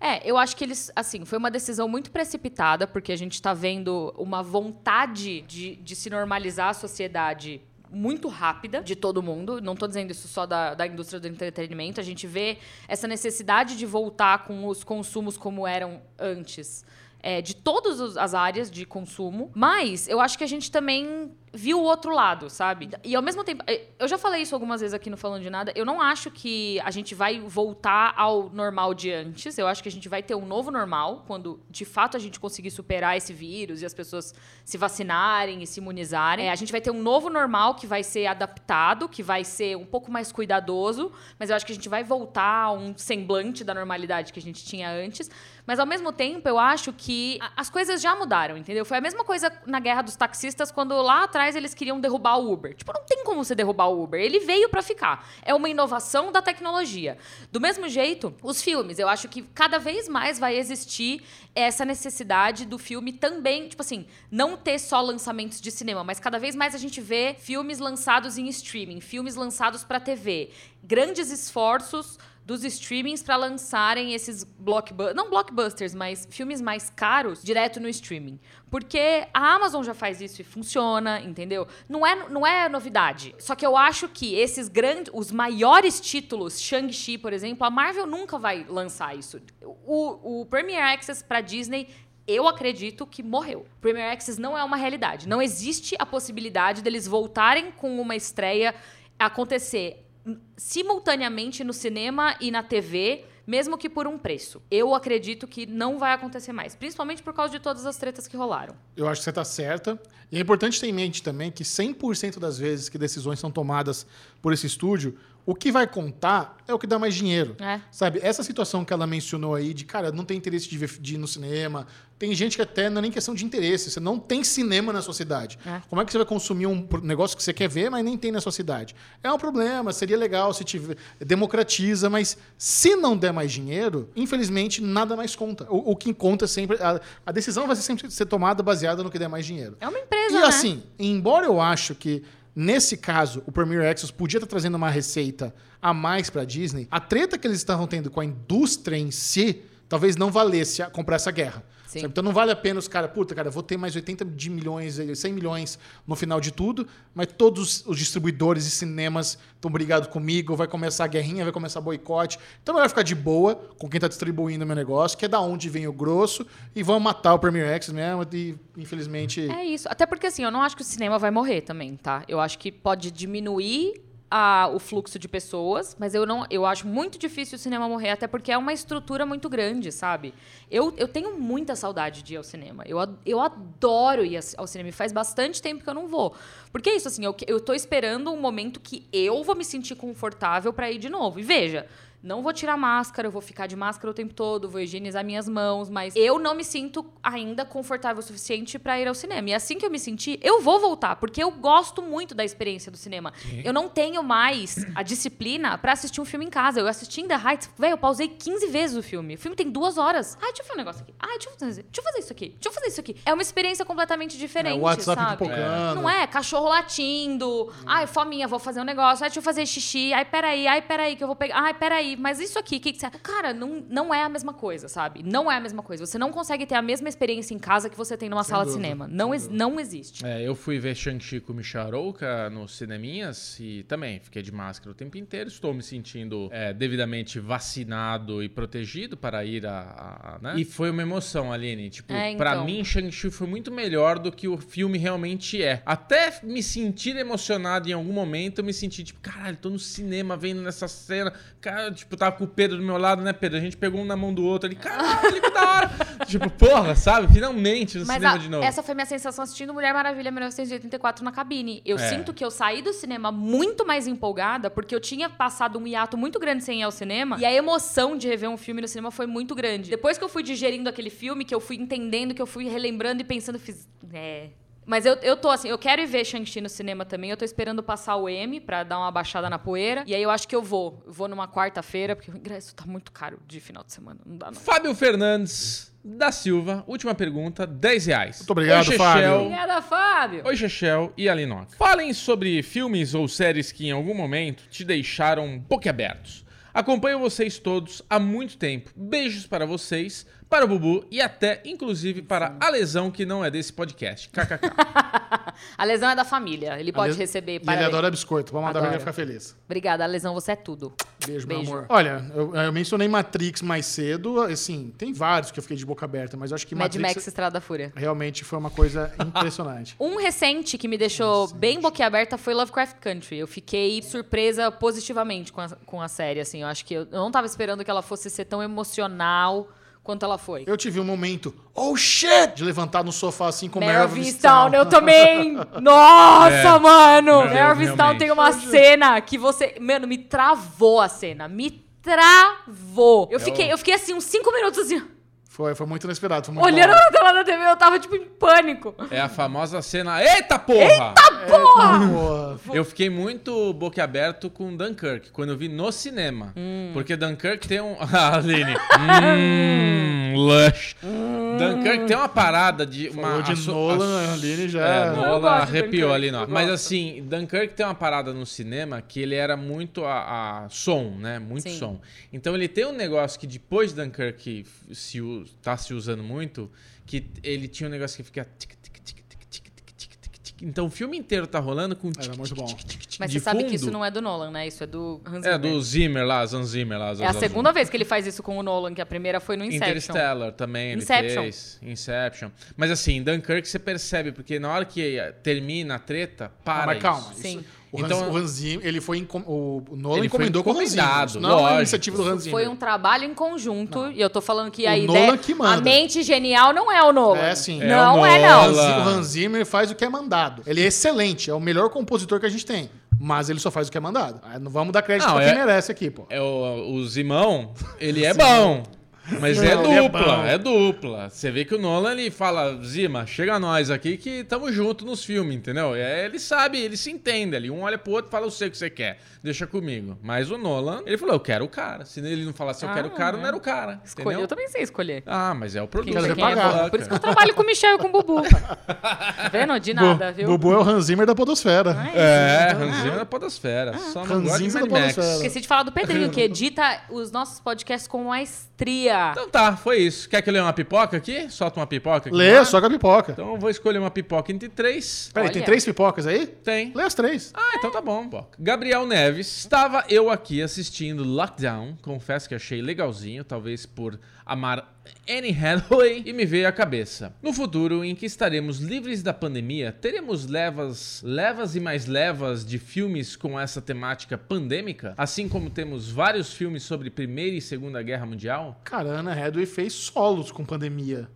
Speaker 1: É, eu acho que eles, assim, foi uma decisão muito precipitada, porque a gente tá vendo uma vontade de, de se normalizar a sociedade muito rápida de todo mundo. Não tô dizendo isso só da, da indústria do entretenimento. A gente vê essa necessidade de voltar com os consumos como eram antes. é, de todas os- as áreas de consumo, mas eu acho que a gente também viu o outro lado, sabe? E ao mesmo tempo, eh, eu já falei isso algumas vezes aqui no Falando de Nada, eu não acho que a gente vai voltar ao normal de antes, eu acho que a gente vai ter um novo normal, quando de fato a gente conseguir superar esse vírus e as pessoas se vacinarem e se imunizarem. Eh, a gente vai ter um novo normal que vai ser adaptado, que vai ser um pouco mais cuidadoso, mas eu acho que a gente vai voltar a um semblante da normalidade que a gente tinha antes. Mas ao mesmo tempo, eu acho que a- as coisas já mudaram, entendeu? Foi a mesma coisa na guerra dos taxistas quando lá atrás eles queriam derrubar o Uber. Tipo, não tem como você derrubar o Uber. Ele veio pra ficar. É uma inovação da tecnologia. Do mesmo jeito, os filmes, eu acho que cada vez mais vai existir essa necessidade do filme também, tipo assim, não ter só lançamentos de cinema, mas cada vez mais a gente vê filmes lançados em streaming, filmes lançados pra TV, grandes esforços dos streamings pra lançarem esses blockbusters, não blockbusters, mas filmes mais caros direto no streaming. Porque a Amazon já faz isso e funciona, entendeu? Não é, não é novidade. Só que eu acho que esses grandes, os maiores títulos, Shang-Chi, por exemplo, a Marvel nunca vai lançar isso. O, o Premier Access pra Disney eu acredito que morreu. Premier Access não é uma realidade. Não existe a possibilidade deles voltarem com uma estreia acontecer n- simultaneamente no cinema e na TV, mesmo que por um preço. Eu acredito que não vai acontecer mais, principalmente por causa de todas as tretas que rolaram.
Speaker 2: Eu acho que você está certa. E é importante ter em mente também que 100% das vezes que decisões são tomadas por esse estúdio, O que vai contar é o que dá mais dinheiro.
Speaker 1: É.
Speaker 2: Sabe, essa situação que ela mencionou aí de, cara, não tem interesse de, ver, de ir no cinema. Tem gente que até não é nem questão de interesse. Você não tem cinema na sua cidade.
Speaker 1: É.
Speaker 2: Como é que você vai consumir um pro- negócio que você quer ver, mas nem tem na sua cidade? É um problema, seria legal se tiver. Democratiza, mas se não der mais dinheiro, infelizmente nada mais conta. O, o que conta sempre. A, a decisão vai sempre ser tomada baseada no que der mais dinheiro.
Speaker 1: É uma empresa,
Speaker 2: E
Speaker 1: né?
Speaker 2: assim, embora eu acho que nesse caso o Premier Access podia estar trazendo uma receita a mais para Disney, a treta que eles estavam tendo com a indústria em si, talvez não valesse a- comprar essa guerra.
Speaker 1: Sim.
Speaker 2: Sabe? Então não vale a pena os caras, puta, cara, vou ter mais 80 de milhões, eh, 100 milhões no final de tudo, mas todos os distribuidores e cinemas estão brigados comigo, vai começar a guerrinha, vai começar boicote. Então melhor ficar de boa com quem tá distribuindo o meu negócio, que é da onde vem o grosso, e vão matar o Premier Access mesmo, e infelizmente...
Speaker 1: É isso. Até porque, assim, eu não acho que o cinema vai morrer também, tá? Eu acho que pode diminuir a- o fluxo de pessoas, mas eu não, eu acho muito difícil o cinema morrer, até porque é uma estrutura muito grande, sabe? Eu, eu tenho muita saudade de ir ao cinema. Eu, a- eu adoro ir a- ao cinema. E faz bastante tempo que eu não vou. Porque é isso, assim, eu, que- eu tô esperando um momento que eu vou me sentir confortável pra ir de novo. E veja, não vou tirar máscara, eu vou ficar de máscara o tempo todo, vou higienizar minhas mãos, mas eu não me sinto ainda confortável o suficiente pra ir ao cinema. E assim que eu me sentir, eu vou voltar, porque eu gosto muito da experiência do cinema. Eu não tenho mais a disciplina pra assistir um filme em casa. Eu assisti In The Heights, velho, eu pausei 15 vezes o filme. O filme tem duas horas. Ai, deixa eu ver um negócio aqui. Ai, deixa eu fazer, deixa eu fazer isso aqui. Deixa eu fazer isso aqui. É uma experiência completamente diferente,
Speaker 2: É, o WhatsApp
Speaker 1: sabe?
Speaker 2: pipocando.
Speaker 1: Não é cachorro latindo. Ai, fominha, vou fazer um negócio. Ai, deixa eu fazer xixi. Ai, peraí, ai, peraí, que eu vou pegar. Ai, peraí, mas isso aqui, o que, que você. Cara, não, não é a mesma coisa, sabe? Não é a mesma coisa. Você não consegue ter a mesma experiência em casa que você tem numa sala de
Speaker 2: dúvida,
Speaker 1: cinema. Não, ex- não existe.
Speaker 3: É, eu fui ver Shang-Chi com Micharouca nos cineminhas e também fiquei de máscara o tempo inteiro. Estou me sentindo é, devidamente vacinado e protegido para ir a. a- né? E foi uma emoção, Aline. Tipo,
Speaker 1: É, então.
Speaker 3: pra mim, Shang-Chi foi muito melhor do que o filme realmente é. Até me sentir emocionado em algum momento, eu me senti tipo, caralho, tô no cinema vendo nessa cena. Cara, tipo, tava com o Pedro do meu lado, né, Pedro? A gente pegou um na mão do outro ali, caralho, que da hora! tipo, porra, sabe? Finalmente no
Speaker 1: Mas
Speaker 3: cinema
Speaker 1: a-
Speaker 3: de novo.
Speaker 1: essa foi minha sensação assistindo Mulher Maravilha 1984 na cabine. Eu
Speaker 3: É.
Speaker 1: sinto que eu saí do cinema muito mais empolgada, porque eu tinha passado um hiato muito grande sem ir ao cinema, e a emoção de rever um filme no cinema foi muito grande. Depois que eu fui digerindo aquele filme, que eu fui entendendo, que eu fui relembrando e pensando, fiz. É. Mas eu, eu tô assim, eu quero ir ver Shang-Chi no cinema também. Eu tô esperando passar o M pra dar uma baixada na poeira. E aí eu acho que eu vou. Eu vou numa quarta-feira, porque o ingresso tá muito caro de final de semana. Não dá, não.
Speaker 3: Fábio Fernandes da Silva, última pergunta, 10 reais.
Speaker 2: Muito obrigado,
Speaker 3: Oi,
Speaker 2: Fábio.
Speaker 3: Chechel.
Speaker 1: Obrigada, Fábio!
Speaker 3: Oi, Chechel e Alinoca. Falem sobre filmes ou séries que em algum momento te deixaram boquiabertos. Acompanho vocês todos há muito tempo. Beijos para vocês, para o Bubu e até, inclusive, para a lesão que não é desse podcast. KKK.
Speaker 1: A lesão é da família. Ele pode
Speaker 2: Ale-
Speaker 1: receber.
Speaker 2: E ele
Speaker 1: parabéns.
Speaker 2: adora biscoito. Vamos mandar pra ele
Speaker 1: Adora.
Speaker 2: ficar feliz.
Speaker 1: Obrigada, a lesão, você é tudo.
Speaker 2: Beijo,
Speaker 1: Beijo.
Speaker 2: meu amor. Olha, eu, eu mencionei Matrix mais cedo. Assim, tem vários que eu fiquei de boca aberta, mas eu acho que
Speaker 1: Mad
Speaker 2: Matrix
Speaker 1: Max Estrada da Fúria.
Speaker 2: realmente foi uma coisa impressionante.
Speaker 1: Um recente que me deixou bem boquiaberta foi Lovecraft Country. Eu fiquei surpresa positivamente com a, com a série, assim. Eu acho que eu, eu não tava esperando que ela fosse ser tão emocional quanto ela foi.
Speaker 2: Eu tive um momento, oh shit, de levantar no sofá assim com Meryl
Speaker 1: Melvin
Speaker 2: Streep.
Speaker 1: Stown, eu também! Nossa,
Speaker 3: É.
Speaker 1: mano!
Speaker 3: Meu Deus,
Speaker 1: Melvin Stown
Speaker 3: realmente.
Speaker 1: tem uma cena que você... Mano, me travou a cena. Me travou.
Speaker 2: É
Speaker 1: Eu
Speaker 2: um
Speaker 1: fiquei, eu fiquei assim, uns cinco minutos assim...
Speaker 2: Foi, foi muito inesperado. Foi muito
Speaker 1: Olhando
Speaker 2: bom.
Speaker 1: na tela da TV, eu tava, tipo, em pânico.
Speaker 3: É a famosa cena. Eita porra!
Speaker 2: É, Boa.
Speaker 3: Eu fiquei muito boquiaberto com Dunkirk, quando eu vi no cinema. Porque Dunkirk tem um. Ah, Aline. hum, lush. Dunkirk tem uma parada de. Uma,
Speaker 2: Falou de
Speaker 3: asso-
Speaker 2: Nolan, a Aline já-
Speaker 3: É,
Speaker 2: Eu
Speaker 3: Nolan
Speaker 1: gosto de
Speaker 3: arrepiou
Speaker 1: Dunkirk,
Speaker 3: ali, não.
Speaker 1: eu
Speaker 3: Mas
Speaker 1: gosto.
Speaker 3: assim, Dunkirk tem uma parada no cinema que ele era muito a, a som, né? Muito
Speaker 1: Sim.
Speaker 3: som. Então ele tem um negócio que depois de Dunkirk se, u- tá se usando muito, que ele tinha um negócio que fica. tic, tic, tic, tic, tic, tic, tic, tic, tic. Então o filme inteiro tá rolando com
Speaker 2: Era muito bom.
Speaker 1: Mas você sabe que isso não é do Nolan, né? Isso é do Hans
Speaker 3: É,
Speaker 1: Zimmer.
Speaker 3: do Zimmer lá, Zan Zimmer lá. Zan
Speaker 1: É a
Speaker 3: Zan
Speaker 1: segunda vez que ele faz isso com o Nolan, que a primeira foi no
Speaker 3: Zan.
Speaker 1: Inception.
Speaker 3: Interstellar também ele
Speaker 1: Inception.
Speaker 3: fez. Inception. Mas assim, Dunkirk você percebe, porque na hora que termina a treta, para
Speaker 2: mas calma.
Speaker 3: isso.
Speaker 1: Sim.
Speaker 2: O Hans,
Speaker 3: Então-
Speaker 2: o Hans Zimmer, ele foi... encom- O o Nolan
Speaker 3: Ele foi
Speaker 2: encomendou com o Hans Zimmer.
Speaker 3: encomendado,
Speaker 2: Isso Não é uma
Speaker 3: lógico.
Speaker 2: iniciativa do Hans Zimmer.
Speaker 1: Foi um trabalho em conjunto, e eu tô falando que a
Speaker 2: O
Speaker 1: ideia.
Speaker 2: Nolan que manda.
Speaker 1: A mente genial não é o Nolan.
Speaker 2: É, sim. É
Speaker 1: Não
Speaker 3: o
Speaker 1: é,
Speaker 2: O
Speaker 1: não.
Speaker 2: Hans-
Speaker 3: Nolan.
Speaker 2: o Hans Zimmer faz o que é mandado. Ele é excelente, é o melhor compositor que a gente tem. Mas ele só faz o que é mandado. Ah, Não vamos dar crédito
Speaker 3: Não,
Speaker 2: pra quem
Speaker 3: é-
Speaker 2: merece aqui, pô.
Speaker 3: É o, o Zimão, ele é bom. Mas é
Speaker 2: Não, ele é
Speaker 3: dupla,
Speaker 2: bom.
Speaker 3: é, dupla. Você vê que o Nolan ele fala, Zima, chega nós aqui que tamo junto nos filmes, entendeu? É, ele sabe, ele se entende ali. Um olha pro outro e fala, eu sei o que você quer, deixa comigo. Mas o Nolan, ele falou, eu quero o cara. Se ele não falasse eu
Speaker 1: Ah,
Speaker 3: quero o cara,
Speaker 1: é.
Speaker 3: não era o cara.
Speaker 1: Escolher,
Speaker 3: Entendeu?
Speaker 1: eu também sei escolher.
Speaker 3: Ah, mas é o
Speaker 1: Quem
Speaker 3: produto.
Speaker 2: Quero
Speaker 1: sei
Speaker 2: ver
Speaker 1: quem é
Speaker 2: pagar.
Speaker 1: bom. Por isso que eu trabalho com o Michel e com o Bubu. Tá vendo? De nada,
Speaker 2: Bu-
Speaker 1: viu?
Speaker 2: Bubu é o Hans Zimmer da podosfera.
Speaker 1: Ai,
Speaker 3: É,
Speaker 1: não. né? Ah.
Speaker 3: Ranzinho da Podosfera. Só não
Speaker 2: Ranzinza
Speaker 3: gosta de
Speaker 2: da
Speaker 3: Mad Max.
Speaker 2: Podosfera.
Speaker 1: Esqueci de falar do Pedrinho, que edita os nossos podcasts com maestria.
Speaker 3: Então tá, foi isso. Quer que eu leia uma pipoca aqui? Solta uma pipoca aqui.
Speaker 2: Lê,
Speaker 3: lá?
Speaker 2: soca a pipoca.
Speaker 3: Então eu vou escolher uma pipoca entre três.
Speaker 2: Peraí, tem
Speaker 1: Olha.
Speaker 2: três pipocas aí?
Speaker 3: Tem.
Speaker 2: Lê as três.
Speaker 3: Ah, então tá bom, pô. Gabriel Neves, estava eu aqui assistindo Lockdown, confesso que achei legalzinho, talvez por amar Anne Hathaway, e me veio à cabeça. No futuro, em que estaremos livres da pandemia, teremos levas, levas e mais levas de filmes com essa temática pandêmica, assim como temos vários filmes sobre Primeira e Segunda Guerra Mundial?
Speaker 2: Cara, a Ana Hathaway fez solos com pandemia.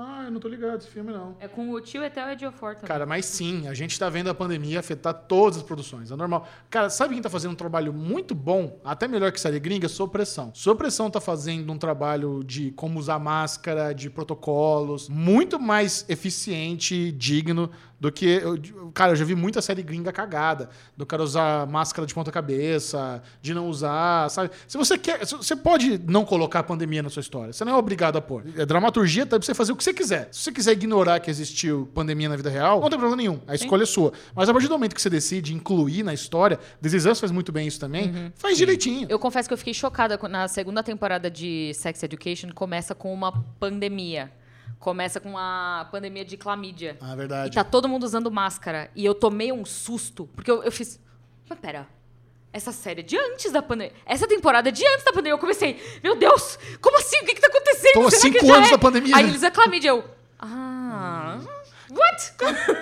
Speaker 2: Ah, eu não tô ligado esse filme, não.
Speaker 1: É com o tio Etel Ediofor também.
Speaker 2: Cara, mas sim, a gente tá vendo a pandemia afetar todas as produções, é normal. Cara, sabe quem tá fazendo um trabalho muito bom, até melhor que série gringa? Sopressão. Sopressão tá fazendo um trabalho de como usar máscara, de protocolos, muito mais eficiente e digno do que... eu- cara, eu já vi muita série gringa cagada, do cara usar máscara de ponta cabeça, de não usar, sabe? Se você quer... se- Você pode não colocar a pandemia na sua história, você não é obrigado a pôr. A dramaturgia tá pra você fazer o que você quiser. Se você quiser ignorar que existiu pandemia na vida real, não tem problema nenhum. A escolha é sua. Mas a partir do momento que você decide incluir na história, This Is Us faz muito bem isso também,
Speaker 1: Uhum.
Speaker 2: faz direitinho.
Speaker 1: Eu confesso que eu fiquei chocada quando- na segunda temporada de Sex Education começa com uma pandemia. Começa com a pandemia de clamídia.
Speaker 2: Ah,
Speaker 1: E
Speaker 2: verdade.
Speaker 1: tá todo mundo usando máscara. E eu tomei um susto, porque eu, eu fiz. Mas pera. Essa série é de antes da pandemia. Essa temporada é de antes da pandemia. Eu comecei, meu Deus, como assim? O que, que tá acontecendo?
Speaker 2: Toma
Speaker 1: Será que
Speaker 2: cinco
Speaker 1: já
Speaker 2: anos
Speaker 1: é?
Speaker 2: da pandemia.
Speaker 1: Aí eles é clamídia. Eu. Ah. What?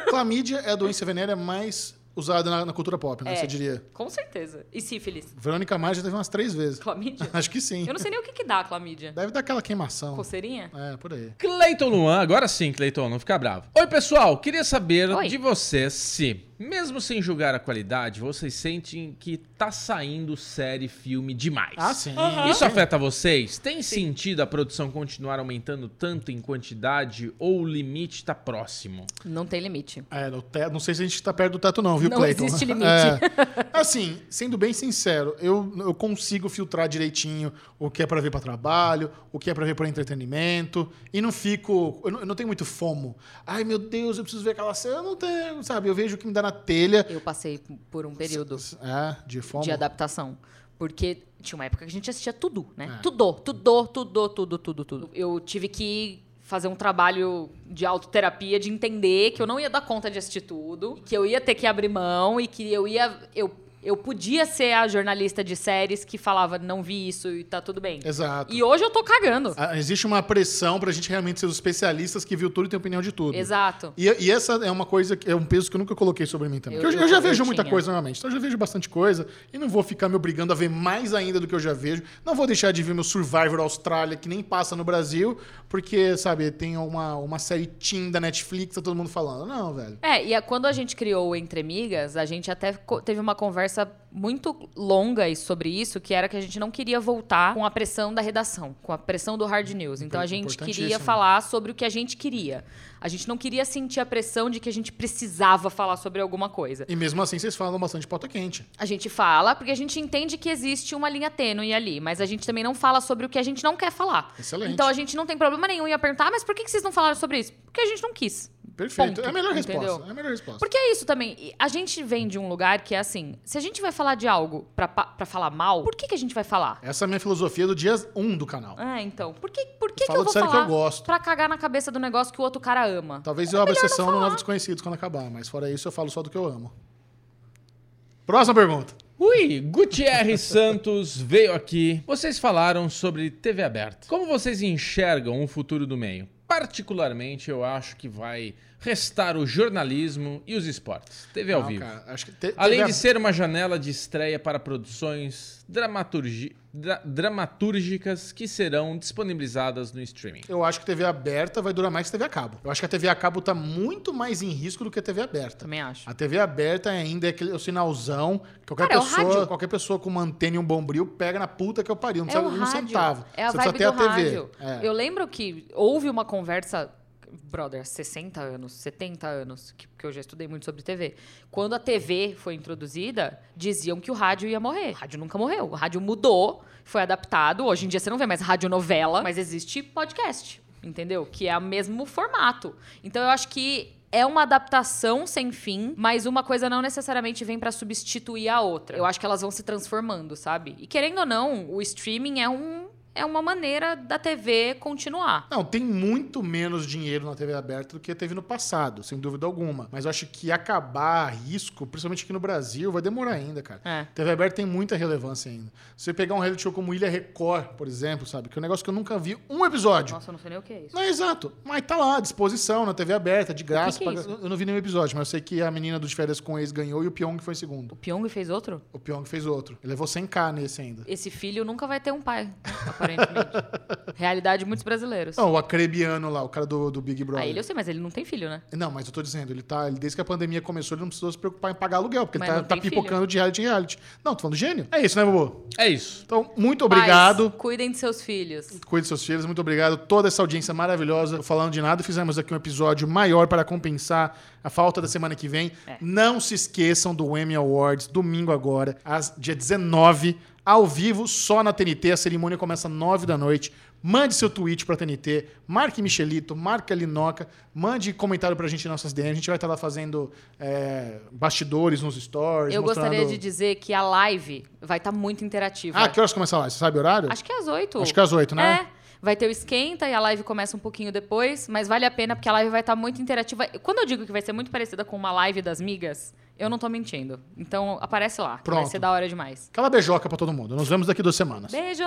Speaker 2: Clamídia é a doença venérea mais usada na, na cultura pop, né?
Speaker 1: É.
Speaker 2: Você diria.
Speaker 1: Com certeza. E sífilis?
Speaker 2: Verônica Mars já teve umas três vezes.
Speaker 1: Clamídia?
Speaker 2: Acho que sim.
Speaker 1: Eu não sei nem o que, que dá a clamídia.
Speaker 2: Deve dar aquela queimação.
Speaker 1: Coceirinha?
Speaker 2: É, por aí.
Speaker 3: Cleiton Luan, agora sim, Cleiton, não fica bravo. Oi, pessoal, queria saber
Speaker 1: Oi.
Speaker 3: de vocês se, mesmo sem julgar a qualidade, vocês sentem que tá saindo série, filme demais.
Speaker 2: Ah, sim.
Speaker 3: Isso afeta vocês? Tem sentido a produção continuar aumentando tanto em quantidade ou o limite tá próximo?
Speaker 1: Não tem limite.
Speaker 2: É, no te- não sei se a gente tá perto do teto, não, viu,
Speaker 1: Não
Speaker 2: Clayton?
Speaker 1: existe limite.
Speaker 2: É. Assim, sendo bem sincero, eu, eu consigo filtrar direitinho o que é pra ver pra trabalho, o que é pra ver pra entretenimento, e não fico. Eu não, eu não tenho muito fomo. Ai, meu Deus, eu preciso ver aquela cena. Eu não tenho, sabe? Eu vejo o que me dá na telha.
Speaker 1: Eu passei por um período
Speaker 2: É, de fomo.
Speaker 1: de adaptação. Porque tinha uma época que a gente assistia tudo,
Speaker 2: É.
Speaker 1: né? Tudo, tudo, tudo, tudo, tudo, tudo. Eu tive que fazer um trabalho de autoterapia, de entender que eu não ia dar conta de assistir tudo, que eu ia ter que abrir mão e que eu ia. Eu, eu podia ser a jornalista de séries que falava, não vi isso e tá tudo bem.
Speaker 2: Exato.
Speaker 1: E hoje eu tô cagando.
Speaker 2: Ah, Existe uma pressão pra gente realmente ser os especialistas que viu tudo e tem opinião de tudo.
Speaker 1: Exato.
Speaker 2: E, e essa é uma coisa, que é um peso que eu nunca coloquei sobre mim também.
Speaker 1: Eu-
Speaker 2: Porque Eu, eu
Speaker 1: eu-
Speaker 2: já
Speaker 1: eu
Speaker 2: vejo muita
Speaker 1: tinha.
Speaker 2: coisa normalmente. Então eu já vejo bastante coisa e não vou ficar me obrigando a ver mais ainda do que eu já vejo. Não vou deixar de ver meu Survivor Austrália, que nem passa no Brasil, porque, sabe, tem uma, uma série teen da Netflix, tá todo mundo falando. Não, velho.
Speaker 1: É, e a- quando a gente criou o Entre Migas, a gente até co- teve uma conversa muito longa e sobre isso, que era que a gente não queria voltar com a pressão da redação, com a pressão do hard news. Então a gente queria
Speaker 2: Importantíssimo.
Speaker 1: falar sobre o que a gente queria. A gente não queria sentir a pressão de que a gente precisava falar sobre alguma coisa.
Speaker 2: E mesmo assim vocês falam bastante pauta quente.
Speaker 1: A gente fala porque a gente entende que existe uma linha tênue ali, mas a gente também não fala sobre o que a gente não quer falar.
Speaker 2: Excelente.
Speaker 1: Então a gente não tem problema nenhum em apertar, mas por que que vocês não falaram sobre isso? Porque a gente não quis.
Speaker 2: Perfeito.
Speaker 1: Ponto.
Speaker 2: é a melhor
Speaker 1: Entendeu?
Speaker 2: resposta. É a melhor resposta.
Speaker 1: Porque é isso também. E A gente vem de um lugar que é assim: se a gente vai falar de algo pra, pa- pra falar mal, por que, que a gente vai falar?
Speaker 2: Essa é a minha filosofia do dia 1 um do canal.
Speaker 1: Ah, então. Por que, por que, que
Speaker 2: Fala
Speaker 1: eu
Speaker 2: de
Speaker 1: vou
Speaker 2: série
Speaker 1: falar
Speaker 2: que eu gosto.
Speaker 1: pra é cagar na cabeça do negócio que o outro cara ama?
Speaker 2: Talvez eu abra a sessão no Novo Desconhecidos quando acabar, mas fora isso eu falo só do que eu amo. Próxima pergunta.
Speaker 3: Ui, Gutierrez Santos veio aqui. Vocês falaram sobre TV aberta. Como vocês enxergam o futuro do meio? Particularmente, eu acho que vai restar o jornalismo e os esportes. TV ao
Speaker 2: Não,
Speaker 3: vivo.
Speaker 2: cara, acho que te-
Speaker 3: Além
Speaker 2: teve a-
Speaker 3: de ser uma janela de estreia para produções, dramaturgi- dra- dramatúrgicas que serão disponibilizadas no streaming.
Speaker 2: Eu acho que TV aberta vai durar mais que TV a cabo. Eu acho que a TV a cabo tá muito mais em risco do que a TV aberta.
Speaker 1: Também acho.
Speaker 2: A TV aberta ainda é aquele o sinalzão. que Qualquer,
Speaker 1: Cara, é o
Speaker 2: pessoa,
Speaker 1: rádio.
Speaker 2: qualquer pessoa com uma antena e um bombril pega na puta que eu pariu. Não
Speaker 1: É o
Speaker 2: precisa de um
Speaker 1: rádio.
Speaker 2: centavo.
Speaker 1: É a
Speaker 2: Você
Speaker 1: vibe
Speaker 2: precisa
Speaker 1: do
Speaker 2: ter a TV.
Speaker 1: rádio.
Speaker 2: É.
Speaker 1: Eu lembro que houve uma conversa, brother, 60 anos, 70 anos, que, que eu já estudei muito sobre TV. Quando a TV foi introduzida, diziam que o rádio ia morrer. O rádio nunca morreu. O rádio mudou, foi adaptado. Hoje em dia você não vê mais radionovela, mas existe podcast, entendeu? Que é o mesmo formato. Então eu acho que é uma adaptação sem fim, mas uma coisa não necessariamente vem pra substituir a outra. Eu acho que elas vão se transformando, sabe? E querendo ou não, o streaming é um é uma maneira da TV continuar.
Speaker 2: Não, tem muito menos dinheiro na TV aberta do que teve no passado, sem dúvida alguma. Mas eu acho que acabar a risco, principalmente aqui no Brasil, vai demorar ainda, cara.
Speaker 1: É.
Speaker 2: TV aberta tem muita relevância ainda. Se você pegar um reality show como Ilha Record, por exemplo, sabe? Que é um negócio que eu nunca vi um episódio.
Speaker 1: Nossa, eu não sei nem o que é isso.
Speaker 2: Não, exato. Mas tá lá, à disposição, na TV aberta, de graça.
Speaker 1: que que é
Speaker 2: paga- Eu não vi nenhum episódio, mas eu sei que a menina dos férias com ex ganhou e o Pyong foi em segundo.
Speaker 1: O Pyong fez outro?
Speaker 2: O Pyong fez outro. Ele levou 100k nesse ainda.
Speaker 1: Esse filho nunca vai ter um pai, aparentemente. Realidade de muitos brasileiros.
Speaker 2: Não, o acrebiano lá, o cara do, do Big Brother.
Speaker 1: Aí Ah, ele é eu sei, mas ele não tem filho, né?
Speaker 2: Não, mas eu tô dizendo, ele tá. ele- desde que a pandemia começou, ele não precisou se preocupar em pagar aluguel, porque
Speaker 1: Mas
Speaker 2: ele tá,
Speaker 1: não tem
Speaker 2: tá pipocando de reality em reality. Não, tô falando gênio. É isso, né, Bobo?
Speaker 3: É isso.
Speaker 2: Então, muito obrigado.
Speaker 1: Pais, cuidem de seus filhos.
Speaker 2: Cuide seus filhos, muito obrigado. Toda essa audiência maravilhosa. Tô Falando de nada, fizemos aqui um episódio maior para compensar a falta da semana que vem.
Speaker 1: É.
Speaker 2: Não se esqueçam do Emmy Awards, domingo agora, às dia 19, ao vivo, só na TNT. A cerimônia começa às 9 da noite. Mande seu tweet pra TNT, marque Michelito, marque a Linoca, mande comentário pra gente em nossas DMs. A gente vai estar lá fazendo é, bastidores nos stories.
Speaker 1: Eu gostaria de
Speaker 2: mostrando-
Speaker 1: dizer que a live vai estar muito interativa.
Speaker 2: Ah, que horas começa lá? Você sabe o horário?
Speaker 1: Acho que é às oito.
Speaker 2: Acho que é às 8, né?
Speaker 1: É. Vai ter o esquenta e a live começa um pouquinho depois, mas vale a pena porque a live vai estar muito interativa. Quando eu digo que vai ser muito parecida com uma live das migas, eu não tô mentindo. Então aparece lá. que Vai
Speaker 2: Pronto.
Speaker 1: ser da hora demais.
Speaker 2: Aquela beijoca pra todo mundo. Nos vemos daqui duas semanas.
Speaker 1: Beijo!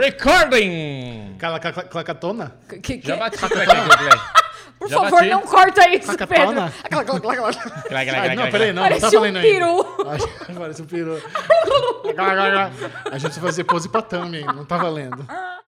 Speaker 3: Recording!
Speaker 2: Cala, cla- cla- clacatona?
Speaker 1: Que- que- que-
Speaker 3: Já bati o clac, clac, clac.
Speaker 1: Por
Speaker 3: já
Speaker 1: favor,
Speaker 3: bati.
Speaker 1: não corta isso, Pedro.
Speaker 2: Cacatona?
Speaker 3: Clac, clac,
Speaker 2: Ai,
Speaker 3: clac,
Speaker 2: Não,
Speaker 3: clac.
Speaker 2: peraí, não.
Speaker 1: Parece
Speaker 2: não
Speaker 1: um
Speaker 2: tá valendo ainda.
Speaker 1: peru.
Speaker 2: Ai, Parece um peru. A gente vai fazer pose pra thumb ainda, não tá valendo.